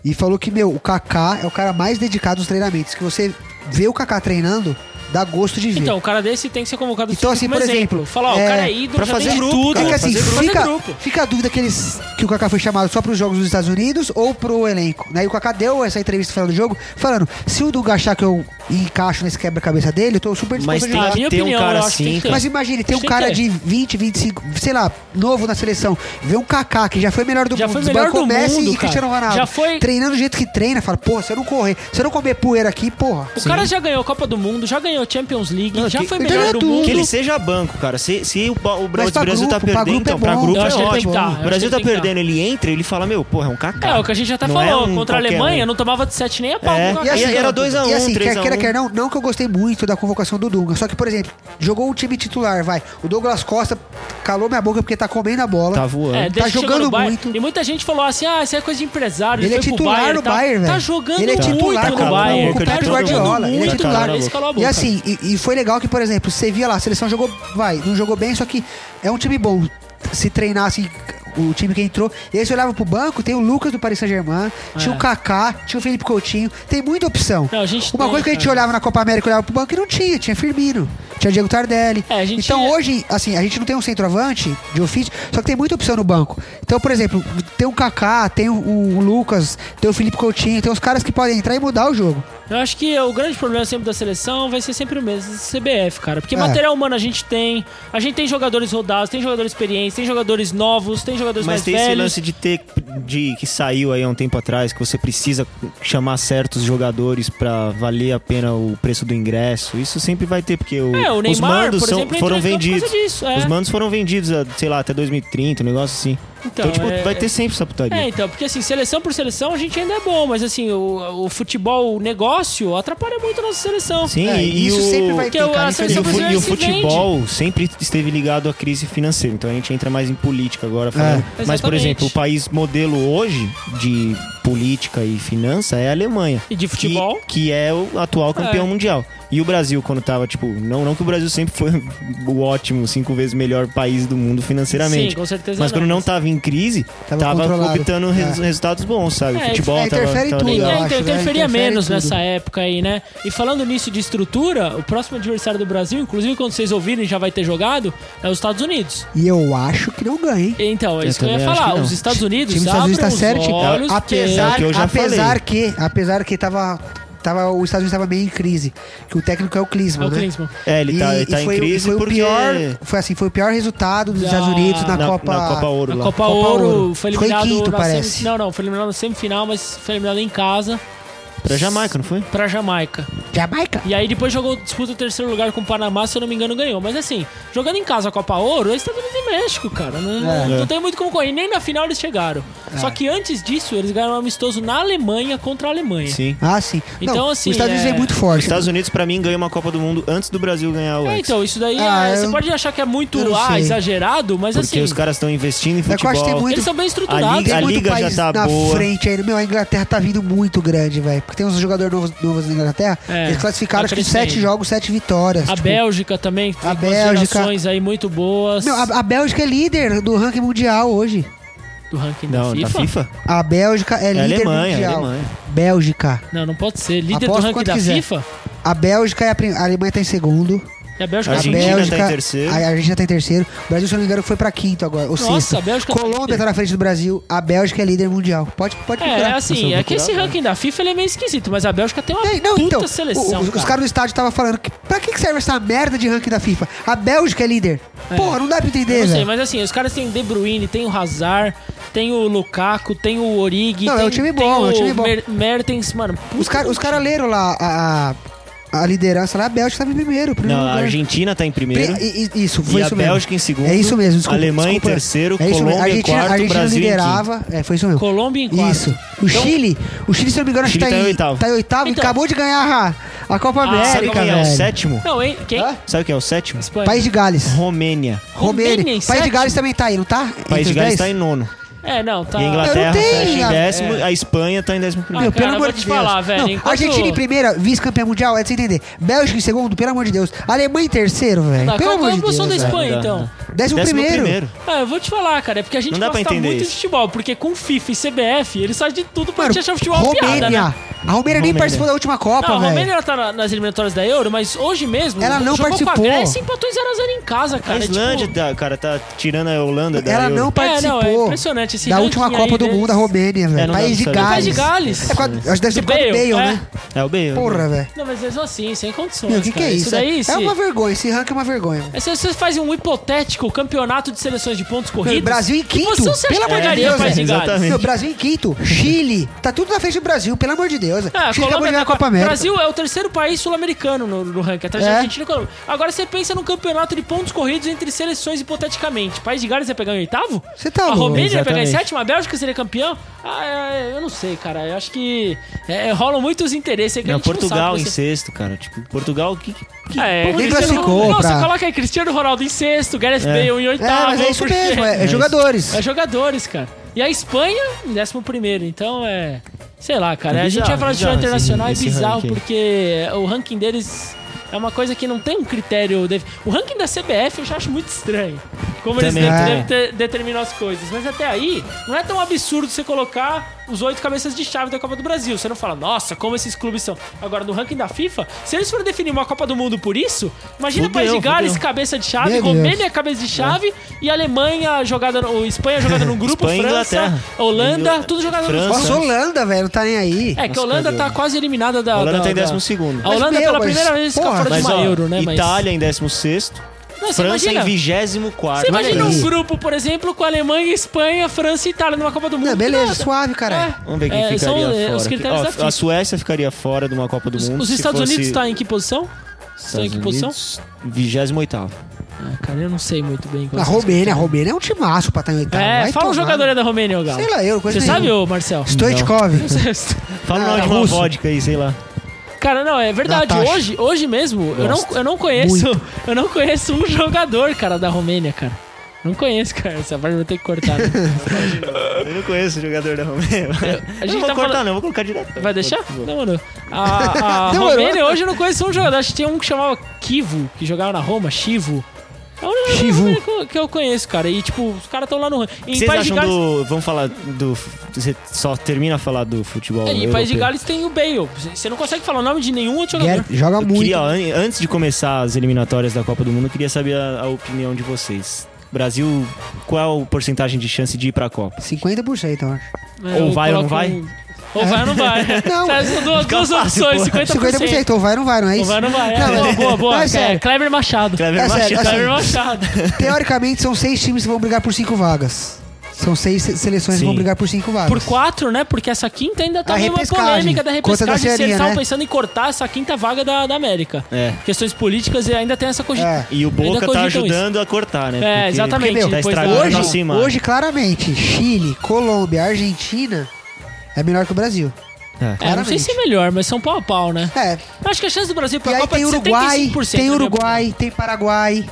[SPEAKER 3] E falou que, meu, o Kaká é o cara mais dedicado nos treinamentos. Que você vê o Kaká treinando, dá gosto de ver.
[SPEAKER 2] Então, o cara desse tem que ser convocado
[SPEAKER 3] Então,
[SPEAKER 2] fica
[SPEAKER 3] assim,
[SPEAKER 2] como
[SPEAKER 3] por exemplo,
[SPEAKER 2] Fala, ó, o
[SPEAKER 3] é,
[SPEAKER 2] cara é ídolo,
[SPEAKER 1] pra
[SPEAKER 2] já
[SPEAKER 1] fazer
[SPEAKER 2] tem de
[SPEAKER 1] grupo,
[SPEAKER 2] tudo.
[SPEAKER 1] cara,
[SPEAKER 3] é que assim,
[SPEAKER 1] fazer
[SPEAKER 2] grupo.
[SPEAKER 3] fica,
[SPEAKER 2] Fazer grupo.
[SPEAKER 3] fica a dúvida que, eles, que o Kaká foi chamado só para os jogos dos Estados Unidos ou pro elenco. Né? E o Kaká deu essa entrevista no final do jogo falando: se o Dunga achar que eu encaixo nesse quebra-cabeça dele, eu tô super
[SPEAKER 1] Mas tem
[SPEAKER 3] disposto a jogar.
[SPEAKER 2] Na
[SPEAKER 1] que
[SPEAKER 2] Ah, minha
[SPEAKER 1] ter um
[SPEAKER 2] opinião,
[SPEAKER 1] cara
[SPEAKER 2] eu acho que tem
[SPEAKER 1] assim,
[SPEAKER 2] que ter.
[SPEAKER 1] cara.
[SPEAKER 3] Mas imagine, tem um
[SPEAKER 2] Tem
[SPEAKER 3] cara
[SPEAKER 2] que
[SPEAKER 3] de 20, 25, sei lá, novo na seleção, vê um Kaká que já foi melhor do
[SPEAKER 2] Já
[SPEAKER 3] mundo,
[SPEAKER 2] foi melhor
[SPEAKER 3] desbancou
[SPEAKER 2] do
[SPEAKER 3] Messi
[SPEAKER 2] mundo,
[SPEAKER 3] e Cristiano
[SPEAKER 2] cara.
[SPEAKER 3] Ronaldo.
[SPEAKER 2] Já foi-
[SPEAKER 3] Treinando do jeito que treina, fala, porra, se eu não correr, se eu não comer poeira aqui, porra.
[SPEAKER 2] O cara já ganhou Copa do Mundo, já ganhou Champions League, já
[SPEAKER 1] que-
[SPEAKER 2] foi
[SPEAKER 3] ele
[SPEAKER 2] melhor
[SPEAKER 3] ganhou
[SPEAKER 2] do
[SPEAKER 3] tudo.
[SPEAKER 2] mundo.
[SPEAKER 1] Que ele seja banco, cara. Se, se o, ba- o Bra-
[SPEAKER 3] Mas pra
[SPEAKER 1] o Brasil tá
[SPEAKER 3] grupo, pra
[SPEAKER 1] perdendo,
[SPEAKER 3] grupo é
[SPEAKER 1] então, pra
[SPEAKER 3] bom.
[SPEAKER 1] grupo
[SPEAKER 2] Eu
[SPEAKER 1] é
[SPEAKER 2] acho que ele tem que
[SPEAKER 1] ótimo.
[SPEAKER 2] tá, eu acho
[SPEAKER 1] O
[SPEAKER 2] que
[SPEAKER 1] Brasil
[SPEAKER 2] ele
[SPEAKER 1] tá
[SPEAKER 2] tem que tá.
[SPEAKER 1] perdendo, ele entra, ele fala, meu, porra, é um cacá.
[SPEAKER 2] É, o que a gente até
[SPEAKER 1] Não
[SPEAKER 2] falou.
[SPEAKER 1] é um
[SPEAKER 2] contra a
[SPEAKER 1] qualquer
[SPEAKER 2] Alemanha,
[SPEAKER 1] um.
[SPEAKER 2] não tomava de 7 nem a pau.
[SPEAKER 1] É,
[SPEAKER 2] com a
[SPEAKER 1] e
[SPEAKER 2] cara.
[SPEAKER 1] aí era 2x1,
[SPEAKER 3] E assim, quer queira,
[SPEAKER 1] 3x1.
[SPEAKER 3] quer não, não que eu gostei muito da convocação do Dunga. Só que, por exemplo, jogou um time titular, vai. O Douglas Costa calou minha boca porque tá comendo a bola.
[SPEAKER 1] Tá voando.
[SPEAKER 2] É, desde que chegou
[SPEAKER 3] jogando
[SPEAKER 2] no Bayern.
[SPEAKER 3] muito.
[SPEAKER 2] E muita gente falou assim: ah, isso é coisa de empresário.
[SPEAKER 3] Ele é
[SPEAKER 2] foi pro
[SPEAKER 3] titular
[SPEAKER 2] Bayern,
[SPEAKER 3] no
[SPEAKER 2] e tal.
[SPEAKER 3] Bayern,
[SPEAKER 2] Tá
[SPEAKER 3] velho.
[SPEAKER 2] jogando
[SPEAKER 3] Ele é titular,
[SPEAKER 2] muito
[SPEAKER 1] tá
[SPEAKER 2] no
[SPEAKER 1] calando a
[SPEAKER 2] Bayern.
[SPEAKER 1] boca de
[SPEAKER 2] Tá
[SPEAKER 1] todo
[SPEAKER 2] jogando
[SPEAKER 1] mundo.
[SPEAKER 2] muito,
[SPEAKER 1] Ele é
[SPEAKER 2] cara.
[SPEAKER 1] titular.
[SPEAKER 2] Esse calou a boca.
[SPEAKER 3] E assim, e, e foi legal que, por exemplo, você via lá, a seleção jogou, vai, não jogou bem, só que é um time bom. Se treinar, assim, o time que entrou. E aí você olhava pro banco, tem o Lucas do Paris Saint-Germain, tinha
[SPEAKER 2] É.
[SPEAKER 3] o Kaká, tinha o Felipe Coutinho, tem muita opção.
[SPEAKER 2] Não, a gente
[SPEAKER 3] Uma
[SPEAKER 2] tem,
[SPEAKER 3] coisa que a gente
[SPEAKER 2] cara.
[SPEAKER 3] olhava na Copa América, olhava pro banco e não tinha, tinha Firmino, tinha Diego Tardelli.
[SPEAKER 2] É, a gente-
[SPEAKER 3] Então hoje, assim, a gente não tem um centroavante de ofício, só que tem muita opção no banco. Então, por exemplo, tem o Kaká, tem o, o Lucas, tem o Felipe Coutinho, tem os caras que podem entrar e mudar o jogo.
[SPEAKER 2] Eu acho que o grande problema sempre da seleção vai ser sempre o mesmo, CBF, cara. Porque
[SPEAKER 3] É.
[SPEAKER 2] material humano a gente tem, a gente tem jogadores rodados, tem jogadores experientes, tem jogadores novos, tem jogadores
[SPEAKER 1] Mas
[SPEAKER 2] mais
[SPEAKER 1] tem esse
[SPEAKER 2] velhos.
[SPEAKER 1] lance de ter de que saiu aí há um tempo atrás que você precisa chamar certos jogadores pra valer a pena o preço do ingresso. Isso sempre vai ter porque o-
[SPEAKER 2] É, o
[SPEAKER 1] os
[SPEAKER 2] Neymar,
[SPEAKER 1] mandos
[SPEAKER 2] por
[SPEAKER 1] são-
[SPEAKER 2] exemplo,
[SPEAKER 1] foram
[SPEAKER 2] entrou em campo por
[SPEAKER 1] vendidos.
[SPEAKER 2] causa disso, é.
[SPEAKER 1] Os mandos foram vendidos, a, sei lá, até 2030, um negócio assim. Então, tipo,
[SPEAKER 2] é-
[SPEAKER 1] vai ter sempre essa putaria.
[SPEAKER 2] É, então, porque assim, seleção por seleção a gente ainda é bom, mas assim, o, o futebol, o negócio atrapalha muito a nossa seleção.
[SPEAKER 1] Sim,
[SPEAKER 3] É,
[SPEAKER 1] e, e
[SPEAKER 3] isso
[SPEAKER 1] o,
[SPEAKER 3] sempre vai
[SPEAKER 2] Porque
[SPEAKER 3] ter,
[SPEAKER 2] o- tá
[SPEAKER 3] cara,
[SPEAKER 2] a
[SPEAKER 1] E
[SPEAKER 2] seleção
[SPEAKER 1] o, fu-
[SPEAKER 2] brasileira
[SPEAKER 1] e o
[SPEAKER 2] se vende.
[SPEAKER 1] futebol sempre esteve ligado à crise financeira, então a gente entra mais em política agora. Falando. Mas, por
[SPEAKER 2] É, Exatamente.
[SPEAKER 1] exemplo, o país modelo hoje de política e finança é a Alemanha.
[SPEAKER 2] E de futebol?
[SPEAKER 1] Que, que é o atual campeão
[SPEAKER 2] É.
[SPEAKER 1] mundial. E o Brasil, quando tava, tipo, não, não que o Brasil sempre foi o ótimo, cinco vezes melhor país do mundo financeiramente.
[SPEAKER 2] Sim, com certeza
[SPEAKER 1] Mas quando não
[SPEAKER 2] mas-
[SPEAKER 1] tava em crise,
[SPEAKER 3] Tava
[SPEAKER 1] tava,
[SPEAKER 3] controlado.
[SPEAKER 1] obtando res-
[SPEAKER 3] É.
[SPEAKER 1] resultados bons, sabe?
[SPEAKER 2] É,
[SPEAKER 1] futebol
[SPEAKER 3] é,
[SPEAKER 1] tava,
[SPEAKER 3] interfere
[SPEAKER 1] tava
[SPEAKER 3] tudo,
[SPEAKER 1] legal.
[SPEAKER 2] É,
[SPEAKER 3] eu
[SPEAKER 2] então
[SPEAKER 3] acho, né?
[SPEAKER 2] interferia
[SPEAKER 3] Interfere
[SPEAKER 2] menos
[SPEAKER 3] tudo.
[SPEAKER 2] nessa época aí, né? E falando nisso de estrutura, o próximo adversário do Brasil, inclusive quando vocês ouvirem já vai ter jogado, é os Estados Unidos.
[SPEAKER 3] E eu acho que não ganha, hein?
[SPEAKER 2] Então, é
[SPEAKER 1] Eu
[SPEAKER 2] isso que eu ia
[SPEAKER 1] também acho que
[SPEAKER 2] falar.
[SPEAKER 1] não.
[SPEAKER 2] Os Estados Unidos
[SPEAKER 3] O time dos
[SPEAKER 2] abrem
[SPEAKER 3] Estados Unidos tá
[SPEAKER 2] os
[SPEAKER 3] certo,
[SPEAKER 2] olhos
[SPEAKER 1] É o
[SPEAKER 3] apesar,
[SPEAKER 1] que eu já
[SPEAKER 3] apesar
[SPEAKER 1] falei.
[SPEAKER 3] que, apesar que tava, tava o Estados Unidos estava meio em crise, que o técnico é o
[SPEAKER 2] que... É
[SPEAKER 3] Klinsmann,
[SPEAKER 2] o
[SPEAKER 3] né?
[SPEAKER 2] Klinsmann.
[SPEAKER 1] É, ele tá, ele tá
[SPEAKER 3] foi,
[SPEAKER 1] em crise
[SPEAKER 3] foi
[SPEAKER 1] porque...
[SPEAKER 3] o pior, foi assim, foi o pior resultado dos
[SPEAKER 2] Da-
[SPEAKER 3] Estados Unidos na,
[SPEAKER 1] na,
[SPEAKER 3] Copa,
[SPEAKER 1] na Copa Ouro
[SPEAKER 2] A
[SPEAKER 1] lá.
[SPEAKER 2] Copa,
[SPEAKER 3] Copa
[SPEAKER 2] Ouro,
[SPEAKER 3] Ouro.
[SPEAKER 2] foi
[SPEAKER 3] Foi
[SPEAKER 2] eliminado
[SPEAKER 3] quinto,
[SPEAKER 2] na
[SPEAKER 3] parece.
[SPEAKER 2] semi- Não, não, foi eliminado na semifinal, mas foi eliminado em casa
[SPEAKER 1] Pra Jamaica, não foi?
[SPEAKER 2] pra Jamaica.
[SPEAKER 3] Jamaica.
[SPEAKER 2] E aí depois jogou disputa o terceiro lugar com o Panamá, se eu não me engano, ganhou. Mas assim, jogando em casa a Copa Ouro, é Estados Unidos e México, cara. né? Não,
[SPEAKER 3] É.
[SPEAKER 2] não tem muito como correr. E nem na final eles chegaram. Só que antes disso, eles ganharam um amistoso na Alemanha contra a Alemanha.
[SPEAKER 1] Sim.
[SPEAKER 3] Ah, sim.
[SPEAKER 2] Então,
[SPEAKER 3] não,
[SPEAKER 2] assim,
[SPEAKER 3] Os Estados Unidos
[SPEAKER 2] é-
[SPEAKER 3] é muito
[SPEAKER 1] Os
[SPEAKER 3] forte.
[SPEAKER 1] Estados Unidos, pra mim, ganha uma Copa do Mundo antes do Brasil ganhar o
[SPEAKER 2] É,
[SPEAKER 1] antes.
[SPEAKER 2] então, isso daí é-
[SPEAKER 3] Ah,
[SPEAKER 2] você
[SPEAKER 3] eu-
[SPEAKER 2] pode achar que é muito
[SPEAKER 3] eu não
[SPEAKER 2] ah,
[SPEAKER 3] sei.
[SPEAKER 2] exagerado, mas
[SPEAKER 1] Porque
[SPEAKER 2] assim,
[SPEAKER 1] os caras estão investindo em
[SPEAKER 3] Mas eu
[SPEAKER 1] futebol.
[SPEAKER 3] acho que tem muito-
[SPEAKER 2] eles são bem
[SPEAKER 1] A
[SPEAKER 2] estruturados.
[SPEAKER 1] liga-
[SPEAKER 3] Tem muito
[SPEAKER 1] já
[SPEAKER 3] país
[SPEAKER 1] tá
[SPEAKER 3] na
[SPEAKER 1] boa.
[SPEAKER 3] frente aí. Meu, a Inglaterra tá vindo muito grande, velho. Porque tem uns jogadores novos, novos na Inglaterra.
[SPEAKER 2] É,
[SPEAKER 3] eles classificaram,
[SPEAKER 2] tá
[SPEAKER 3] acho que
[SPEAKER 2] crescendo.
[SPEAKER 3] sete jogos, sete vitórias.
[SPEAKER 2] A
[SPEAKER 3] tipo.
[SPEAKER 2] Bélgica também, tem
[SPEAKER 3] a
[SPEAKER 2] umas
[SPEAKER 3] Bélgica-
[SPEAKER 2] gerações aí muito boas
[SPEAKER 3] Meu, a, a Bélgica é líder do ranking mundial hoje.
[SPEAKER 2] do ranking
[SPEAKER 1] Não,
[SPEAKER 2] da
[SPEAKER 1] na
[SPEAKER 2] FIFA.
[SPEAKER 1] FIFA?
[SPEAKER 3] A Bélgica é,
[SPEAKER 1] É
[SPEAKER 3] líder
[SPEAKER 1] Alemanha, é
[SPEAKER 3] mundial.
[SPEAKER 1] Alemanha.
[SPEAKER 3] Bélgica.
[SPEAKER 2] Não, não pode ser. Líder
[SPEAKER 3] Aposto
[SPEAKER 2] do ranking
[SPEAKER 3] quanto
[SPEAKER 2] da
[SPEAKER 3] quiser.
[SPEAKER 2] FIFA
[SPEAKER 3] A Bélgica é a, prim... a Alemanha tá em segundo.
[SPEAKER 2] é a Bélgica.
[SPEAKER 1] A
[SPEAKER 3] a
[SPEAKER 1] Argentina tá em
[SPEAKER 3] Bélgica.
[SPEAKER 1] terceiro.
[SPEAKER 3] A Argentina tá em terceiro. O Brasil, se eu não me engano, foi pra quinto agora. Ou
[SPEAKER 2] Nossa,
[SPEAKER 3] sexto.
[SPEAKER 2] a Bélgica tá
[SPEAKER 3] Colômbia
[SPEAKER 2] líder.
[SPEAKER 3] tá na frente do Brasil. A Bélgica é líder mundial. Pode, pode
[SPEAKER 2] É,
[SPEAKER 3] procurar.
[SPEAKER 2] assim, é que esse ranking da FIFA ele é meio esquisito, mas a Bélgica tem uma
[SPEAKER 3] Tem- não,
[SPEAKER 2] puta
[SPEAKER 3] então,
[SPEAKER 2] seleção.
[SPEAKER 3] o- os os caras do estádio estavam falando que pra que que serve essa merda de ranking da FIFA? A Bélgica é líder.
[SPEAKER 2] É.
[SPEAKER 3] Pô, não né? dá pra entender,
[SPEAKER 2] Eu não sei,
[SPEAKER 3] velho.
[SPEAKER 2] mas assim, os caras têm o De Bruyne, tem o Hazard, tem o Lukaku, tem o Origi,
[SPEAKER 3] Não, é
[SPEAKER 2] tem,
[SPEAKER 3] um time
[SPEAKER 2] tem
[SPEAKER 3] bom,
[SPEAKER 2] o
[SPEAKER 3] é um time bom.
[SPEAKER 2] Mer- Mertens, mano.
[SPEAKER 1] é
[SPEAKER 2] puta
[SPEAKER 3] Os caras cara leram lá a, a, a liderança lá, a Bélgica tava em primeiro. primeiro
[SPEAKER 1] Não, a
[SPEAKER 3] lugar.
[SPEAKER 1] Argentina tá em primeiro.
[SPEAKER 3] Pri- i- i- Isso, foi
[SPEAKER 1] e
[SPEAKER 3] isso
[SPEAKER 1] a
[SPEAKER 3] mesmo.
[SPEAKER 1] Bélgica em segundo.
[SPEAKER 3] É isso mesmo, desculpa.
[SPEAKER 1] Alemanha
[SPEAKER 3] desculpa.
[SPEAKER 1] em terceiro,
[SPEAKER 3] é isso mesmo.
[SPEAKER 1] Colômbia
[SPEAKER 3] a
[SPEAKER 1] em
[SPEAKER 3] Argentina,
[SPEAKER 1] quarto,
[SPEAKER 3] a Argentina
[SPEAKER 1] Brasil em quinto.
[SPEAKER 3] liderava. É, foi isso mesmo.
[SPEAKER 2] Colômbia em quarto.
[SPEAKER 3] Isso. O Chile, o Chile, se eu não me engano, acho que
[SPEAKER 1] Então, Chile tá em
[SPEAKER 3] tá, em
[SPEAKER 1] oitavo.
[SPEAKER 3] Tá em oitavo
[SPEAKER 2] Então.
[SPEAKER 3] e acabou de ganhar a, a Copa
[SPEAKER 1] Sabe
[SPEAKER 3] América,
[SPEAKER 1] quem é
[SPEAKER 3] velho.
[SPEAKER 1] o sétimo?
[SPEAKER 2] Não, hein? Quem?
[SPEAKER 3] Hã?
[SPEAKER 1] Sabe quem é o sétimo?
[SPEAKER 2] Espanha.
[SPEAKER 3] País de Gales.
[SPEAKER 1] Romênia.
[SPEAKER 3] Romênia.
[SPEAKER 2] Romênia em
[SPEAKER 3] País de
[SPEAKER 2] sétimo?
[SPEAKER 3] Gales também tá aí, não tá? Entre
[SPEAKER 1] País de
[SPEAKER 3] os
[SPEAKER 1] Gales
[SPEAKER 3] dez?
[SPEAKER 1] tá em nono.
[SPEAKER 2] É, não, tá. é.
[SPEAKER 1] E a
[SPEAKER 3] Eu
[SPEAKER 1] Inglaterra
[SPEAKER 3] não tenho,
[SPEAKER 1] fecha em
[SPEAKER 3] cara.
[SPEAKER 1] décimo, a Espanha tá em décimo
[SPEAKER 3] Meu,
[SPEAKER 1] primeiro.
[SPEAKER 2] Ah, cara,
[SPEAKER 3] pelo amor
[SPEAKER 2] eu vou
[SPEAKER 3] de
[SPEAKER 2] te
[SPEAKER 3] Deus.
[SPEAKER 2] falar, velho,
[SPEAKER 3] Não,
[SPEAKER 2] enquanto-
[SPEAKER 3] Argentina em primeira, vice-campeã mundial, é de se entender. Bélgica em segundo, pelo amor de Deus. Alemanha em terceiro, velho.
[SPEAKER 2] Tá,
[SPEAKER 3] Pelo
[SPEAKER 2] qual qual
[SPEAKER 3] amor
[SPEAKER 2] é a
[SPEAKER 3] de Deus. né?
[SPEAKER 2] posição da
[SPEAKER 3] velho.
[SPEAKER 2] Espanha,
[SPEAKER 1] Não dá,
[SPEAKER 2] então?
[SPEAKER 1] não
[SPEAKER 3] Décimo primeiro.
[SPEAKER 2] Ah, eu vou te falar, cara. É porque a gente
[SPEAKER 1] Não dá pra
[SPEAKER 2] gosta
[SPEAKER 1] entender
[SPEAKER 2] muito de
[SPEAKER 1] isso.
[SPEAKER 2] futebol. Porque com FIFA e CBF, eles fazem de tudo pra
[SPEAKER 3] Mano,
[SPEAKER 2] gente achar o futebol uma
[SPEAKER 3] Romênia.
[SPEAKER 2] piada, né?
[SPEAKER 3] A Romênia nem
[SPEAKER 1] Romênia.
[SPEAKER 3] participou da última
[SPEAKER 2] não,
[SPEAKER 3] Copa,
[SPEAKER 2] a Romênia
[SPEAKER 3] velho.
[SPEAKER 2] ela tá na- nas eliminatórias da Euro, mas hoje mesmo.
[SPEAKER 3] Ela
[SPEAKER 2] jogou
[SPEAKER 3] não
[SPEAKER 2] Com
[SPEAKER 3] participou.
[SPEAKER 2] a Grécia e empatou em 0x0 em casa,
[SPEAKER 1] A
[SPEAKER 2] cara. É,
[SPEAKER 1] Islândia,
[SPEAKER 2] tipo-
[SPEAKER 1] tá, cara, tá tirando a Holanda da
[SPEAKER 3] Ela
[SPEAKER 1] Euro.
[SPEAKER 3] não
[SPEAKER 2] É, não, é
[SPEAKER 3] participou
[SPEAKER 2] impressionante esse
[SPEAKER 3] da
[SPEAKER 2] ranking
[SPEAKER 3] última
[SPEAKER 2] aí
[SPEAKER 3] Copa do
[SPEAKER 2] deles.
[SPEAKER 3] Mundo, a Romênia,
[SPEAKER 1] É,
[SPEAKER 3] velho.
[SPEAKER 1] não
[SPEAKER 3] País de
[SPEAKER 1] dá pra
[SPEAKER 2] País
[SPEAKER 1] saber.
[SPEAKER 2] de
[SPEAKER 3] Gales.
[SPEAKER 2] Gales.
[SPEAKER 3] É quase- acho que deve ser
[SPEAKER 2] Do
[SPEAKER 3] por causa do
[SPEAKER 2] Bale,
[SPEAKER 3] Bale,
[SPEAKER 2] é.
[SPEAKER 3] né?
[SPEAKER 1] É o B.
[SPEAKER 3] Porra, velho.
[SPEAKER 2] Não, mas mesmo assim, sem condições.
[SPEAKER 3] Meu, o que, que
[SPEAKER 2] cara.
[SPEAKER 3] é isso?
[SPEAKER 2] daí,
[SPEAKER 3] é
[SPEAKER 2] se-
[SPEAKER 3] uma vergonha, esse ranking é uma vergonha.
[SPEAKER 2] É, se você faz um hipotético campeonato de seleções de pontos corridos.
[SPEAKER 3] Brasil em
[SPEAKER 2] que
[SPEAKER 3] quinto,
[SPEAKER 2] posição você acha
[SPEAKER 3] pelo
[SPEAKER 2] que
[SPEAKER 3] amor de
[SPEAKER 2] pegaria
[SPEAKER 3] Deus, é. né?
[SPEAKER 2] o País de
[SPEAKER 1] velho,
[SPEAKER 2] Gales?
[SPEAKER 1] exatamente.
[SPEAKER 3] Meu, Brasil em quinto, Chile, tá tudo na frente do Brasil, pelo amor de Deus.
[SPEAKER 2] Ah,
[SPEAKER 3] Chile acabou de
[SPEAKER 2] Colômbia,
[SPEAKER 3] ganhar a
[SPEAKER 2] tá-
[SPEAKER 3] Copa América.
[SPEAKER 2] Brasil é o terceiro país sul-americano no, no ranking, atrás da
[SPEAKER 3] É.
[SPEAKER 2] Argentina e Colômbia. Agora você pensa num campeonato de pontos corridos entre seleções hipoteticamente. País de Gales ia pegar em oitavo?
[SPEAKER 3] Você tá
[SPEAKER 2] A
[SPEAKER 3] louco.
[SPEAKER 2] Romênia ia pegar em
[SPEAKER 1] Exatamente.
[SPEAKER 2] sétimo? A Bélgica seria campeã? Ah, é, eu não sei, cara. Eu acho que é, rolam muitos interesses aí que a
[SPEAKER 1] Não,
[SPEAKER 2] gente não
[SPEAKER 1] Portugal
[SPEAKER 2] sabe
[SPEAKER 1] em
[SPEAKER 2] você-
[SPEAKER 1] sexto, cara. Tipo, Portugal, que, que- que-
[SPEAKER 2] É,
[SPEAKER 3] Nem
[SPEAKER 2] Cristiano-
[SPEAKER 3] classificou
[SPEAKER 2] Não,
[SPEAKER 3] pra-
[SPEAKER 2] você coloca aí Cristiano Ronaldo em sexto, Gareth
[SPEAKER 1] É.
[SPEAKER 2] Bale em
[SPEAKER 3] É,
[SPEAKER 2] oitavo.
[SPEAKER 3] mas é isso
[SPEAKER 2] porque-
[SPEAKER 3] mesmo, é, é
[SPEAKER 1] É
[SPEAKER 3] jogadores.
[SPEAKER 2] É jogadores, cara. E a Espanha, em décimo primeiro. Então é. Sei lá, cara.
[SPEAKER 1] É
[SPEAKER 2] a gente
[SPEAKER 1] bizarro,
[SPEAKER 2] vai falar de futebol
[SPEAKER 1] bizarro
[SPEAKER 2] internacional, é
[SPEAKER 1] esse- esse
[SPEAKER 2] bizarro,
[SPEAKER 1] ranking.
[SPEAKER 2] porque o ranking deles é uma coisa que não tem um critério. def- O ranking da CBF eu já acho muito estranho. Como
[SPEAKER 1] Também.
[SPEAKER 2] eles
[SPEAKER 3] É.
[SPEAKER 2] devem, devem ter- determinar as coisas. Mas até aí, não é tão absurdo você colocar os oito cabeças de chave da Copa do Brasil. Você não fala, nossa, como esses clubes são. Agora, no ranking da FIFA, se eles forem definir uma Copa do Mundo por isso, imagina
[SPEAKER 1] Fudeu,
[SPEAKER 2] País de Gales,
[SPEAKER 1] fudeu.
[SPEAKER 2] cabeça de chave,
[SPEAKER 3] Meu Deus.
[SPEAKER 2] Romênia é cabeça de chave e a Alemanha jogada, no- ou Espanha jogada num grupo,
[SPEAKER 1] Espanha e
[SPEAKER 2] França,
[SPEAKER 1] Inglaterra.
[SPEAKER 2] Holanda,
[SPEAKER 1] Ingl-
[SPEAKER 2] tudo jogado no
[SPEAKER 1] França.
[SPEAKER 2] grupo.
[SPEAKER 3] Nossa, Holanda, velho, não tá nem aí.
[SPEAKER 2] É que a Holanda
[SPEAKER 1] cadê?
[SPEAKER 2] tá quase eliminada da.
[SPEAKER 1] a Holanda
[SPEAKER 2] da,
[SPEAKER 1] tá em
[SPEAKER 2] da-
[SPEAKER 1] décimo segundo.
[SPEAKER 2] A
[SPEAKER 3] Mas,
[SPEAKER 2] Holanda
[SPEAKER 3] meu,
[SPEAKER 2] pela
[SPEAKER 3] mas,
[SPEAKER 2] primeira vez fica
[SPEAKER 3] porra,
[SPEAKER 2] fora É de
[SPEAKER 1] Mas,
[SPEAKER 2] uma
[SPEAKER 1] ó,
[SPEAKER 2] euro, né? Mas-
[SPEAKER 1] Itália em décimo sexto,
[SPEAKER 2] Não, você
[SPEAKER 1] França
[SPEAKER 2] imagina.
[SPEAKER 1] em vigésimo quarto.
[SPEAKER 2] Você imagina um
[SPEAKER 3] Isso.
[SPEAKER 2] grupo, por exemplo, com Alemanha, Espanha, França e Itália numa Copa do Mundo.
[SPEAKER 3] Não,
[SPEAKER 2] que
[SPEAKER 3] beleza,
[SPEAKER 2] nada.
[SPEAKER 3] suave, caralho.
[SPEAKER 2] É.
[SPEAKER 1] Vamos ver quem
[SPEAKER 2] É,
[SPEAKER 1] ficaria
[SPEAKER 2] são, é,
[SPEAKER 1] fora.
[SPEAKER 2] os critérios
[SPEAKER 1] Ó,
[SPEAKER 2] da FIFA.
[SPEAKER 1] a Suécia ficaria fora de uma Copa do
[SPEAKER 2] Os,
[SPEAKER 1] Mundo.
[SPEAKER 2] os
[SPEAKER 1] se
[SPEAKER 2] Estados
[SPEAKER 1] fosse
[SPEAKER 2] Unidos tá em que posição? Estão em
[SPEAKER 1] Estados
[SPEAKER 2] que posição?
[SPEAKER 1] Unidos, Ah, 28º.
[SPEAKER 2] Ah, cara, eu não sei muito bem. qual
[SPEAKER 3] A
[SPEAKER 2] é essa
[SPEAKER 3] Romênia, a Romênia é um timaço pra estar em oitavo.
[SPEAKER 2] É,
[SPEAKER 3] Vai
[SPEAKER 2] fala um
[SPEAKER 3] tomar.
[SPEAKER 2] jogador aí da Romênia, ô Galo.
[SPEAKER 3] Sei lá, eu, coisa
[SPEAKER 2] Você sabe, ô Marcel?
[SPEAKER 3] Stoichkov.
[SPEAKER 1] Fala o
[SPEAKER 3] Ah,
[SPEAKER 1] nome de
[SPEAKER 2] é
[SPEAKER 1] uma
[SPEAKER 3] russo.
[SPEAKER 1] vodka aí, sei lá.
[SPEAKER 2] Cara, não, é verdade.
[SPEAKER 3] Natasha.
[SPEAKER 2] Hoje, hoje mesmo, eu não,
[SPEAKER 1] Gosto.
[SPEAKER 2] eu não conheço. Eu não conheço um jogador, cara, da Romênia, cara. Não conheço, cara. Essa parte eu vou ter que cortar. né?
[SPEAKER 1] Eu não conheço o jogador da Romênia.
[SPEAKER 2] A
[SPEAKER 1] Eu
[SPEAKER 2] gente
[SPEAKER 1] não vou
[SPEAKER 2] tá
[SPEAKER 1] cortar,
[SPEAKER 2] falando-
[SPEAKER 1] não. Vou colocar direto.
[SPEAKER 2] Vai deixar? Demorou. A, a
[SPEAKER 3] Demorou.
[SPEAKER 2] Romênia hoje eu não conheço um jogador. Acho que tinha um que chamava Kivo, que jogava na Roma, Chivo. É o único
[SPEAKER 3] Chivo.
[SPEAKER 2] jogador que eu- que eu conheço, cara. E tipo, os caras estão lá no.
[SPEAKER 1] O que
[SPEAKER 2] Em
[SPEAKER 1] vocês
[SPEAKER 2] País de
[SPEAKER 1] acham
[SPEAKER 2] Gales.
[SPEAKER 1] do... Vamos falar do... Você só termina a falar do futebol
[SPEAKER 2] É, em País de
[SPEAKER 1] europeu.
[SPEAKER 2] Gales tem o Bale. Você não consegue falar o nome de nenhum outro jogador.
[SPEAKER 3] Gareth Joga
[SPEAKER 1] Eu
[SPEAKER 3] muito.
[SPEAKER 1] queria, an- antes de começar as eliminatórias da Copa do Mundo, eu queria saber a, a opinião de vocês. Brasil, qual a porcentagem de chance de ir pra Copa?
[SPEAKER 3] 50%, eu acho.
[SPEAKER 2] É,
[SPEAKER 1] Ou
[SPEAKER 2] eu
[SPEAKER 1] vai ou
[SPEAKER 2] coloco
[SPEAKER 1] não vai?
[SPEAKER 2] um- Ou vai ou não vai.
[SPEAKER 3] Não.
[SPEAKER 2] Sabe, São duas,
[SPEAKER 1] Fica
[SPEAKER 2] duas
[SPEAKER 1] fácil,
[SPEAKER 2] opções,
[SPEAKER 1] pô.
[SPEAKER 2] 50%.
[SPEAKER 3] 50% ou vai ou não vai, não é
[SPEAKER 2] Não
[SPEAKER 3] isso?
[SPEAKER 2] vai, não vai. É,
[SPEAKER 3] Não,
[SPEAKER 2] boa,
[SPEAKER 3] é-
[SPEAKER 2] boa, boa.
[SPEAKER 3] não, é
[SPEAKER 2] É,
[SPEAKER 3] sério.
[SPEAKER 2] Kleber Machado.
[SPEAKER 1] Kleber
[SPEAKER 2] Tá
[SPEAKER 3] É sério,
[SPEAKER 1] Machado.
[SPEAKER 3] é sério.
[SPEAKER 2] Kleber Machado.
[SPEAKER 3] Teoricamente, são seis times que vão brigar por cinco vagas. São seis se- seleções que
[SPEAKER 1] Sim.
[SPEAKER 3] vão brigar por cinco vagas.
[SPEAKER 2] Por quatro, né? Porque essa quinta ainda tá
[SPEAKER 3] A
[SPEAKER 2] meio uma
[SPEAKER 3] repescagem.
[SPEAKER 2] polêmica da
[SPEAKER 3] Conta da
[SPEAKER 2] repescagem. se eles
[SPEAKER 3] serinha,
[SPEAKER 2] estavam
[SPEAKER 3] né?
[SPEAKER 2] pensando em cortar essa quinta vaga da, da América.
[SPEAKER 1] É.
[SPEAKER 2] Questões políticas e ainda tem essa
[SPEAKER 3] É.
[SPEAKER 2] cogitação.
[SPEAKER 1] E o Boca tá
[SPEAKER 2] cogitam isso.
[SPEAKER 1] ajudando a cortar, né?
[SPEAKER 2] É, exatamente,
[SPEAKER 1] Porque, meu, tá
[SPEAKER 2] depois da-
[SPEAKER 1] estragando pra
[SPEAKER 2] Hoje-
[SPEAKER 1] cima.
[SPEAKER 3] Hoje, claramente, Chile, Colômbia, Argentina é melhor que o Brasil.
[SPEAKER 1] É.
[SPEAKER 2] É, não sei
[SPEAKER 3] Claramente.
[SPEAKER 2] se é melhor, mas são pau a pau, né?
[SPEAKER 3] É.
[SPEAKER 2] Acho que a chance do Brasil ir pra
[SPEAKER 3] e aí
[SPEAKER 2] Copa
[SPEAKER 3] tem
[SPEAKER 2] é de
[SPEAKER 3] Uruguai,
[SPEAKER 2] 75%.
[SPEAKER 3] tem
[SPEAKER 2] né?
[SPEAKER 3] Uruguai, tem Paraguai.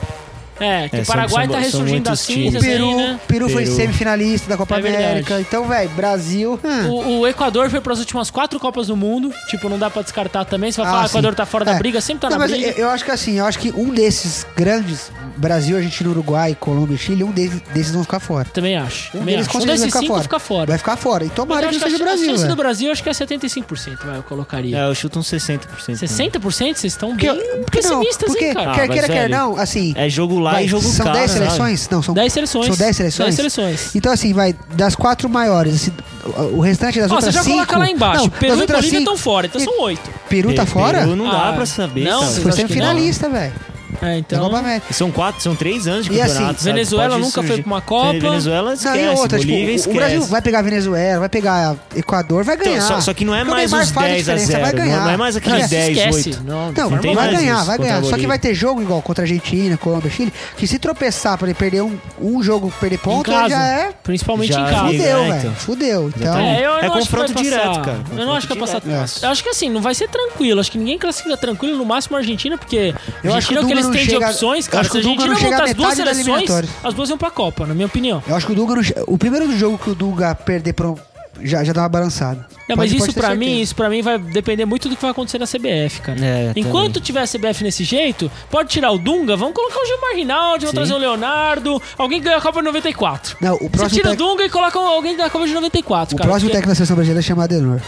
[SPEAKER 2] É, que
[SPEAKER 1] É,
[SPEAKER 2] o
[SPEAKER 1] são-
[SPEAKER 2] Paraguai
[SPEAKER 1] são-
[SPEAKER 2] tá
[SPEAKER 1] são
[SPEAKER 2] ressurgindo das
[SPEAKER 1] muitos times.
[SPEAKER 2] cinzas
[SPEAKER 3] Peru,
[SPEAKER 2] aí, né?
[SPEAKER 3] Peru foi
[SPEAKER 1] Peru.
[SPEAKER 3] semifinalista da Copa
[SPEAKER 2] É verdade.
[SPEAKER 3] América. Então, velho, Brasil. hum.
[SPEAKER 2] O, o Equador foi pras últimas quatro Copas do Mundo. Tipo, não dá pra descartar também. Você vai
[SPEAKER 3] Ah,
[SPEAKER 2] falar, ah, o
[SPEAKER 3] sim.
[SPEAKER 2] Equador tá fora da
[SPEAKER 3] É.
[SPEAKER 2] briga, sempre tá
[SPEAKER 3] Não,
[SPEAKER 2] na
[SPEAKER 3] mas
[SPEAKER 2] briga.
[SPEAKER 3] eu, eu acho que assim, eu acho que um desses grandes, Brasil, Argentina, Uruguai, Colômbia e Chile, um deles, desses vão ficar fora.
[SPEAKER 2] Também acho.
[SPEAKER 3] Um
[SPEAKER 2] também
[SPEAKER 3] deles
[SPEAKER 2] acho.
[SPEAKER 3] com
[SPEAKER 2] Um desses
[SPEAKER 3] certeza vai ficar
[SPEAKER 2] cinco
[SPEAKER 3] fora.
[SPEAKER 2] fica fora.
[SPEAKER 3] Vai ficar fora. E
[SPEAKER 2] Mas
[SPEAKER 3] tomara
[SPEAKER 2] eu
[SPEAKER 3] que
[SPEAKER 2] acho
[SPEAKER 3] não
[SPEAKER 2] que a
[SPEAKER 3] seja o
[SPEAKER 2] ch- a
[SPEAKER 3] Brasil. né?
[SPEAKER 2] chance do
[SPEAKER 3] velho.
[SPEAKER 2] Brasil, eu acho que é 75%, vai, eu colocaria.
[SPEAKER 1] É, eu chuto uns 60%. né?
[SPEAKER 2] 60%? Vocês estão
[SPEAKER 3] É. Porque-
[SPEAKER 2] bem
[SPEAKER 3] porque não,
[SPEAKER 2] pessimistas,
[SPEAKER 3] porque
[SPEAKER 2] hein, cara?
[SPEAKER 1] Ah,
[SPEAKER 3] quer
[SPEAKER 1] mas
[SPEAKER 3] queira, quer
[SPEAKER 1] velho,
[SPEAKER 3] não, assim.
[SPEAKER 1] É jogo lá
[SPEAKER 3] vai,
[SPEAKER 1] e jogo né?
[SPEAKER 3] são
[SPEAKER 1] cá,
[SPEAKER 3] 10
[SPEAKER 1] sabe?
[SPEAKER 3] seleções? Não, são
[SPEAKER 2] 10 seleções.
[SPEAKER 3] São 10 seleções?
[SPEAKER 2] 10 seleções.
[SPEAKER 3] Então, assim, vai, das quatro maiores, assim, o- o restante das
[SPEAKER 2] Ó, você
[SPEAKER 3] outras
[SPEAKER 2] já
[SPEAKER 3] cinco...
[SPEAKER 2] coloca lá embaixo.
[SPEAKER 3] Não,
[SPEAKER 2] Peru
[SPEAKER 3] das
[SPEAKER 2] e
[SPEAKER 3] outras
[SPEAKER 2] Bolívia
[SPEAKER 3] cinco-
[SPEAKER 2] estão fora, então
[SPEAKER 3] E-
[SPEAKER 2] são oito.
[SPEAKER 3] Peru tá
[SPEAKER 1] Pe-
[SPEAKER 3] fora?
[SPEAKER 1] Peru não dá
[SPEAKER 2] Ah,
[SPEAKER 1] pra saber,
[SPEAKER 2] não,
[SPEAKER 1] cara.
[SPEAKER 2] vocês
[SPEAKER 3] Foi
[SPEAKER 2] acho que
[SPEAKER 3] semifinalista, velho.
[SPEAKER 2] É,
[SPEAKER 3] Da
[SPEAKER 2] então.
[SPEAKER 3] Copa América.
[SPEAKER 1] São quatro, são três anos de
[SPEAKER 3] E
[SPEAKER 1] campeonato.
[SPEAKER 3] assim,
[SPEAKER 1] sabe?
[SPEAKER 2] Venezuela
[SPEAKER 1] Pode
[SPEAKER 2] nunca foi
[SPEAKER 1] surgir.
[SPEAKER 2] pra uma Copa.
[SPEAKER 1] Venezuela
[SPEAKER 3] Não,
[SPEAKER 1] esquece,
[SPEAKER 3] e outra, tipo,
[SPEAKER 1] Bolívia
[SPEAKER 3] o-
[SPEAKER 1] esquece.
[SPEAKER 3] o Brasil vai pegar Venezuela, vai pegar Equador, vai
[SPEAKER 1] Então,
[SPEAKER 3] ganhar.
[SPEAKER 1] só, só que não é
[SPEAKER 3] Porque o
[SPEAKER 1] mais
[SPEAKER 3] Neymar
[SPEAKER 1] uns
[SPEAKER 3] faz a
[SPEAKER 1] 10 a
[SPEAKER 3] diferença,
[SPEAKER 1] 0.
[SPEAKER 3] Vai ganhar.
[SPEAKER 1] Não, não é mais aquele
[SPEAKER 2] Não, se
[SPEAKER 1] 10,
[SPEAKER 2] esquece.
[SPEAKER 1] 8.
[SPEAKER 2] Não,
[SPEAKER 3] Não,
[SPEAKER 1] tem
[SPEAKER 3] vai
[SPEAKER 1] mais
[SPEAKER 3] ganhar,
[SPEAKER 1] isso
[SPEAKER 3] vai
[SPEAKER 1] contra a
[SPEAKER 3] ganhar. Só que
[SPEAKER 1] Bolívia.
[SPEAKER 3] vai ter jogo igual contra a Argentina, Colômbia, Chile, que se tropeçar pra ele perder um, um jogo, perder
[SPEAKER 2] em
[SPEAKER 3] ponto,
[SPEAKER 2] casa.
[SPEAKER 3] já é.
[SPEAKER 2] Principalmente
[SPEAKER 1] Já
[SPEAKER 2] em casa.
[SPEAKER 1] liga.
[SPEAKER 3] Fudeu,
[SPEAKER 1] é,
[SPEAKER 3] velho.
[SPEAKER 1] então.
[SPEAKER 3] Fudeu. Então.
[SPEAKER 1] Exatamente.
[SPEAKER 2] É, eu
[SPEAKER 1] É
[SPEAKER 2] não acho que vai
[SPEAKER 1] confronto direto,
[SPEAKER 2] passar.
[SPEAKER 1] cara.
[SPEAKER 2] Eu não acho que vai passar.
[SPEAKER 1] Confronto
[SPEAKER 3] direto.
[SPEAKER 2] Eu acho que assim, não vai ser tranquilo. Acho que ninguém classifica tranquilo, no máximo a Argentina, porque
[SPEAKER 3] Eu
[SPEAKER 2] a
[SPEAKER 3] acho que
[SPEAKER 2] Argentina é
[SPEAKER 3] o
[SPEAKER 2] o que eles
[SPEAKER 3] Dunga
[SPEAKER 2] têm
[SPEAKER 3] não
[SPEAKER 2] de
[SPEAKER 3] chega-
[SPEAKER 2] opções,
[SPEAKER 3] eu
[SPEAKER 2] cara.
[SPEAKER 3] acho
[SPEAKER 2] Se a
[SPEAKER 3] que o Dunga
[SPEAKER 2] Argentina
[SPEAKER 3] não chega
[SPEAKER 2] montar
[SPEAKER 3] à
[SPEAKER 2] as duas
[SPEAKER 3] metade da
[SPEAKER 2] seleções,
[SPEAKER 3] eliminatória.
[SPEAKER 2] as duas iam pra Copa, na minha opinião.
[SPEAKER 3] Eu acho que o Dunga. não che- O primeiro jogo que o Dunga perder pra um, já, já dá uma balançada.
[SPEAKER 2] Não, mas
[SPEAKER 3] Pode- pode
[SPEAKER 2] isso
[SPEAKER 3] ter
[SPEAKER 2] pra
[SPEAKER 3] certeza.
[SPEAKER 2] mim, isso para mim vai depender muito do que vai acontecer na CBF, cara.
[SPEAKER 1] É,
[SPEAKER 2] Enquanto
[SPEAKER 1] também.
[SPEAKER 2] tiver a CBF nesse jeito, pode tirar o Dunga, vamos colocar o Gilmar Rinaldi, vamos
[SPEAKER 1] Sim.
[SPEAKER 2] trazer o Leonardo, alguém ganha a Copa de 94.
[SPEAKER 3] Não, o
[SPEAKER 2] Você
[SPEAKER 3] próximo,
[SPEAKER 2] tira o
[SPEAKER 3] tec...
[SPEAKER 2] Dunga e coloca um- alguém da Copa de 94,
[SPEAKER 3] o
[SPEAKER 2] cara.
[SPEAKER 3] próximo
[SPEAKER 2] porque-
[SPEAKER 3] técnico da seleção brasileira é chamado Adenor.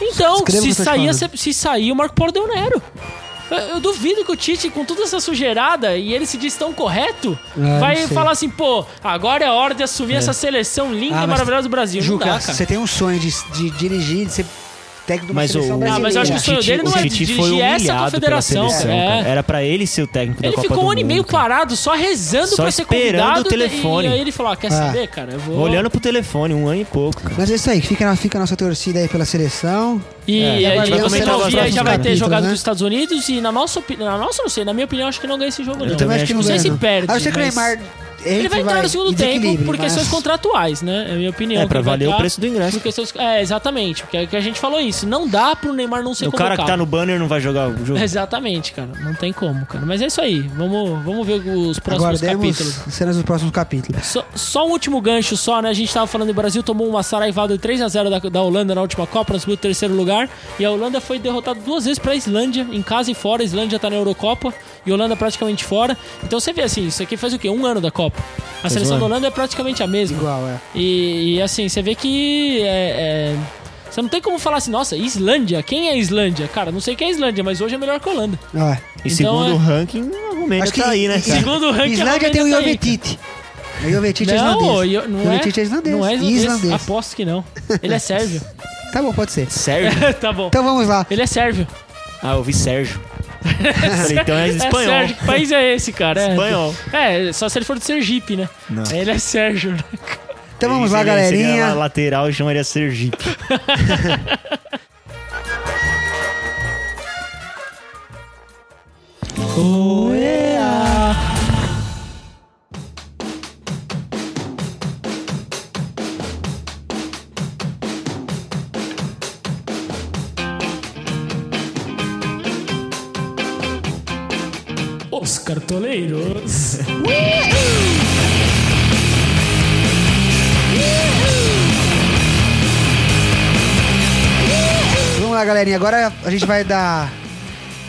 [SPEAKER 2] Então,
[SPEAKER 3] Escreva
[SPEAKER 2] se
[SPEAKER 3] o que eu tô te
[SPEAKER 2] sair,
[SPEAKER 3] falando.
[SPEAKER 2] se, se sair, o Marco Paulo deu Nero. Eu, eu duvido que o Tite, com toda essa sujeirada, e ele se diz tão correto,
[SPEAKER 3] Ah,
[SPEAKER 2] vai
[SPEAKER 3] não sei.
[SPEAKER 2] falar assim, pô, agora é a hora de assumir essa seleção linda
[SPEAKER 3] Ah,
[SPEAKER 2] e
[SPEAKER 3] mas-
[SPEAKER 2] maravilhosa do Brasil. não dá,
[SPEAKER 3] Juca,
[SPEAKER 2] cara.
[SPEAKER 3] você tem um sonho de, de dirigir, de ser técnico de uma
[SPEAKER 1] Mas o,
[SPEAKER 3] seleção
[SPEAKER 2] Ah,
[SPEAKER 3] brasileira.
[SPEAKER 2] mas eu acho que o
[SPEAKER 1] o
[SPEAKER 2] sonho
[SPEAKER 1] Tite,
[SPEAKER 2] dele não
[SPEAKER 1] o
[SPEAKER 2] é
[SPEAKER 1] Tite
[SPEAKER 2] dirigir
[SPEAKER 1] foi
[SPEAKER 2] essa
[SPEAKER 1] humilhado pela
[SPEAKER 2] confederação,
[SPEAKER 1] seleção,
[SPEAKER 2] cara.
[SPEAKER 1] cara.
[SPEAKER 2] É.
[SPEAKER 1] Era pra ele ser o técnico
[SPEAKER 2] Ele
[SPEAKER 1] da Copa
[SPEAKER 2] ficou um
[SPEAKER 1] do
[SPEAKER 2] ano e
[SPEAKER 1] Mundo,
[SPEAKER 2] meio
[SPEAKER 1] cara.
[SPEAKER 2] parado, só rezando
[SPEAKER 1] Só
[SPEAKER 2] pra ser
[SPEAKER 1] esperando
[SPEAKER 2] convidado. né?
[SPEAKER 1] o telefone.
[SPEAKER 2] E aí ele falou, ah, quer
[SPEAKER 3] Ah.
[SPEAKER 2] saber, cara? Eu vou...
[SPEAKER 1] Olhando pro telefone, um ano e pouco, cara.
[SPEAKER 3] Mas é isso aí, fica, na- fica a nossa torcida aí pela seleção.
[SPEAKER 2] E
[SPEAKER 1] É,
[SPEAKER 2] aí,
[SPEAKER 1] a gente vai
[SPEAKER 2] você
[SPEAKER 1] comentar
[SPEAKER 2] não
[SPEAKER 1] os
[SPEAKER 2] via, aí já vai ter
[SPEAKER 3] capítulos,
[SPEAKER 2] jogado
[SPEAKER 3] né?
[SPEAKER 2] nos Estados Unidos e na nossa opinião... Na nossa, não sei. Na minha opinião, acho que não ganha esse jogo,
[SPEAKER 1] Eu
[SPEAKER 2] não.
[SPEAKER 1] também
[SPEAKER 3] acho que não
[SPEAKER 2] sei
[SPEAKER 3] ganha,
[SPEAKER 2] se
[SPEAKER 3] não.
[SPEAKER 2] perde,
[SPEAKER 3] A não ser que Ah, o
[SPEAKER 2] mas-
[SPEAKER 3] Neymar.
[SPEAKER 2] Ele vai entrar no segundo tempo por questões
[SPEAKER 3] mas...
[SPEAKER 2] contratuais, né? É a minha opinião.
[SPEAKER 1] É, pra
[SPEAKER 2] Ele vai
[SPEAKER 1] valer o
[SPEAKER 2] entrar
[SPEAKER 1] preço do ingresso.
[SPEAKER 2] por questões- É, exatamente. Porque é que a gente falou isso. Não dá pro Neymar não ser
[SPEAKER 1] O cara que tá
[SPEAKER 2] convocado.
[SPEAKER 1] no banner não vai jogar o jogo.
[SPEAKER 2] Exatamente, cara. Não tem como, cara. Mas é isso aí. Vamos, vamos ver os próximos
[SPEAKER 3] Aguardemos
[SPEAKER 2] capítulos.
[SPEAKER 3] cenas dos próximos capítulos.
[SPEAKER 2] Só, só um último gancho só, né? A gente tava falando que o Brasil tomou uma saraivada de 3x0 da, da Holanda na última Copa, nós subimos o terceiro lugar. E a Holanda foi derrotada duas vezes pra Islândia, em casa e fora. A Islândia tá na Eurocopa e a Holanda praticamente fora. Então você vê assim, isso aqui faz o quê? Um ano da Copa. A seleção
[SPEAKER 1] um
[SPEAKER 2] da
[SPEAKER 1] ano.
[SPEAKER 2] Holanda é praticamente a mesma.
[SPEAKER 3] Igual, é.
[SPEAKER 2] E, e, assim, você vê que. é- é, Você não tem como falar assim, nossa, Islândia? Quem é Islândia? Cara, não sei quem é Islândia, mas hoje é melhor que a Holanda.
[SPEAKER 3] Ah,
[SPEAKER 1] E
[SPEAKER 2] Então,
[SPEAKER 1] segundo
[SPEAKER 2] é-
[SPEAKER 1] o ranking, a Romênia
[SPEAKER 3] Acho que-
[SPEAKER 1] tá aí, né, cara?
[SPEAKER 2] Segundo o ranking, a
[SPEAKER 3] Islândia
[SPEAKER 2] Romênia
[SPEAKER 3] tem o
[SPEAKER 2] tá aí,
[SPEAKER 3] Jovetit. O Jovetit é
[SPEAKER 2] Não,
[SPEAKER 3] islandês.
[SPEAKER 2] eu, não é.
[SPEAKER 3] Jovetic é islandês.
[SPEAKER 2] Não é islandês.
[SPEAKER 3] Islandês.
[SPEAKER 2] Aposto que não. Ele é sérvio.
[SPEAKER 3] Tá bom, pode ser.
[SPEAKER 1] Sérgio?
[SPEAKER 2] tá bom.
[SPEAKER 3] Então vamos lá.
[SPEAKER 2] Ele é sérvio.
[SPEAKER 1] Ah, eu vi Sérgio. Falei, então
[SPEAKER 2] É
[SPEAKER 1] é espanhol.
[SPEAKER 2] sérvio. Que país é esse, cara? É.
[SPEAKER 1] Espanhol.
[SPEAKER 2] É, só se ele for do Sergipe, né?
[SPEAKER 1] Não.
[SPEAKER 2] Ele é sérvio. né?
[SPEAKER 3] Então vamos
[SPEAKER 1] Se
[SPEAKER 3] lá,
[SPEAKER 1] ele- se ele era
[SPEAKER 3] galerinha.
[SPEAKER 1] lateral, eu chamaria Sergipe.
[SPEAKER 2] Os cartoleiros.
[SPEAKER 3] Vamos lá, galerinha. Agora a gente vai dar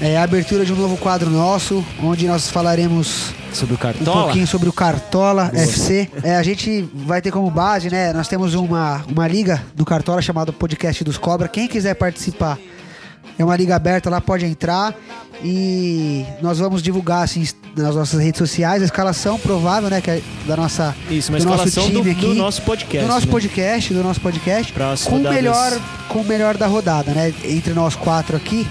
[SPEAKER 3] é, a abertura de um novo quadro nosso, onde nós falaremos
[SPEAKER 1] Sobre o
[SPEAKER 3] um
[SPEAKER 1] cartola.
[SPEAKER 3] pouquinho sobre o Cartola FC. É, a gente vai ter como base, né? Nós temos uma, uma liga do Cartola chamada Podcast dos Cobra. Quem quiser participar, é uma liga aberta lá, pode entrar. E nós vamos divulgar assim, nas nossas redes sociais a escalação provável, né? Que é da nossa.
[SPEAKER 1] Isso, uma
[SPEAKER 3] do nosso
[SPEAKER 1] escalação
[SPEAKER 3] time
[SPEAKER 1] do,
[SPEAKER 3] aqui.
[SPEAKER 1] do nosso podcast.
[SPEAKER 3] do nosso
[SPEAKER 1] né?
[SPEAKER 3] podcast, do nosso podcast,
[SPEAKER 1] Pra as
[SPEAKER 3] com o
[SPEAKER 1] rodadas.
[SPEAKER 3] melhor, com o melhor da rodada, né? Entre nós quatro aqui,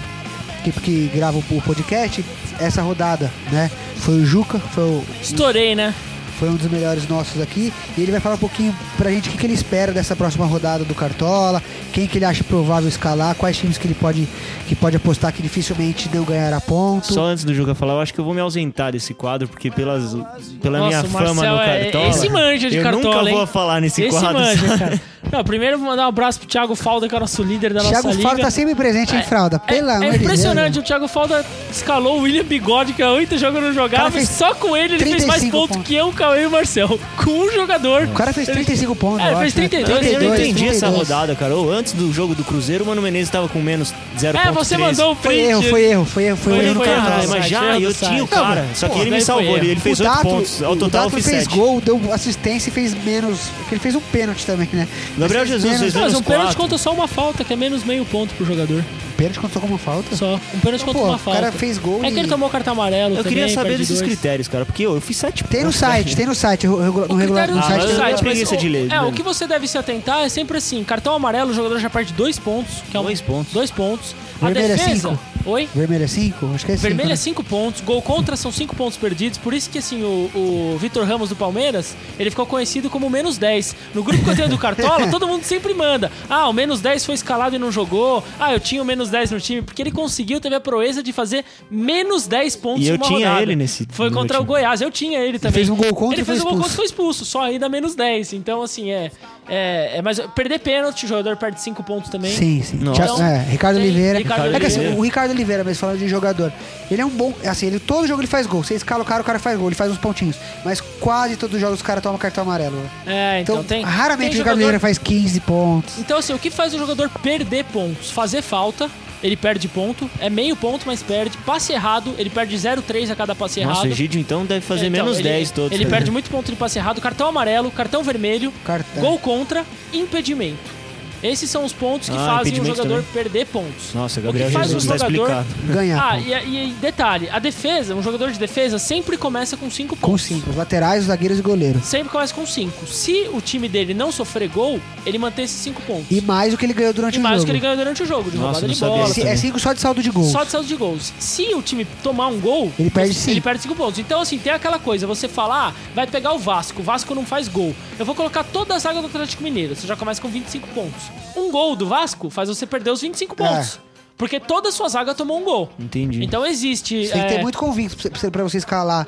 [SPEAKER 3] que, que grava o podcast, essa rodada, né? Foi o Juca, foi o,
[SPEAKER 2] Estourei, né?
[SPEAKER 3] Foi um dos melhores nossos aqui. E ele vai falar um pouquinho pra gente o que, que ele espera dessa próxima rodada do Cartola, quem que ele acha provável escalar, quais times que ele pode, que pode apostar que dificilmente não ganhará ponto.
[SPEAKER 1] Só antes do Juca falar, eu acho que eu vou me ausentar desse quadro, porque pelas, pela
[SPEAKER 2] Nossa,
[SPEAKER 1] minha
[SPEAKER 2] o
[SPEAKER 1] fama
[SPEAKER 2] Marcel
[SPEAKER 1] no
[SPEAKER 2] é-
[SPEAKER 1] cartola.
[SPEAKER 2] esse manja de
[SPEAKER 1] eu
[SPEAKER 2] cartola,
[SPEAKER 1] nunca vou
[SPEAKER 2] hein?
[SPEAKER 1] falar nesse
[SPEAKER 2] Esse
[SPEAKER 1] quadro.
[SPEAKER 2] manja,
[SPEAKER 1] sabe?
[SPEAKER 2] cara. Não, primeiro vou mandar um abraço pro Thiago Falda, que é o nosso líder da
[SPEAKER 3] Thiago
[SPEAKER 2] nossa liga.
[SPEAKER 3] Faro tá sempre presente em fralda.
[SPEAKER 2] É,
[SPEAKER 3] Pela
[SPEAKER 2] é
[SPEAKER 3] amor de
[SPEAKER 2] impressionante,
[SPEAKER 3] Deus, né?
[SPEAKER 2] o Thiago Falda escalou o William Bigode, que há oito jogos não
[SPEAKER 3] Cara,
[SPEAKER 2] jogava, e
[SPEAKER 3] fez
[SPEAKER 2] só com ele ele fez mais
[SPEAKER 3] 35
[SPEAKER 2] ponto
[SPEAKER 3] pontos.
[SPEAKER 2] que eu, o Cauê e o Marcel. Com um jogador.
[SPEAKER 3] O cara fez 35 pontos,
[SPEAKER 2] É,
[SPEAKER 3] eu
[SPEAKER 2] fez
[SPEAKER 3] acho, né?
[SPEAKER 2] 32,
[SPEAKER 1] Eu não
[SPEAKER 3] 32,
[SPEAKER 1] entendi essa
[SPEAKER 3] 32.
[SPEAKER 1] rodada, cara. Ou antes do jogo do Cruzeiro, o Mano Menezes tava com menos 0.3.
[SPEAKER 2] É, você mandou o print.
[SPEAKER 3] Foi erro, foi erro, foi erro,
[SPEAKER 2] Foi
[SPEAKER 3] foi, um erro
[SPEAKER 2] erro,
[SPEAKER 3] no
[SPEAKER 2] foi erro.
[SPEAKER 3] cartola.
[SPEAKER 1] Cara, mas
[SPEAKER 2] site,
[SPEAKER 1] já
[SPEAKER 2] erro do
[SPEAKER 1] eu tinha o
[SPEAKER 2] site.
[SPEAKER 1] cara.
[SPEAKER 2] Pô,
[SPEAKER 1] Só que ele
[SPEAKER 2] daí
[SPEAKER 1] me
[SPEAKER 2] foi
[SPEAKER 1] salvou.
[SPEAKER 2] erro.
[SPEAKER 1] Ele ele fez
[SPEAKER 3] o
[SPEAKER 1] 8
[SPEAKER 3] Dato-
[SPEAKER 1] pontos. Ao
[SPEAKER 3] o
[SPEAKER 1] total eu
[SPEAKER 3] Dato
[SPEAKER 1] fiz
[SPEAKER 3] fez
[SPEAKER 1] 7.
[SPEAKER 3] gol, deu assistência e fez menos. porque Ele fez um pênalti também, né? Mas
[SPEAKER 1] Gabriel Jesus fez
[SPEAKER 2] Não, mas um
[SPEAKER 1] menos
[SPEAKER 2] pênalti
[SPEAKER 1] 4.
[SPEAKER 2] conta só uma falta, que é menos meio ponto pro jogador.
[SPEAKER 3] Pênalti contou como falta?
[SPEAKER 2] Só. Um pênalti conta
[SPEAKER 3] Pô,
[SPEAKER 2] uma
[SPEAKER 3] o
[SPEAKER 2] falta.
[SPEAKER 3] cara fez gol
[SPEAKER 2] É que
[SPEAKER 3] e-
[SPEAKER 2] ele tomou cartão amarelo.
[SPEAKER 1] Eu
[SPEAKER 2] também,
[SPEAKER 1] queria saber
[SPEAKER 2] perde
[SPEAKER 1] desses
[SPEAKER 2] dois.
[SPEAKER 1] critérios, cara. Porque eu eu fiz 7 pontos.
[SPEAKER 3] Tem no site, tem no site. O regula- no
[SPEAKER 2] O
[SPEAKER 3] regular
[SPEAKER 2] critério
[SPEAKER 3] no
[SPEAKER 2] do
[SPEAKER 1] Ah,
[SPEAKER 3] site.
[SPEAKER 1] mas
[SPEAKER 3] tem-
[SPEAKER 1] eu tenho
[SPEAKER 2] mas
[SPEAKER 1] preguiça
[SPEAKER 2] o-
[SPEAKER 1] de ler,
[SPEAKER 2] É,
[SPEAKER 1] né?
[SPEAKER 2] o que você deve se atentar é sempre assim: cartão amarelo, o jogador já perde dois pontos. Que é um,
[SPEAKER 1] Dois pontos.
[SPEAKER 2] Dois pontos.
[SPEAKER 3] Vermelho
[SPEAKER 2] a
[SPEAKER 3] é
[SPEAKER 2] defesa.
[SPEAKER 3] cinco?
[SPEAKER 2] Oi?
[SPEAKER 3] Vermelho é 5? Acho que é 5.
[SPEAKER 2] Vermelho é 5 pontos, gol contra são 5 pontos perdidos, por isso que assim, o, o Vitor Ramos do Palmeiras, ele ficou conhecido como menos 10. No grupo que eu tenho do Cartola, todo mundo sempre manda. Ah, o menos 10 foi escalado e não jogou. Ah, eu tinha o menos 10 no time, porque ele conseguiu, teve a proeza de fazer menos 10 pontos
[SPEAKER 1] E eu
[SPEAKER 2] em uma
[SPEAKER 1] tinha
[SPEAKER 2] rodada.
[SPEAKER 1] ele nesse-
[SPEAKER 2] Foi
[SPEAKER 1] no
[SPEAKER 2] contra o
[SPEAKER 1] meu time.
[SPEAKER 2] Goiás, eu tinha ele também.
[SPEAKER 3] fez um gol contra
[SPEAKER 2] Ele
[SPEAKER 3] e
[SPEAKER 2] fez
[SPEAKER 3] foi
[SPEAKER 2] um gol contra e
[SPEAKER 3] expulso.
[SPEAKER 2] foi expulso, só aí dá menos 10. Então, assim, é. É, é mas perder pênalti, o jogador perde 5 pontos também.
[SPEAKER 3] Sim, sim.
[SPEAKER 1] Nossa.
[SPEAKER 3] Thiago- é, Ricardo
[SPEAKER 2] Tem
[SPEAKER 3] Oliveira.
[SPEAKER 2] Ricardo
[SPEAKER 3] é que assim,
[SPEAKER 1] Oliveira.
[SPEAKER 3] o Ricardo Oliveira, mas falando de jogador, ele é um bom. Assim, ele todo jogo ele faz gol. Você escala o cara, o cara faz gol, ele faz uns pontinhos. Mas quase todos os jogos o cara toma cartão amarelo. né?
[SPEAKER 2] É, então,
[SPEAKER 3] Então,
[SPEAKER 2] tem. tem
[SPEAKER 3] raramente o Ricardo
[SPEAKER 2] jogador-
[SPEAKER 3] Oliveira faz 15 pontos.
[SPEAKER 2] Então, assim, o que faz o jogador perder pontos? Fazer falta, ele perde ponto. É meio ponto, mas perde. Passe errado, ele perde 0,3 a cada passe
[SPEAKER 1] Nossa, o
[SPEAKER 2] errado.
[SPEAKER 1] Egídio então deve fazer
[SPEAKER 2] Então,
[SPEAKER 1] menos
[SPEAKER 2] ele-
[SPEAKER 1] 10 todos. tá
[SPEAKER 2] Ele perde muito ponto de passe errado. Cartão amarelo, cartão vermelho,
[SPEAKER 3] Cartão.
[SPEAKER 2] gol contra, impedimento. Esses são os pontos que
[SPEAKER 1] Ah,
[SPEAKER 2] fazem o
[SPEAKER 1] impedimento
[SPEAKER 2] jogador
[SPEAKER 1] também.
[SPEAKER 2] perder pontos.
[SPEAKER 1] Nossa,
[SPEAKER 2] o
[SPEAKER 1] Gabriel
[SPEAKER 2] que faz
[SPEAKER 1] Jesus
[SPEAKER 2] o
[SPEAKER 1] tá
[SPEAKER 2] jogador...
[SPEAKER 1] explicado.
[SPEAKER 3] Ganhar.
[SPEAKER 2] Ah,
[SPEAKER 3] ponto.
[SPEAKER 2] e, e detalhe, a defesa, um jogador de defesa sempre começa com 5 pontos.
[SPEAKER 3] Com 5. Laterais, zagueiros e goleiro.
[SPEAKER 2] Sempre começa com 5. Se o time dele não sofrer gol, ele mantém esses 5 pontos.
[SPEAKER 3] E mais o que ele ganhou durante
[SPEAKER 2] E
[SPEAKER 3] o
[SPEAKER 2] mais o
[SPEAKER 3] jogo.
[SPEAKER 2] que ele ganhou durante o jogo, de
[SPEAKER 1] Nossa,
[SPEAKER 2] roubada
[SPEAKER 1] não
[SPEAKER 2] de
[SPEAKER 1] sabia
[SPEAKER 2] bola.
[SPEAKER 1] disso.
[SPEAKER 3] Se- É 5 só de saldo de gols.
[SPEAKER 2] Só de saldo de gols. Se o time tomar um gol,
[SPEAKER 3] Ele perde
[SPEAKER 2] você-
[SPEAKER 3] cinco.
[SPEAKER 2] ele perde cinco pontos. Então, assim, tem aquela coisa, você fala, ah, vai pegar o Vasco, o Vasco não faz gol. Eu vou colocar toda a zaga do Atlético Mineiro, você já começa com 25 pontos. Um gol do Vasco faz você perder os 25
[SPEAKER 3] É.
[SPEAKER 2] pontos. Porque toda a sua zaga tomou um gol.
[SPEAKER 1] Entendi.
[SPEAKER 2] Então existe.
[SPEAKER 3] Você tem que
[SPEAKER 2] é,
[SPEAKER 3] ter muito convicto pra você- pra você escalar,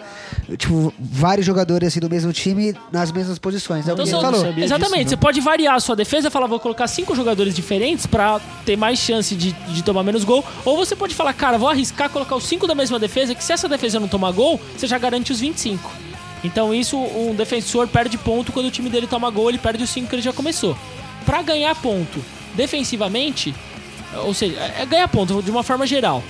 [SPEAKER 3] tipo, vários jogadores assim do mesmo time nas mesmas posições. É o
[SPEAKER 2] Então,
[SPEAKER 3] que
[SPEAKER 2] são-
[SPEAKER 3] ele falou.
[SPEAKER 1] sabia disso,
[SPEAKER 2] exatamente,
[SPEAKER 1] não.
[SPEAKER 2] você pode variar a sua defesa e falar, vou colocar cinco jogadores diferentes pra ter mais chance de, de tomar menos gol. Ou você pode falar, cara, vou arriscar colocar os cinco da mesma defesa, que se essa defesa não tomar gol, você já garante os 25. Então isso, um defensor perde ponto quando o time dele toma gol, ele perde os cinco que ele já começou. Pra ganhar ponto defensivamente, ou seja, é é ganhar ponto de uma forma geral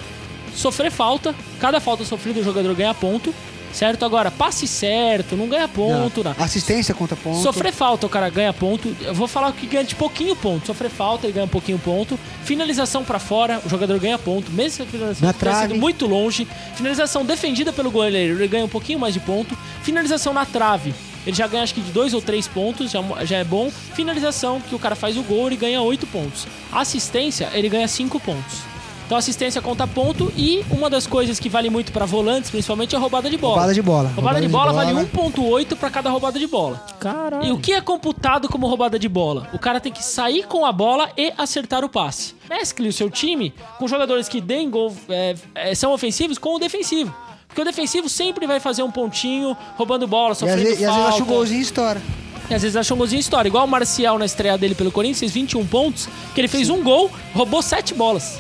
[SPEAKER 2] sofrer falta, cada falta sofrida o jogador ganha ponto, certo? Agora, passe certo, não ganha ponto, né? nada.
[SPEAKER 3] Assistência conta ponto.
[SPEAKER 2] Sofrer falta, o cara ganha ponto. Eu vou falar que ganha de pouquinho ponto. Sofrer falta, ele ganha um pouquinho ponto. Finalização pra fora, o jogador ganha ponto. Mesmo se a finalização
[SPEAKER 3] Na
[SPEAKER 2] tenha sido
[SPEAKER 3] trave.
[SPEAKER 2] muito longe. Finalização defendida pelo goleiro, ele ganha um pouquinho mais de ponto. Finalização na trave, ele já ganha acho que de dois ou três pontos, já, já é bom. Finalização, que o cara faz o gol, ele ganha oito pontos. Assistência, ele ganha cinco pontos. Então assistência conta ponto e uma das coisas que vale muito pra volantes, principalmente, é roubada de bola.
[SPEAKER 3] Roubada de bola.
[SPEAKER 2] Roubada de bola vale 1.8 pra cada roubada de bola. Caralho. E o que é computado como roubada de bola? O cara tem que sair com a bola e acertar o passe. Mescle o seu time com jogadores que deem gol, é, é, são ofensivos com o defensivo. Porque o defensivo sempre vai fazer um pontinho, roubando bola,
[SPEAKER 3] E às,
[SPEAKER 2] sofrendo
[SPEAKER 3] vezes, e às vezes
[SPEAKER 2] falta.
[SPEAKER 3] acha o golzinho e estoura.
[SPEAKER 2] E às vezes acha um golzinho história. Igual o Marcial na estreia dele pelo Corinthians, 21 pontos, que ele fez um gol, roubou 7 bolas.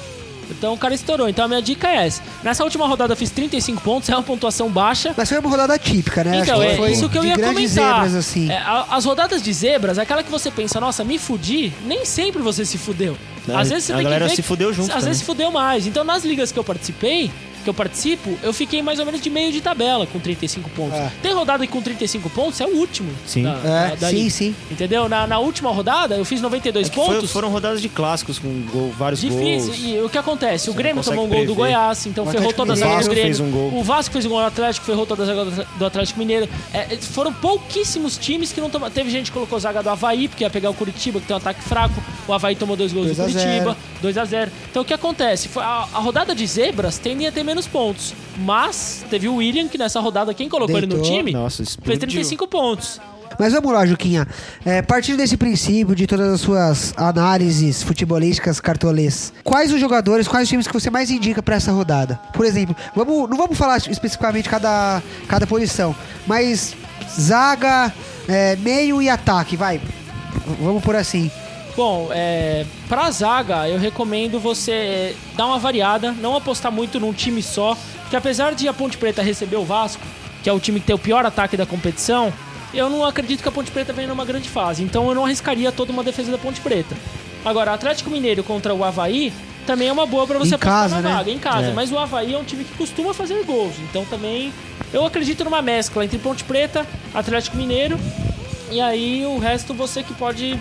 [SPEAKER 2] Então o cara estourou. Então a minha dica é essa. Nessa última rodada eu fiz 35 pontos, é uma pontuação baixa.
[SPEAKER 3] Mas foi uma rodada típica, né?
[SPEAKER 2] Então,
[SPEAKER 3] Acho que
[SPEAKER 2] é
[SPEAKER 3] foi
[SPEAKER 2] isso que eu
[SPEAKER 3] de
[SPEAKER 2] ia
[SPEAKER 3] grandes
[SPEAKER 2] comentar.
[SPEAKER 3] zebras, assim.
[SPEAKER 2] É, a- as rodadas de zebras, aquela que você pensa, nossa, me fudi, nem sempre você se fudeu.
[SPEAKER 1] É,
[SPEAKER 2] Às vezes você
[SPEAKER 1] a
[SPEAKER 2] tem
[SPEAKER 1] galera
[SPEAKER 2] que ver
[SPEAKER 1] se fudeu
[SPEAKER 2] Às
[SPEAKER 1] junto também.
[SPEAKER 2] vezes se fudeu mais. Então, nas ligas que eu participei, que eu participo, eu fiquei mais ou menos de meio de tabela com 35 pontos.
[SPEAKER 3] É.
[SPEAKER 2] Tem rodada que com 35 pontos, é o último.
[SPEAKER 1] Sim.
[SPEAKER 2] da-
[SPEAKER 3] É,
[SPEAKER 2] da- da
[SPEAKER 3] sim,
[SPEAKER 2] liga.
[SPEAKER 3] sim.
[SPEAKER 2] Entendeu? Na, na última rodada, eu fiz 92
[SPEAKER 1] É que foi-
[SPEAKER 2] pontos.
[SPEAKER 1] foram rodadas de clássicos com gol- vários
[SPEAKER 2] Difícil.
[SPEAKER 1] gols.
[SPEAKER 2] E o que acontece? O
[SPEAKER 1] Você
[SPEAKER 2] Grêmio
[SPEAKER 1] não consegue
[SPEAKER 2] tomou um gol do
[SPEAKER 1] prever.
[SPEAKER 2] Goiás, então
[SPEAKER 3] O
[SPEAKER 2] ferrou
[SPEAKER 3] Atlético
[SPEAKER 2] todas as
[SPEAKER 3] Mineiro
[SPEAKER 2] águas do Grêmio.
[SPEAKER 1] fez um gol.
[SPEAKER 2] O Vasco fez um gol no Atlético, ferrou todas as águas do Atlético Mineiro. É, foram pouquíssimos times que não tomaram. Teve gente que colocou zaga do Havaí, porque ia pegar o Curitiba, que tem um ataque fraco. O Havaí tomou dois gols
[SPEAKER 3] Dois
[SPEAKER 2] do
[SPEAKER 3] a zero.
[SPEAKER 2] Curitiba, 2 a 0 Então o que acontece? Foi- A, a rodada de zebras tende a ter menos pontos. Mas teve o William, que nessa rodada, quem colocou ele no
[SPEAKER 3] Deitou.
[SPEAKER 2] time?
[SPEAKER 1] Nossa,
[SPEAKER 2] Fez
[SPEAKER 1] explodiu.
[SPEAKER 2] 35 pontos.
[SPEAKER 3] Mas vamos lá, Juquinha. É, partindo desse princípio, de todas as suas análises futebolísticas, cartolês, quais os jogadores, quais os times que você mais indica pra essa rodada? Por exemplo, vamos, não vamos falar especificamente cada, cada posição, mas zaga, é, meio e ataque, vai. V- Vamos por assim.
[SPEAKER 2] Bom, é, pra zaga, eu recomendo você dar uma variada, não apostar muito num time só, porque apesar de a Ponte Preta receber o Vasco, que é o time que tem o pior ataque da competição, eu não acredito que a Ponte Preta venha numa grande fase, então eu não arriscaria toda uma defesa da Ponte Preta. Agora, Atlético Mineiro contra o Havaí também é uma boa pra você
[SPEAKER 3] Em
[SPEAKER 2] apostar
[SPEAKER 3] casa,
[SPEAKER 2] na
[SPEAKER 3] né?
[SPEAKER 2] vaga, em casa,
[SPEAKER 1] É.
[SPEAKER 2] mas o Havaí é um time que costuma fazer gols, então também eu acredito numa mescla entre Ponte Preta, Atlético Mineiro e aí o resto você que pode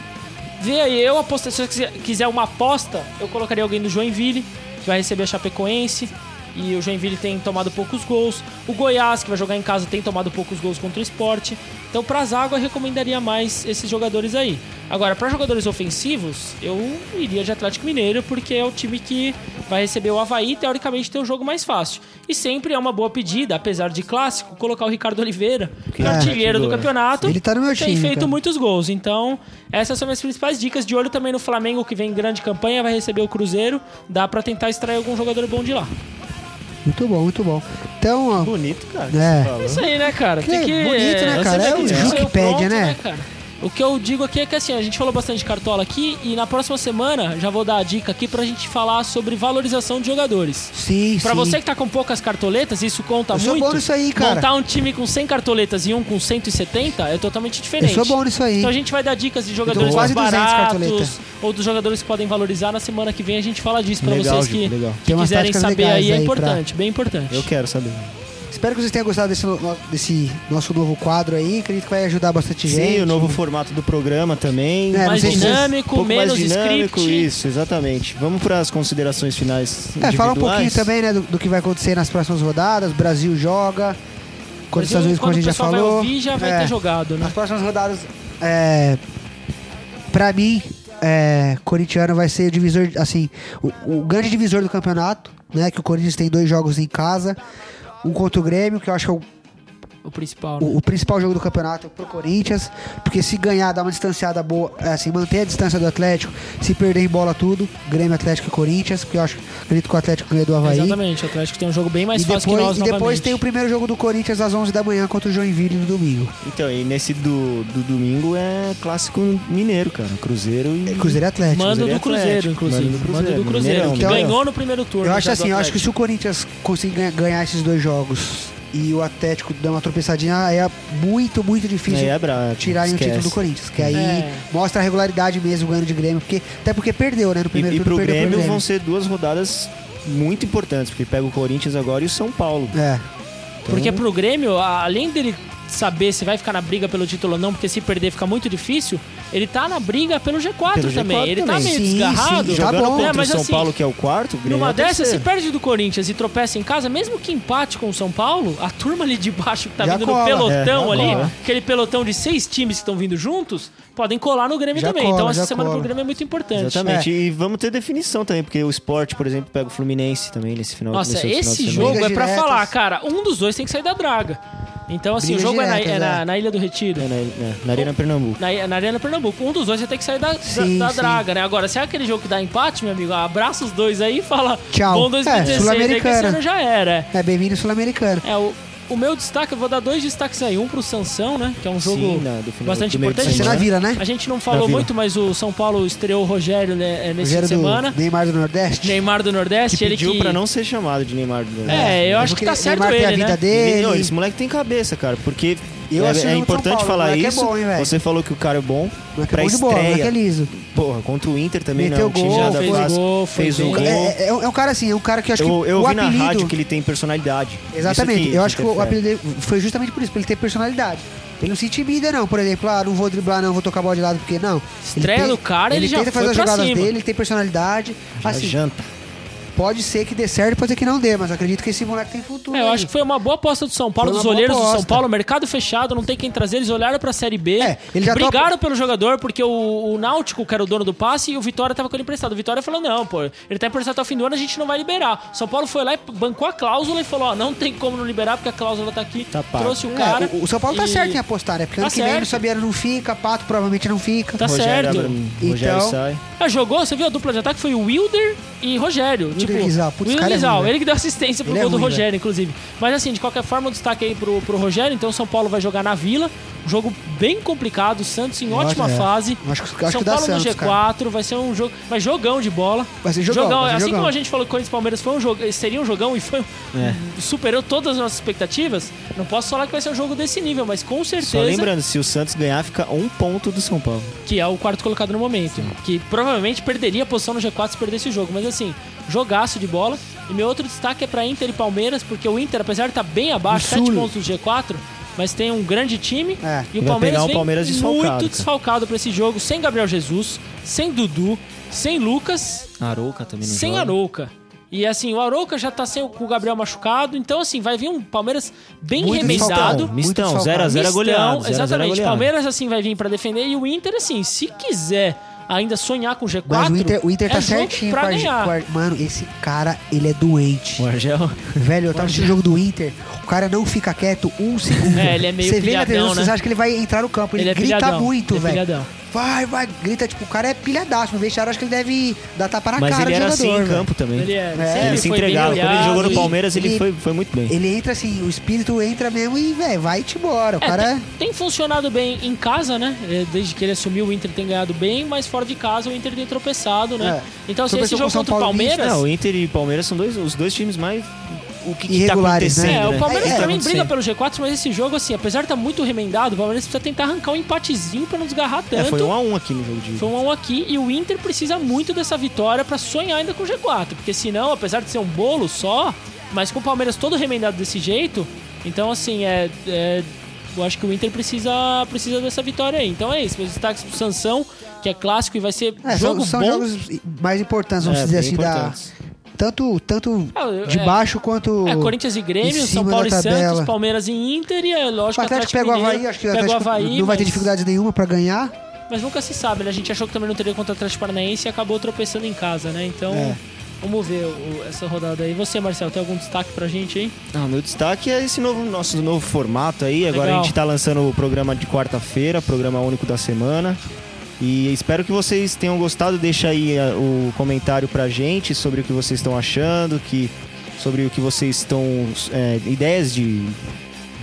[SPEAKER 2] ver aí. Eu aposto, se você quiser uma aposta, eu colocaria alguém do Joinville, que vai receber a Chapecoense. E o Joinville tem tomado poucos gols. O Goiás, que vai jogar em casa, tem tomado poucos gols contra o esporte. Então, pra Zaga, eu recomendaria mais esses jogadores aí. Agora, pra jogadores ofensivos, eu iria de Atlético Mineiro, porque é o time que vai receber o Havaí e, teoricamente, tem um jogo mais fácil. E sempre é uma boa pedida, apesar de clássico, colocar o Ricardo Oliveira, que é
[SPEAKER 1] é,
[SPEAKER 2] artilheiro do
[SPEAKER 1] artilheiro, né?
[SPEAKER 2] campeonato.
[SPEAKER 3] Ele tá no meu
[SPEAKER 2] tem
[SPEAKER 3] time,
[SPEAKER 2] feito
[SPEAKER 3] cara.
[SPEAKER 2] muitos gols. Então, essas são minhas principais dicas. De olho também no Flamengo, que vem em grande campanha, vai receber o Cruzeiro. Dá pra tentar extrair algum jogador bom de lá.
[SPEAKER 3] Muito bom, muito bom. Então, ó,
[SPEAKER 1] Bonito, cara. que
[SPEAKER 3] É.
[SPEAKER 1] você falou.
[SPEAKER 2] É isso aí, né, cara?
[SPEAKER 3] Que
[SPEAKER 2] Tem que.
[SPEAKER 3] bonito, né,
[SPEAKER 2] é,
[SPEAKER 3] cara?
[SPEAKER 2] você
[SPEAKER 3] É
[SPEAKER 2] tem
[SPEAKER 3] o
[SPEAKER 2] que ter seu
[SPEAKER 3] Juquipédia,
[SPEAKER 2] pronto,
[SPEAKER 3] né?
[SPEAKER 2] cara? O que eu digo aqui é que assim, a gente falou bastante de cartola aqui e na próxima semana já vou dar a dica aqui pra gente falar sobre valorização de jogadores.
[SPEAKER 3] sim,
[SPEAKER 2] Pra
[SPEAKER 3] sim.
[SPEAKER 2] você que tá com poucas cartoletas, isso conta
[SPEAKER 3] Eu
[SPEAKER 2] muito.
[SPEAKER 3] sou bom nisso aí, cara.
[SPEAKER 2] Montar um time com 100 cartoletas e um com 170 é totalmente
[SPEAKER 3] Eu
[SPEAKER 2] diferente.
[SPEAKER 3] sou bom nisso aí.
[SPEAKER 2] Então a gente vai dar dicas de jogadores
[SPEAKER 3] tô
[SPEAKER 2] mais
[SPEAKER 3] quase 200
[SPEAKER 2] baratos
[SPEAKER 3] cartoleta.
[SPEAKER 2] ou dos jogadores que podem valorizar. Na semana que vem a gente fala disso pra
[SPEAKER 1] Legal,
[SPEAKER 2] vocês que,
[SPEAKER 1] Gico, legal.
[SPEAKER 2] que
[SPEAKER 3] Tem umas
[SPEAKER 2] quiserem
[SPEAKER 3] táticas
[SPEAKER 2] saber
[SPEAKER 3] legais
[SPEAKER 2] aí. É
[SPEAKER 3] aí pra-
[SPEAKER 2] importante, bem importante.
[SPEAKER 1] Eu quero saber.
[SPEAKER 3] Espero que vocês tenham gostado desse, no- desse nosso novo quadro aí. Acredito que vai ajudar bastante gente.
[SPEAKER 1] Sim, o novo formato do programa também.
[SPEAKER 3] É, não
[SPEAKER 2] mais
[SPEAKER 3] sei se-
[SPEAKER 2] dinâmico,
[SPEAKER 1] pouco
[SPEAKER 2] menos
[SPEAKER 1] mais dinâmico,
[SPEAKER 2] script.
[SPEAKER 1] isso, exatamente. Vamos para as considerações finais
[SPEAKER 3] É,
[SPEAKER 1] individuais.
[SPEAKER 3] fala um pouquinho também, né, do, do que vai acontecer nas próximas rodadas. O Brasil joga. Contra os Estados Unidos, como a
[SPEAKER 2] quando
[SPEAKER 3] gente
[SPEAKER 2] o
[SPEAKER 3] já
[SPEAKER 2] pessoal
[SPEAKER 3] falou.
[SPEAKER 2] vai ouvir, já vai
[SPEAKER 3] É.
[SPEAKER 2] ter jogado,
[SPEAKER 3] Nas
[SPEAKER 2] né?
[SPEAKER 3] próximas rodadas, é, pra mim, é, corintiano vai ser o divisor, assim, o, o grande divisor do campeonato, né? Que o Corinthians tem dois jogos em casa. Um contra o Grêmio, que eu acho que é o
[SPEAKER 2] O principal, né?
[SPEAKER 3] o, o principal jogo do campeonato é pro Corinthians, porque se ganhar, dá uma distanciada boa, é, assim, manter a distância do Atlético, se perder em bola tudo, Grêmio, Atlético e Corinthians, porque eu acho, acredito que o Atlético ganha do Havaí.
[SPEAKER 2] Exatamente, o Atlético tem um jogo bem mais
[SPEAKER 3] e
[SPEAKER 2] fácil que nós
[SPEAKER 3] depois, e depois
[SPEAKER 2] novamente.
[SPEAKER 3] tem o primeiro jogo do Corinthians às 11 da manhã contra o Joinville no domingo.
[SPEAKER 1] Então, e nesse do, do domingo é clássico mineiro, cara. Cruzeiro e.
[SPEAKER 3] É Cruzeiro e Atlético.
[SPEAKER 2] Mando do
[SPEAKER 1] Cruzeiro e
[SPEAKER 2] Cruzeiro,
[SPEAKER 1] Atlético.
[SPEAKER 2] inclusive.
[SPEAKER 1] Manda do
[SPEAKER 2] Mando
[SPEAKER 1] Cruzeiro,
[SPEAKER 2] do Cruzeiro,
[SPEAKER 1] Mineirão,
[SPEAKER 2] que
[SPEAKER 3] então,
[SPEAKER 2] ganhou no primeiro turno.
[SPEAKER 3] Eu acho
[SPEAKER 2] já do
[SPEAKER 3] assim, eu acho que
[SPEAKER 2] Atlético.
[SPEAKER 3] se o Corinthians conseguir ganha- ganhar esses dois jogos e o Atlético der uma tropeçadinha, aí é muito, muito difícil
[SPEAKER 1] Aí é brabo,
[SPEAKER 3] tirarem
[SPEAKER 1] esquece.
[SPEAKER 3] o título do Corinthians. Que aí
[SPEAKER 2] É.
[SPEAKER 3] mostra a regularidade mesmo ganhando de Grêmio, porque, até porque perdeu, né? No
[SPEAKER 1] E,
[SPEAKER 3] primeiro
[SPEAKER 1] e pro
[SPEAKER 3] turno perdeu
[SPEAKER 1] Grêmio
[SPEAKER 3] pro Grêmio.
[SPEAKER 1] vão ser duas rodadas muito importantes, porque pega o Corinthians agora e o São Paulo.
[SPEAKER 3] É.
[SPEAKER 2] Porque pro Grêmio, a- além dele saber se vai ficar na briga pelo título ou não, porque se perder fica muito difícil, ele tá na briga pelo G4
[SPEAKER 1] Pelo
[SPEAKER 2] também.
[SPEAKER 1] G4
[SPEAKER 2] ele tá
[SPEAKER 1] também.
[SPEAKER 2] meio
[SPEAKER 3] Sim,
[SPEAKER 2] desgarrado.
[SPEAKER 3] sim, já-
[SPEAKER 1] Jogando
[SPEAKER 3] bom.
[SPEAKER 1] contra
[SPEAKER 2] É,
[SPEAKER 1] o
[SPEAKER 2] mas
[SPEAKER 1] São
[SPEAKER 2] assim,
[SPEAKER 1] Paulo, que é o quarto, o Grêmio é
[SPEAKER 2] Numa
[SPEAKER 1] o
[SPEAKER 2] dessas, se
[SPEAKER 1] terceiro.
[SPEAKER 2] perde do Corinthians e tropeça em casa, mesmo que empate com o São Paulo, a turma ali de baixo que tá
[SPEAKER 3] Já
[SPEAKER 2] vindo
[SPEAKER 3] cola,
[SPEAKER 2] no pelotão
[SPEAKER 1] é, já
[SPEAKER 2] ali,
[SPEAKER 1] cola.
[SPEAKER 2] aquele pelotão de seis times que estão vindo juntos, podem colar no Grêmio
[SPEAKER 3] Já
[SPEAKER 2] também.
[SPEAKER 3] cola,
[SPEAKER 2] então essa
[SPEAKER 3] já
[SPEAKER 2] semana
[SPEAKER 3] cola.
[SPEAKER 2] pro Grêmio é muito importante.
[SPEAKER 1] Exatamente. E vamos ter definição também, porque o esporte, por exemplo, pega o Fluminense também nesse final nesse
[SPEAKER 2] Nossa,
[SPEAKER 1] outro
[SPEAKER 2] esse
[SPEAKER 1] final de semana.
[SPEAKER 2] jogo é pra
[SPEAKER 3] Diretas.
[SPEAKER 2] falar, cara. Um dos dois tem que sair da draga. Então, assim,
[SPEAKER 3] Brigas
[SPEAKER 2] o jogo é, na, é
[SPEAKER 3] diretas,
[SPEAKER 2] na-
[SPEAKER 3] é.
[SPEAKER 2] na Ilha do Retiro.
[SPEAKER 1] É na, é, na Arena Pernambuco.
[SPEAKER 2] Na, na Arena Pernambuco. Um dos dois vai ter que sair da, da-
[SPEAKER 3] Sim,
[SPEAKER 2] da,
[SPEAKER 3] sim.
[SPEAKER 2] draga, né? Agora, se é aquele jogo que dá empate, meu amigo, abraça os dois aí e fala
[SPEAKER 3] Tchau.
[SPEAKER 2] bom 2016.
[SPEAKER 3] É,
[SPEAKER 2] aí que esse
[SPEAKER 3] Sul-Americana.
[SPEAKER 2] ano já era.
[SPEAKER 3] É, bem-vindo Sul-Americano.
[SPEAKER 2] É, o, o meu destaque, eu vou dar dois destaques aí. Um pro Sansão, né? Que é um jogo
[SPEAKER 1] Sim, na- do final-
[SPEAKER 2] bastante
[SPEAKER 1] do meio de
[SPEAKER 2] importante.
[SPEAKER 3] Vai ser na
[SPEAKER 1] Sim.
[SPEAKER 3] vila, né?
[SPEAKER 2] A gente não falou
[SPEAKER 1] Vila.
[SPEAKER 2] muito, mas o São Paulo estreou o Rogério né, é, nesse fim
[SPEAKER 3] Rogério
[SPEAKER 2] de semana.
[SPEAKER 3] do Neymar do Nordeste.
[SPEAKER 2] Neymar do Nordeste,
[SPEAKER 1] Que
[SPEAKER 2] ele
[SPEAKER 1] pediu
[SPEAKER 2] que...
[SPEAKER 1] pra não ser chamado de Neymar do Nordeste.
[SPEAKER 2] É, eu
[SPEAKER 3] Mas
[SPEAKER 2] acho que
[SPEAKER 3] porque
[SPEAKER 2] tá certo
[SPEAKER 3] Neymar tem a
[SPEAKER 2] ele,
[SPEAKER 3] vida
[SPEAKER 2] né?
[SPEAKER 3] dele.
[SPEAKER 1] Não, esse moleque tem cabeça, cara, porque
[SPEAKER 3] Eu
[SPEAKER 1] é,
[SPEAKER 3] acho
[SPEAKER 1] é
[SPEAKER 3] ele no São
[SPEAKER 1] importante
[SPEAKER 3] Paulo,
[SPEAKER 1] falar
[SPEAKER 3] o moleque é
[SPEAKER 1] isso.
[SPEAKER 3] bom, hein, velho?
[SPEAKER 1] Você falou que o cara é bom
[SPEAKER 3] Não é que é
[SPEAKER 1] pra
[SPEAKER 3] bom de bola, não é que é
[SPEAKER 1] estreia.
[SPEAKER 3] liso.
[SPEAKER 1] Porra, contra o Inter também,
[SPEAKER 3] Meteu
[SPEAKER 1] né? O time
[SPEAKER 3] gol,
[SPEAKER 1] já da
[SPEAKER 2] fez
[SPEAKER 1] base
[SPEAKER 2] gol, foi
[SPEAKER 1] fez o
[SPEAKER 2] bem.
[SPEAKER 1] gol.
[SPEAKER 3] É, é- é um cara assim, é um cara que eu acho
[SPEAKER 1] eu
[SPEAKER 3] que
[SPEAKER 1] eu
[SPEAKER 3] o
[SPEAKER 1] ouvi
[SPEAKER 3] apelido...
[SPEAKER 1] na rádio que ele tem personalidade.
[SPEAKER 3] Exatamente,
[SPEAKER 1] Isso
[SPEAKER 3] eu acho que o
[SPEAKER 1] interfere.
[SPEAKER 3] apelido dele foi justamente por isso, pra ele ter personalidade. Ele não se intimida, não. Por exemplo, ah, não vou driblar, não, vou tocar a bola de lado, porque não. Ele
[SPEAKER 2] Estreia do cara, ele já
[SPEAKER 3] tenta fazer
[SPEAKER 2] foi
[SPEAKER 3] as
[SPEAKER 2] pra
[SPEAKER 3] jogadas
[SPEAKER 2] cima.
[SPEAKER 3] dele, ele tem personalidade.
[SPEAKER 1] Já
[SPEAKER 3] assim,
[SPEAKER 1] janta.
[SPEAKER 3] Pode ser que dê certo, pode ser que não dê, mas eu acredito que esse moleque tem futuro.
[SPEAKER 2] É, eu
[SPEAKER 3] aí.
[SPEAKER 2] acho que foi uma boa aposta do São Paulo,
[SPEAKER 3] Foi
[SPEAKER 2] dos
[SPEAKER 3] uma boa
[SPEAKER 2] olheiros do São
[SPEAKER 3] aposta.
[SPEAKER 2] Paulo, mercado fechado, não tem quem trazer, eles olharam pra Série B,
[SPEAKER 3] É, ele já
[SPEAKER 2] brigaram pelo jogador, porque o, o Náutico, que era o dono do passe, e o Vitória tava com ele emprestado. O Vitória falou, não, pô, ele tá emprestado até o fim do ano, a gente não vai liberar. São Paulo foi lá e bancou a cláusula e falou, ó, não tem como não liberar, porque a cláusula tá aqui,
[SPEAKER 1] Tá pago.
[SPEAKER 2] trouxe o
[SPEAKER 3] É,
[SPEAKER 2] cara.
[SPEAKER 3] o, o São Paulo tá
[SPEAKER 2] e-
[SPEAKER 3] certo em apostar, né? Porque
[SPEAKER 2] Tá
[SPEAKER 3] ano que vem
[SPEAKER 2] certo.
[SPEAKER 3] o Sabiano não fica, Pato provavelmente não fica.
[SPEAKER 2] Tá
[SPEAKER 1] Rogério,
[SPEAKER 2] certo.
[SPEAKER 1] abre- um- Rogério
[SPEAKER 3] Então-
[SPEAKER 1] sai.
[SPEAKER 2] Ah, jogou, você viu a dupla de ataque? Foi o Wilder e Rogério. tipo,
[SPEAKER 3] Guizal, putz, cara é
[SPEAKER 2] Guizal,
[SPEAKER 3] ruim, né?
[SPEAKER 2] ele que deu assistência pro
[SPEAKER 3] Ele é
[SPEAKER 2] gol do
[SPEAKER 3] ruim,
[SPEAKER 2] Rogério, inclusive. Mas assim, de qualquer forma, o destaque aí pro, pro Rogério. Então, o São Paulo vai jogar na Vila. Um jogo bem complicado. o Santos em
[SPEAKER 3] Eu
[SPEAKER 2] ótima
[SPEAKER 3] acho- é.
[SPEAKER 2] fase.
[SPEAKER 3] Eu acho que- eu acho
[SPEAKER 2] São
[SPEAKER 3] que dá
[SPEAKER 2] Paulo no
[SPEAKER 3] Santos,
[SPEAKER 2] G4. Vai ser um jogo. Mas jogão de bola.
[SPEAKER 3] Vai ser jogão, vai ser
[SPEAKER 2] assim
[SPEAKER 3] jogão.
[SPEAKER 2] como a gente falou que Corinthians e Palmeiras foi um jogo, seria um jogão e foi. Superou todas as nossas expectativas. Não posso falar que vai ser um jogo desse nível, mas com certeza.
[SPEAKER 1] Só lembrando, se o Santos ganhar, fica um ponto do São Paulo.
[SPEAKER 2] que é o quarto colocado no momento, que provavelmente perderia a posição no G4 se perdesse o jogo, mas assim, jogaço de bola. E meu outro destaque é para Inter e Palmeiras, porque o Inter, apesar de estar bem abaixo,
[SPEAKER 3] Insúlio.
[SPEAKER 2] 7 pontos do G4, mas tem um grande time
[SPEAKER 3] É,
[SPEAKER 2] e o
[SPEAKER 1] vai
[SPEAKER 2] Palmeiras,
[SPEAKER 1] pegar um
[SPEAKER 2] vem
[SPEAKER 1] Palmeiras desfalcado,
[SPEAKER 2] muito
[SPEAKER 1] cara.
[SPEAKER 2] desfalcado para esse jogo, sem Gabriel Jesus, sem Dudu, sem Lucas,
[SPEAKER 1] Arouca também não
[SPEAKER 2] sem
[SPEAKER 1] joga.
[SPEAKER 2] Arouca. E assim, o Arouca já tá sem o com o Gabriel machucado, então assim, vai vir um Palmeiras bem
[SPEAKER 3] Muito
[SPEAKER 2] remendado.
[SPEAKER 3] desfalcado.
[SPEAKER 1] Mistão,
[SPEAKER 3] Muito
[SPEAKER 1] mistão,
[SPEAKER 3] desfalcado.
[SPEAKER 1] 0x0
[SPEAKER 2] Mistão,
[SPEAKER 1] é goleado. 0 a 0
[SPEAKER 2] Exatamente.
[SPEAKER 1] goleado.
[SPEAKER 2] Palmeiras assim vai vir pra defender e o Inter assim, se quiser ainda sonhar com G4,
[SPEAKER 3] Mas o Inter, o Inter
[SPEAKER 2] é
[SPEAKER 3] tá
[SPEAKER 2] jogo
[SPEAKER 3] certinho
[SPEAKER 2] pra
[SPEAKER 3] com a-
[SPEAKER 2] ganhar.
[SPEAKER 3] com a- Mano, esse cara, ele é doente.
[SPEAKER 1] O Argel.
[SPEAKER 3] Velho, eu tava assistindo o jogo do Inter, o cara não fica quieto um segundo.
[SPEAKER 2] É, ele é meio
[SPEAKER 3] Você vê
[SPEAKER 2] pilhadão,
[SPEAKER 3] na televisão,
[SPEAKER 2] né?
[SPEAKER 3] você acha que ele vai entrar no campo. Ele,
[SPEAKER 2] Ele é
[SPEAKER 3] grita
[SPEAKER 2] pilhadão,
[SPEAKER 3] muito,
[SPEAKER 2] ele é
[SPEAKER 3] velho.
[SPEAKER 2] pilhadão.
[SPEAKER 3] vai, vai, grita. Tipo, o cara é pilhadaço. No vestiário, acho que ele deve dar tapa na
[SPEAKER 1] Mas
[SPEAKER 3] cara
[SPEAKER 1] ele era
[SPEAKER 3] do
[SPEAKER 1] assim
[SPEAKER 3] jogador,
[SPEAKER 1] em
[SPEAKER 3] velho.
[SPEAKER 1] campo também.
[SPEAKER 2] Ele, é,
[SPEAKER 3] É,
[SPEAKER 2] sempre
[SPEAKER 1] Ele se
[SPEAKER 2] foi bem
[SPEAKER 1] entregava. Quando ele
[SPEAKER 2] olhado
[SPEAKER 1] jogou no
[SPEAKER 2] e-
[SPEAKER 1] Palmeiras, ele,
[SPEAKER 3] ele-
[SPEAKER 1] foi, foi muito bem.
[SPEAKER 3] Ele entra assim, o espírito entra mesmo e, velho, vai-te embora. O
[SPEAKER 2] É,
[SPEAKER 3] cara...
[SPEAKER 2] tem, tem funcionado bem em casa, né? É, Desde que ele assumiu, o Inter tem ganhado bem, mas fora de casa o Inter tem tropeçado, né?
[SPEAKER 3] É.
[SPEAKER 2] Então, se esse
[SPEAKER 3] Tropeçou com
[SPEAKER 2] jogo
[SPEAKER 3] o São
[SPEAKER 2] contra o
[SPEAKER 3] Paulo misto,
[SPEAKER 2] Palmeiras.
[SPEAKER 1] Não, o Inter e o Palmeiras são dois, os dois times mais. O que, que tá
[SPEAKER 3] Irregulares, né?
[SPEAKER 1] acontecendo?
[SPEAKER 2] É, o Palmeiras
[SPEAKER 3] É, é,
[SPEAKER 2] também
[SPEAKER 1] tá
[SPEAKER 2] briga
[SPEAKER 1] acontecendo.
[SPEAKER 2] pelo G4, mas esse jogo, assim, apesar de estar muito remendado, o Palmeiras precisa tentar arrancar um empatezinho pra não desgarrar tanto.
[SPEAKER 1] É, foi um a um aqui no jogo de.
[SPEAKER 2] Foi um a um aqui e o Inter precisa muito dessa vitória pra sonhar ainda com o G4, porque senão, apesar de ser um bolo só, mas com o Palmeiras todo remendado desse jeito, então assim, é, é, eu acho que o Inter precisa, precisa dessa vitória aí. Então é isso, meus destaques pro Sansão, que é clássico e vai ser
[SPEAKER 3] É, são-
[SPEAKER 2] jogo
[SPEAKER 3] são,
[SPEAKER 2] bom.
[SPEAKER 3] jogos mais importantes, vamos
[SPEAKER 1] É,
[SPEAKER 3] dizer
[SPEAKER 1] bem
[SPEAKER 3] assim, da,
[SPEAKER 1] importantes.
[SPEAKER 3] tanto, tanto
[SPEAKER 2] Ah, eu-
[SPEAKER 3] de
[SPEAKER 2] é.
[SPEAKER 3] baixo quanto.
[SPEAKER 2] É, Corinthians e Grêmio,
[SPEAKER 3] em
[SPEAKER 2] São
[SPEAKER 3] cima
[SPEAKER 2] Paulo e
[SPEAKER 3] da tabela.
[SPEAKER 2] Santos, Palmeiras e Inter, e é
[SPEAKER 3] O
[SPEAKER 2] lógico
[SPEAKER 3] Atlético pegou o Havaí,
[SPEAKER 2] Mineiro
[SPEAKER 3] acho que o
[SPEAKER 2] pegou
[SPEAKER 3] Atlético
[SPEAKER 2] Havaí,
[SPEAKER 3] não vai ter
[SPEAKER 2] mas-
[SPEAKER 3] dificuldade nenhuma pra ganhar.
[SPEAKER 2] Mas nunca se sabe, né? A gente achou que também não teria contra o Atlético Paranaense e acabou tropeçando em casa, né? Então,
[SPEAKER 3] É.
[SPEAKER 2] vamos ver o- essa rodada aí. Você, Marcelo, tem algum destaque pra gente aí?
[SPEAKER 1] Ah, meu destaque é esse novo, nosso novo formato aí. Agora
[SPEAKER 2] Legal.
[SPEAKER 1] a gente tá lançando o programa de quarta-feira, programa único da semana. E espero que vocês tenham gostado. Deixa aí ah, o comentário pra gente sobre o que vocês estão achando, que, sobre o que vocês estão. é, ideias de,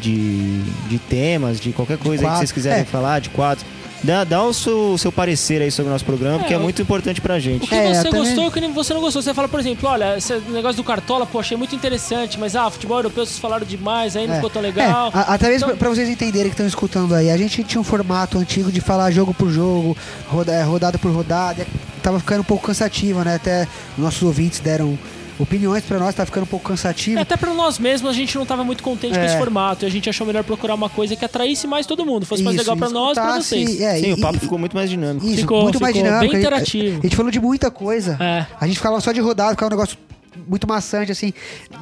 [SPEAKER 1] de, de temas, de qualquer coisa aí que
[SPEAKER 3] quadro,
[SPEAKER 1] vocês quiserem
[SPEAKER 3] é.
[SPEAKER 1] falar, de quatro. Dá, dá o seu, o seu parecer aí sobre o nosso programa, porque é
[SPEAKER 2] eu-
[SPEAKER 1] muito importante pra gente.
[SPEAKER 2] O que
[SPEAKER 3] É,
[SPEAKER 2] você
[SPEAKER 3] eu também-
[SPEAKER 2] gostou e o que nem- você não gostou? Você fala, por exemplo, olha, esse negócio do Cartola, pô, achei muito interessante, mas ah, futebol europeu vocês falaram demais, aí não
[SPEAKER 3] É.
[SPEAKER 2] ficou tão legal.
[SPEAKER 3] É, a- até mesmo
[SPEAKER 2] Então-
[SPEAKER 3] pra vocês entenderem que estão escutando aí, a gente tinha um formato antigo de falar jogo por jogo, roda, é, rodada por rodada, e tava ficando um pouco cansativo, né? Até nossos ouvintes deram opiniões pra nós, tava ficando um pouco cansativo.
[SPEAKER 2] É, Até pra nós mesmos, a gente não tava muito contente com
[SPEAKER 3] É.
[SPEAKER 2] esse formato. E a gente achou melhor procurar uma coisa que atraísse mais todo mundo. Fosse mais
[SPEAKER 3] Isso,
[SPEAKER 2] legal pra nós e pra
[SPEAKER 3] escutasse,
[SPEAKER 2] vocês.
[SPEAKER 3] é,
[SPEAKER 1] Sim,
[SPEAKER 3] e-
[SPEAKER 1] o papo
[SPEAKER 3] e-
[SPEAKER 1] ficou muito mais dinâmico.
[SPEAKER 3] Isso,
[SPEAKER 2] Ficou-
[SPEAKER 3] muito mais
[SPEAKER 2] ficou
[SPEAKER 3] dinâmico.
[SPEAKER 2] bem
[SPEAKER 3] a gente-
[SPEAKER 2] interativo.
[SPEAKER 3] A gente falou de muita coisa.
[SPEAKER 2] É.
[SPEAKER 3] A gente falava só de rodada, ficava um negócio muito maçante, assim,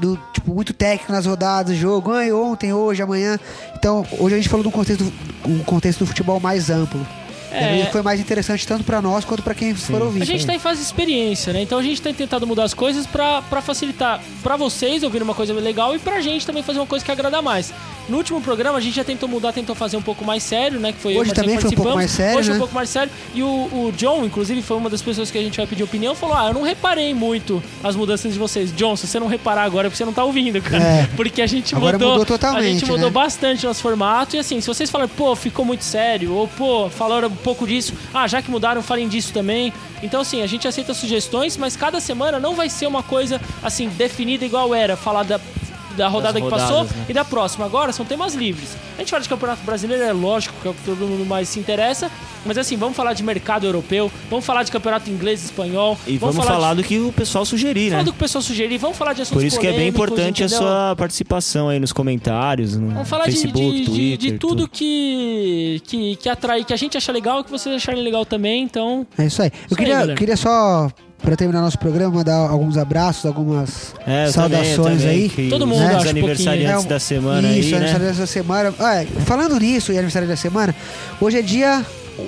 [SPEAKER 3] do, tipo, muito técnico nas rodadas, jogo, ai, ontem, hoje, amanhã. Então, hoje a gente falou de um contexto, um contexto do futebol mais amplo.
[SPEAKER 2] É.
[SPEAKER 3] E aí foi mais interessante tanto pra nós quanto pra quem for ouvir.
[SPEAKER 2] A gente tá em fase de experiência, né? Então a gente tem tentado mudar as coisas pra, pra facilitar pra vocês ouvirem uma coisa legal e pra gente também fazer uma coisa que agrada mais. No último programa a gente já tentou mudar, tentou fazer um pouco mais sério, né? Que foi eu e o
[SPEAKER 3] Hoje
[SPEAKER 2] Marcelo
[SPEAKER 3] também
[SPEAKER 2] que
[SPEAKER 3] foi um pouco
[SPEAKER 2] participamos.
[SPEAKER 3] mais sério,
[SPEAKER 2] Hoje é um
[SPEAKER 3] né?
[SPEAKER 2] pouco mais sério. E o, o John, inclusive, foi uma das pessoas que a gente vai pedir opinião, falou: Ah, eu não reparei muito as mudanças de vocês. John, se você não reparar agora, é porque você não tá ouvindo, cara.
[SPEAKER 3] É.
[SPEAKER 2] Porque a gente
[SPEAKER 3] Agora
[SPEAKER 2] mudou.
[SPEAKER 3] mudou
[SPEAKER 2] A
[SPEAKER 3] totalmente,
[SPEAKER 2] gente mudou
[SPEAKER 3] né?
[SPEAKER 2] bastante nosso formato. E assim, se vocês falarem, pô, ficou muito sério, ou pô, falaram um pouco disso, ah, já que mudaram, falem disso também. Então, assim, a gente aceita sugestões, mas cada semana não vai ser uma coisa, assim, definida igual era, falar da. Da rodada que
[SPEAKER 1] rodadas,
[SPEAKER 2] passou
[SPEAKER 1] né?
[SPEAKER 2] e da próxima. Agora são temas livres. A gente fala de Campeonato Brasileiro, é lógico que é o que todo mundo mais se interessa, mas assim, vamos falar de mercado europeu, vamos falar de Campeonato Inglês e Espanhol,
[SPEAKER 1] E vamos,
[SPEAKER 2] falar,
[SPEAKER 1] falar
[SPEAKER 2] de,
[SPEAKER 1] do que o pessoal sugerir,
[SPEAKER 2] falar
[SPEAKER 1] né?
[SPEAKER 2] do que o pessoal sugerir, vamos falar de assuntos
[SPEAKER 1] Por isso que é bem
[SPEAKER 2] polêmicos,
[SPEAKER 1] importante a
[SPEAKER 2] entendeu?
[SPEAKER 1] sua participação aí nos comentários, no
[SPEAKER 2] Vamos falar de-
[SPEAKER 1] Facebook,
[SPEAKER 2] de, de-
[SPEAKER 1] Twitter.
[SPEAKER 2] de tudo que, que, que atrai, que a gente acha legal e que vocês acharem legal também, então.
[SPEAKER 3] É isso aí. Eu
[SPEAKER 2] aí,
[SPEAKER 3] queria,
[SPEAKER 2] galera.
[SPEAKER 3] queria só Pra terminar nosso programa, mandar alguns abraços, algumas
[SPEAKER 1] É, eu
[SPEAKER 3] saudações
[SPEAKER 1] também, eu também,
[SPEAKER 3] aí.
[SPEAKER 1] que
[SPEAKER 2] Todo mundo,
[SPEAKER 1] os
[SPEAKER 2] acho, um pouquinho.
[SPEAKER 1] aniversariantes
[SPEAKER 3] É,
[SPEAKER 1] da semana
[SPEAKER 3] Isso,
[SPEAKER 1] aí,
[SPEAKER 3] aniversário
[SPEAKER 1] né?
[SPEAKER 3] dessa semana. Ah, é, falando nisso e aniversário da semana, hoje é dia.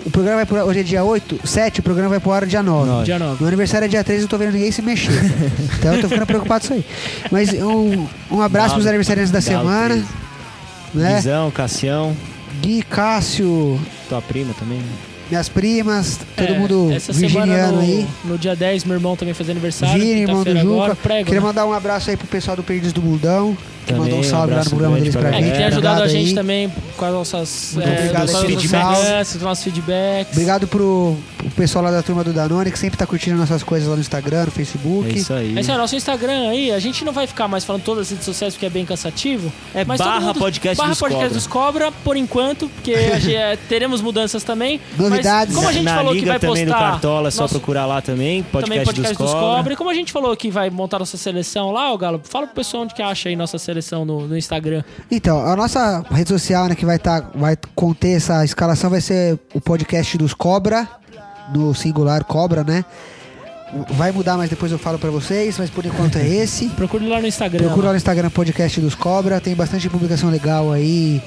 [SPEAKER 3] O programa vai pro, hoje é dia 8, 7, o programa vai pro ar dia 9.
[SPEAKER 1] Nove.
[SPEAKER 2] Dia 9.
[SPEAKER 3] Meu aniversário é dia 3 eu tô vendo ninguém se mexer. então eu tô ficando preocupado com isso aí. Mas um, um abraço pros
[SPEAKER 1] Galo.
[SPEAKER 3] aniversariantes da
[SPEAKER 1] Galo
[SPEAKER 3] semana.
[SPEAKER 1] treze.
[SPEAKER 3] Né?
[SPEAKER 1] Guizão, Cassião,
[SPEAKER 3] Gui, Cássio,
[SPEAKER 1] tua prima também. né?
[SPEAKER 3] minhas primas, todo
[SPEAKER 2] É,
[SPEAKER 3] mundo
[SPEAKER 2] essa semana
[SPEAKER 3] virginiano
[SPEAKER 2] no,
[SPEAKER 3] aí.
[SPEAKER 2] no dia 10, meu irmão também fez aniversário.
[SPEAKER 3] Vini, irmão do
[SPEAKER 2] quinta-feira
[SPEAKER 3] Juca.
[SPEAKER 2] agora, prego,
[SPEAKER 3] Queria
[SPEAKER 2] né?
[SPEAKER 3] mandar um abraço aí pro pessoal do Perdidos do Mundão, que
[SPEAKER 1] Também,
[SPEAKER 3] mandou um
[SPEAKER 1] um
[SPEAKER 3] salve lá no
[SPEAKER 1] abraço
[SPEAKER 3] programa
[SPEAKER 1] grande
[SPEAKER 3] deles pra
[SPEAKER 1] pra
[SPEAKER 2] É, que
[SPEAKER 3] gente.
[SPEAKER 2] tem
[SPEAKER 1] galera.
[SPEAKER 2] ajudado a
[SPEAKER 3] Obrigado
[SPEAKER 2] gente
[SPEAKER 3] aí.
[SPEAKER 2] também com as nossas é,
[SPEAKER 3] Muito obrigado
[SPEAKER 2] com
[SPEAKER 1] aí
[SPEAKER 2] os
[SPEAKER 1] pelos
[SPEAKER 2] nossos
[SPEAKER 1] feedbacks.
[SPEAKER 2] feedbacks, os nossos feedbacks.
[SPEAKER 3] Obrigado pro, pro pessoal lá da turma do Danone, que sempre tá curtindo nossas coisas lá no Instagram, no
[SPEAKER 1] É
[SPEAKER 3] Facebook.
[SPEAKER 1] isso aí.
[SPEAKER 2] Esse é o nosso Instagram aí. A gente não vai ficar mais falando todas as redes sociais porque é bem cansativo.
[SPEAKER 1] É
[SPEAKER 2] mas todo
[SPEAKER 1] barra
[SPEAKER 2] mundo-
[SPEAKER 1] podcast
[SPEAKER 2] barra
[SPEAKER 1] dos
[SPEAKER 2] podcast
[SPEAKER 1] Cobra.
[SPEAKER 2] dos Cobra, por enquanto, porque a gente, é, teremos mudanças também. Mas
[SPEAKER 3] Novidades.
[SPEAKER 2] como a gente
[SPEAKER 1] Na
[SPEAKER 2] falou
[SPEAKER 1] Liga
[SPEAKER 2] que vai
[SPEAKER 1] também
[SPEAKER 2] postar
[SPEAKER 1] do Cartola, é só
[SPEAKER 2] nosso-
[SPEAKER 1] procurar lá também, podcast,
[SPEAKER 2] também podcast
[SPEAKER 1] dos, Cobra.
[SPEAKER 2] E como a gente falou que vai montar nossa seleção lá, o Galo, fala pro pessoal onde que acha aí nossa seleção no, no Instagram.
[SPEAKER 3] Então, a nossa rede social, né, que vai, tá, vai conter essa escalação, vai ser o podcast dos Cobra, no singular Cobra, né? Vai mudar, mas depois eu falo pra vocês, mas por enquanto é esse.
[SPEAKER 2] Procure lá no Instagram.
[SPEAKER 3] Procura lá no Instagram podcast dos Cobra, tem bastante publicação legal aí,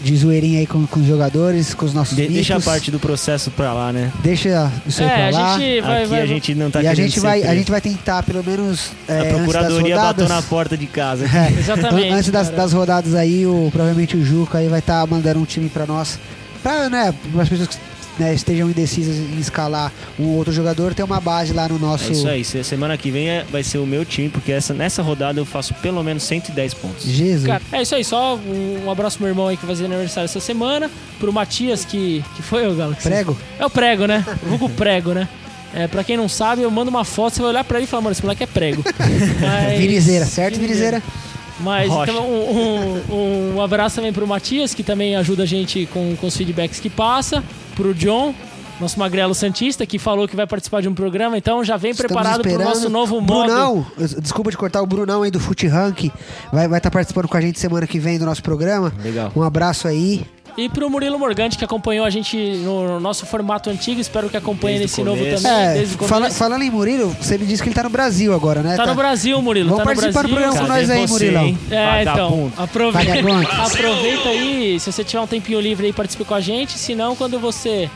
[SPEAKER 3] de zoeirinha aí com, com os jogadores, com os nossos
[SPEAKER 1] De- deixa a
[SPEAKER 3] micos.
[SPEAKER 1] parte do processo pra lá, né?
[SPEAKER 3] Deixa isso aí
[SPEAKER 2] é,
[SPEAKER 3] pra lá.
[SPEAKER 2] a gente vai.
[SPEAKER 1] Aqui
[SPEAKER 2] vai-
[SPEAKER 1] a gente não tá
[SPEAKER 3] e a
[SPEAKER 1] querendo
[SPEAKER 3] gente, vai,
[SPEAKER 1] ser
[SPEAKER 3] a gente vai tentar, pelo menos. é,
[SPEAKER 1] A
[SPEAKER 3] antes das
[SPEAKER 1] procuradoria
[SPEAKER 3] rodadas-
[SPEAKER 1] bateu na porta de casa.
[SPEAKER 3] É,
[SPEAKER 2] Exatamente,
[SPEAKER 3] an- Antes das,
[SPEAKER 2] cara.
[SPEAKER 3] das rodadas aí, o, provavelmente o Juca aí vai estar mandando um time pra nós. Pra, né, as pessoas que né, estejam indecisas em escalar um ou outro jogador, tem uma base lá no
[SPEAKER 1] É
[SPEAKER 3] nosso.
[SPEAKER 1] isso aí. se- Semana que vem é- vai ser o meu time, porque essa, nessa rodada eu faço pelo menos 110 pontos.
[SPEAKER 3] Jesus.
[SPEAKER 2] Cara, é isso aí, só um, um abraço pro meu irmão aí que vai fazer aniversário essa semana. Pro Matias, que, que foi o Galo. que você-
[SPEAKER 3] Prego?
[SPEAKER 2] É o prego, né? O vulgo prego, né? É, pra quem não sabe, eu mando uma foto, você vai olhar pra ele e falar, mano, esse moleque é prego. Mas-
[SPEAKER 3] Vinizeira, certo, Vinizeira?
[SPEAKER 2] Mas
[SPEAKER 1] Rocha.
[SPEAKER 2] então, um, um- um abraço também pro Matias, que também ajuda a gente com, com os feedbacks que passa. Pro John, nosso magrelo Santista, que falou que vai participar de um programa, então já vem preparado pro nosso novo modo.
[SPEAKER 3] Brunão, eu- desculpa de cortar, o Brunão aí do Foot Rank vai estar participando com a gente semana que vem do nosso programa.
[SPEAKER 1] Legal.
[SPEAKER 3] Um abraço aí.
[SPEAKER 2] E pro Murilo Morgante, que acompanhou a gente no nosso formato antigo, espero que acompanhe nesse
[SPEAKER 1] Desde o
[SPEAKER 2] novo
[SPEAKER 1] começo.
[SPEAKER 2] também,
[SPEAKER 3] É,
[SPEAKER 2] desde o começo.
[SPEAKER 3] fala- falando em Murilo, você me disse que ele tá no Brasil agora, né?
[SPEAKER 2] Tá no Brasil, Murilo.
[SPEAKER 3] Vamos
[SPEAKER 2] tá no
[SPEAKER 3] participar do
[SPEAKER 2] Brasil.
[SPEAKER 3] programa com nós aí, Murilão.
[SPEAKER 2] É, então,
[SPEAKER 1] Vagabundo.
[SPEAKER 2] aproveita,
[SPEAKER 3] Vagabundo.
[SPEAKER 2] aproveita aí, se você tiver um tempinho livre aí, participe com a gente, se não, quando você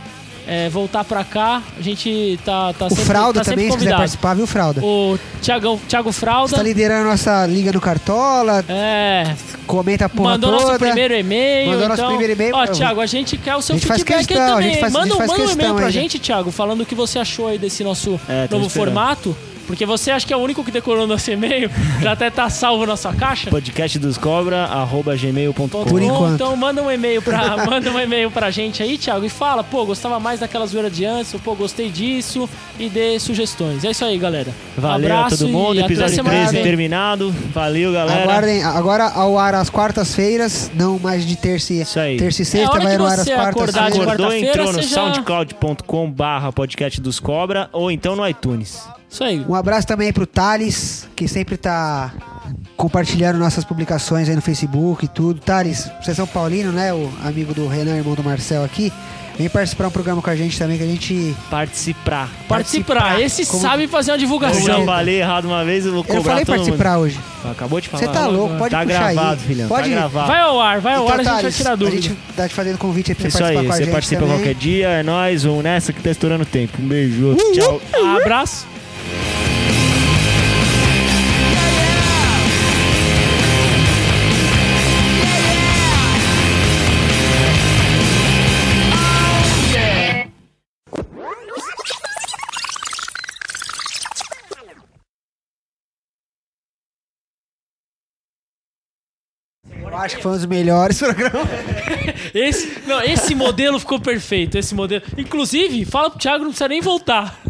[SPEAKER 2] é, voltar pra cá, a gente tá, tá
[SPEAKER 3] O
[SPEAKER 2] sempre,
[SPEAKER 3] Fralda
[SPEAKER 2] tá sempre
[SPEAKER 3] também, se quiser
[SPEAKER 2] convidado.
[SPEAKER 3] participar, tá viu, Fralda?
[SPEAKER 2] O Thiago, Thiago Fralda,
[SPEAKER 3] Está liderando a nossa liga no Cartola,
[SPEAKER 2] é,
[SPEAKER 3] comenta a porra
[SPEAKER 2] mandou
[SPEAKER 3] toda.
[SPEAKER 2] nosso primeiro e-mail.
[SPEAKER 3] Mandou nosso
[SPEAKER 2] então,
[SPEAKER 3] primeiro e-mail.
[SPEAKER 2] Ó, Thiago, a gente quer o seu
[SPEAKER 3] A gente faz
[SPEAKER 2] feedback aí
[SPEAKER 3] questão, a
[SPEAKER 2] também.
[SPEAKER 3] gente faz- a
[SPEAKER 2] manda
[SPEAKER 3] gente faz
[SPEAKER 2] manda um e-mail
[SPEAKER 3] questão
[SPEAKER 2] pra
[SPEAKER 3] aí,
[SPEAKER 2] gente, Thiago, falando o que você achou aí desse nosso
[SPEAKER 1] É, tô
[SPEAKER 2] novo
[SPEAKER 1] esperando.
[SPEAKER 2] formato. Porque você acha que é o único que decorou nosso e-mail, já até tá salvo na sua caixa.
[SPEAKER 1] Podcast dos Cobra, arroba gmail.com.
[SPEAKER 3] Por
[SPEAKER 2] Ou
[SPEAKER 3] enquanto.
[SPEAKER 2] Então manda um e-mail pra, manda um e-mail pra gente aí, Thiago, e fala, pô, gostava mais daquela zoeira de antes, ou, pô, gostei disso, e dê sugestões. É isso aí, galera.
[SPEAKER 1] Valeu a
[SPEAKER 2] Abraço
[SPEAKER 1] todo mundo,
[SPEAKER 2] e até
[SPEAKER 1] episódio
[SPEAKER 2] semana que
[SPEAKER 1] 13
[SPEAKER 2] vem.
[SPEAKER 1] terminado. Valeu, galera.
[SPEAKER 3] Aguardem, agora ao ar às quartas-feiras, não mais de terça e,
[SPEAKER 1] Isso aí.
[SPEAKER 3] terça e
[SPEAKER 2] É a
[SPEAKER 3] sexta,
[SPEAKER 2] hora
[SPEAKER 3] vai
[SPEAKER 2] que
[SPEAKER 3] ao ar às
[SPEAKER 2] você acordar de
[SPEAKER 3] quartas-feiras.
[SPEAKER 1] Acordou,
[SPEAKER 2] quarta-feira,
[SPEAKER 1] entrou no
[SPEAKER 2] você já-
[SPEAKER 1] soundcloud.com barra podcast dos Cobra ou então no iTunes.
[SPEAKER 2] Isso aí.
[SPEAKER 3] Um abraço também aí pro Thales, que sempre tá compartilhando nossas publicações aí no Facebook e tudo. Thales, você é São Paulino, né? O amigo do Renan, irmão do Marcel aqui. Vem participar um programa com a gente também, que a gente.
[SPEAKER 1] Participar.
[SPEAKER 2] Participar. Esse
[SPEAKER 3] Como-
[SPEAKER 2] sabe fazer uma
[SPEAKER 1] Eu já
[SPEAKER 2] divulgação.
[SPEAKER 1] falei errado uma vez, eu vou
[SPEAKER 3] Eu
[SPEAKER 1] cobrar
[SPEAKER 3] não falei
[SPEAKER 1] todo mundo.
[SPEAKER 3] participar hoje.
[SPEAKER 1] Acabou de falar.
[SPEAKER 3] Você tá louco, pode
[SPEAKER 1] tá
[SPEAKER 3] puxar
[SPEAKER 1] gravado,
[SPEAKER 3] aí.
[SPEAKER 1] filhão.
[SPEAKER 3] Pode
[SPEAKER 1] Tá gravado.
[SPEAKER 2] Vai ao ar, vai ao ar, a gente vai
[SPEAKER 3] Thales,
[SPEAKER 2] tirar dúvida.
[SPEAKER 3] Então tá, A gente tá te fazendo convite aí pra você
[SPEAKER 1] Isso
[SPEAKER 3] participar
[SPEAKER 1] aí,
[SPEAKER 3] com a
[SPEAKER 1] você
[SPEAKER 3] gente
[SPEAKER 1] participa
[SPEAKER 3] também.
[SPEAKER 1] qualquer dia, é nóis, vamos nessa que tá estourando o tempo. Um beijo, outro, tchau.
[SPEAKER 2] Abraço.
[SPEAKER 3] Eu acho que foi um dos melhores programas.
[SPEAKER 2] Esse, não, esse modelo ficou perfeito, esse modelo. Inclusive, fala pro Thiago, não precisa nem voltar.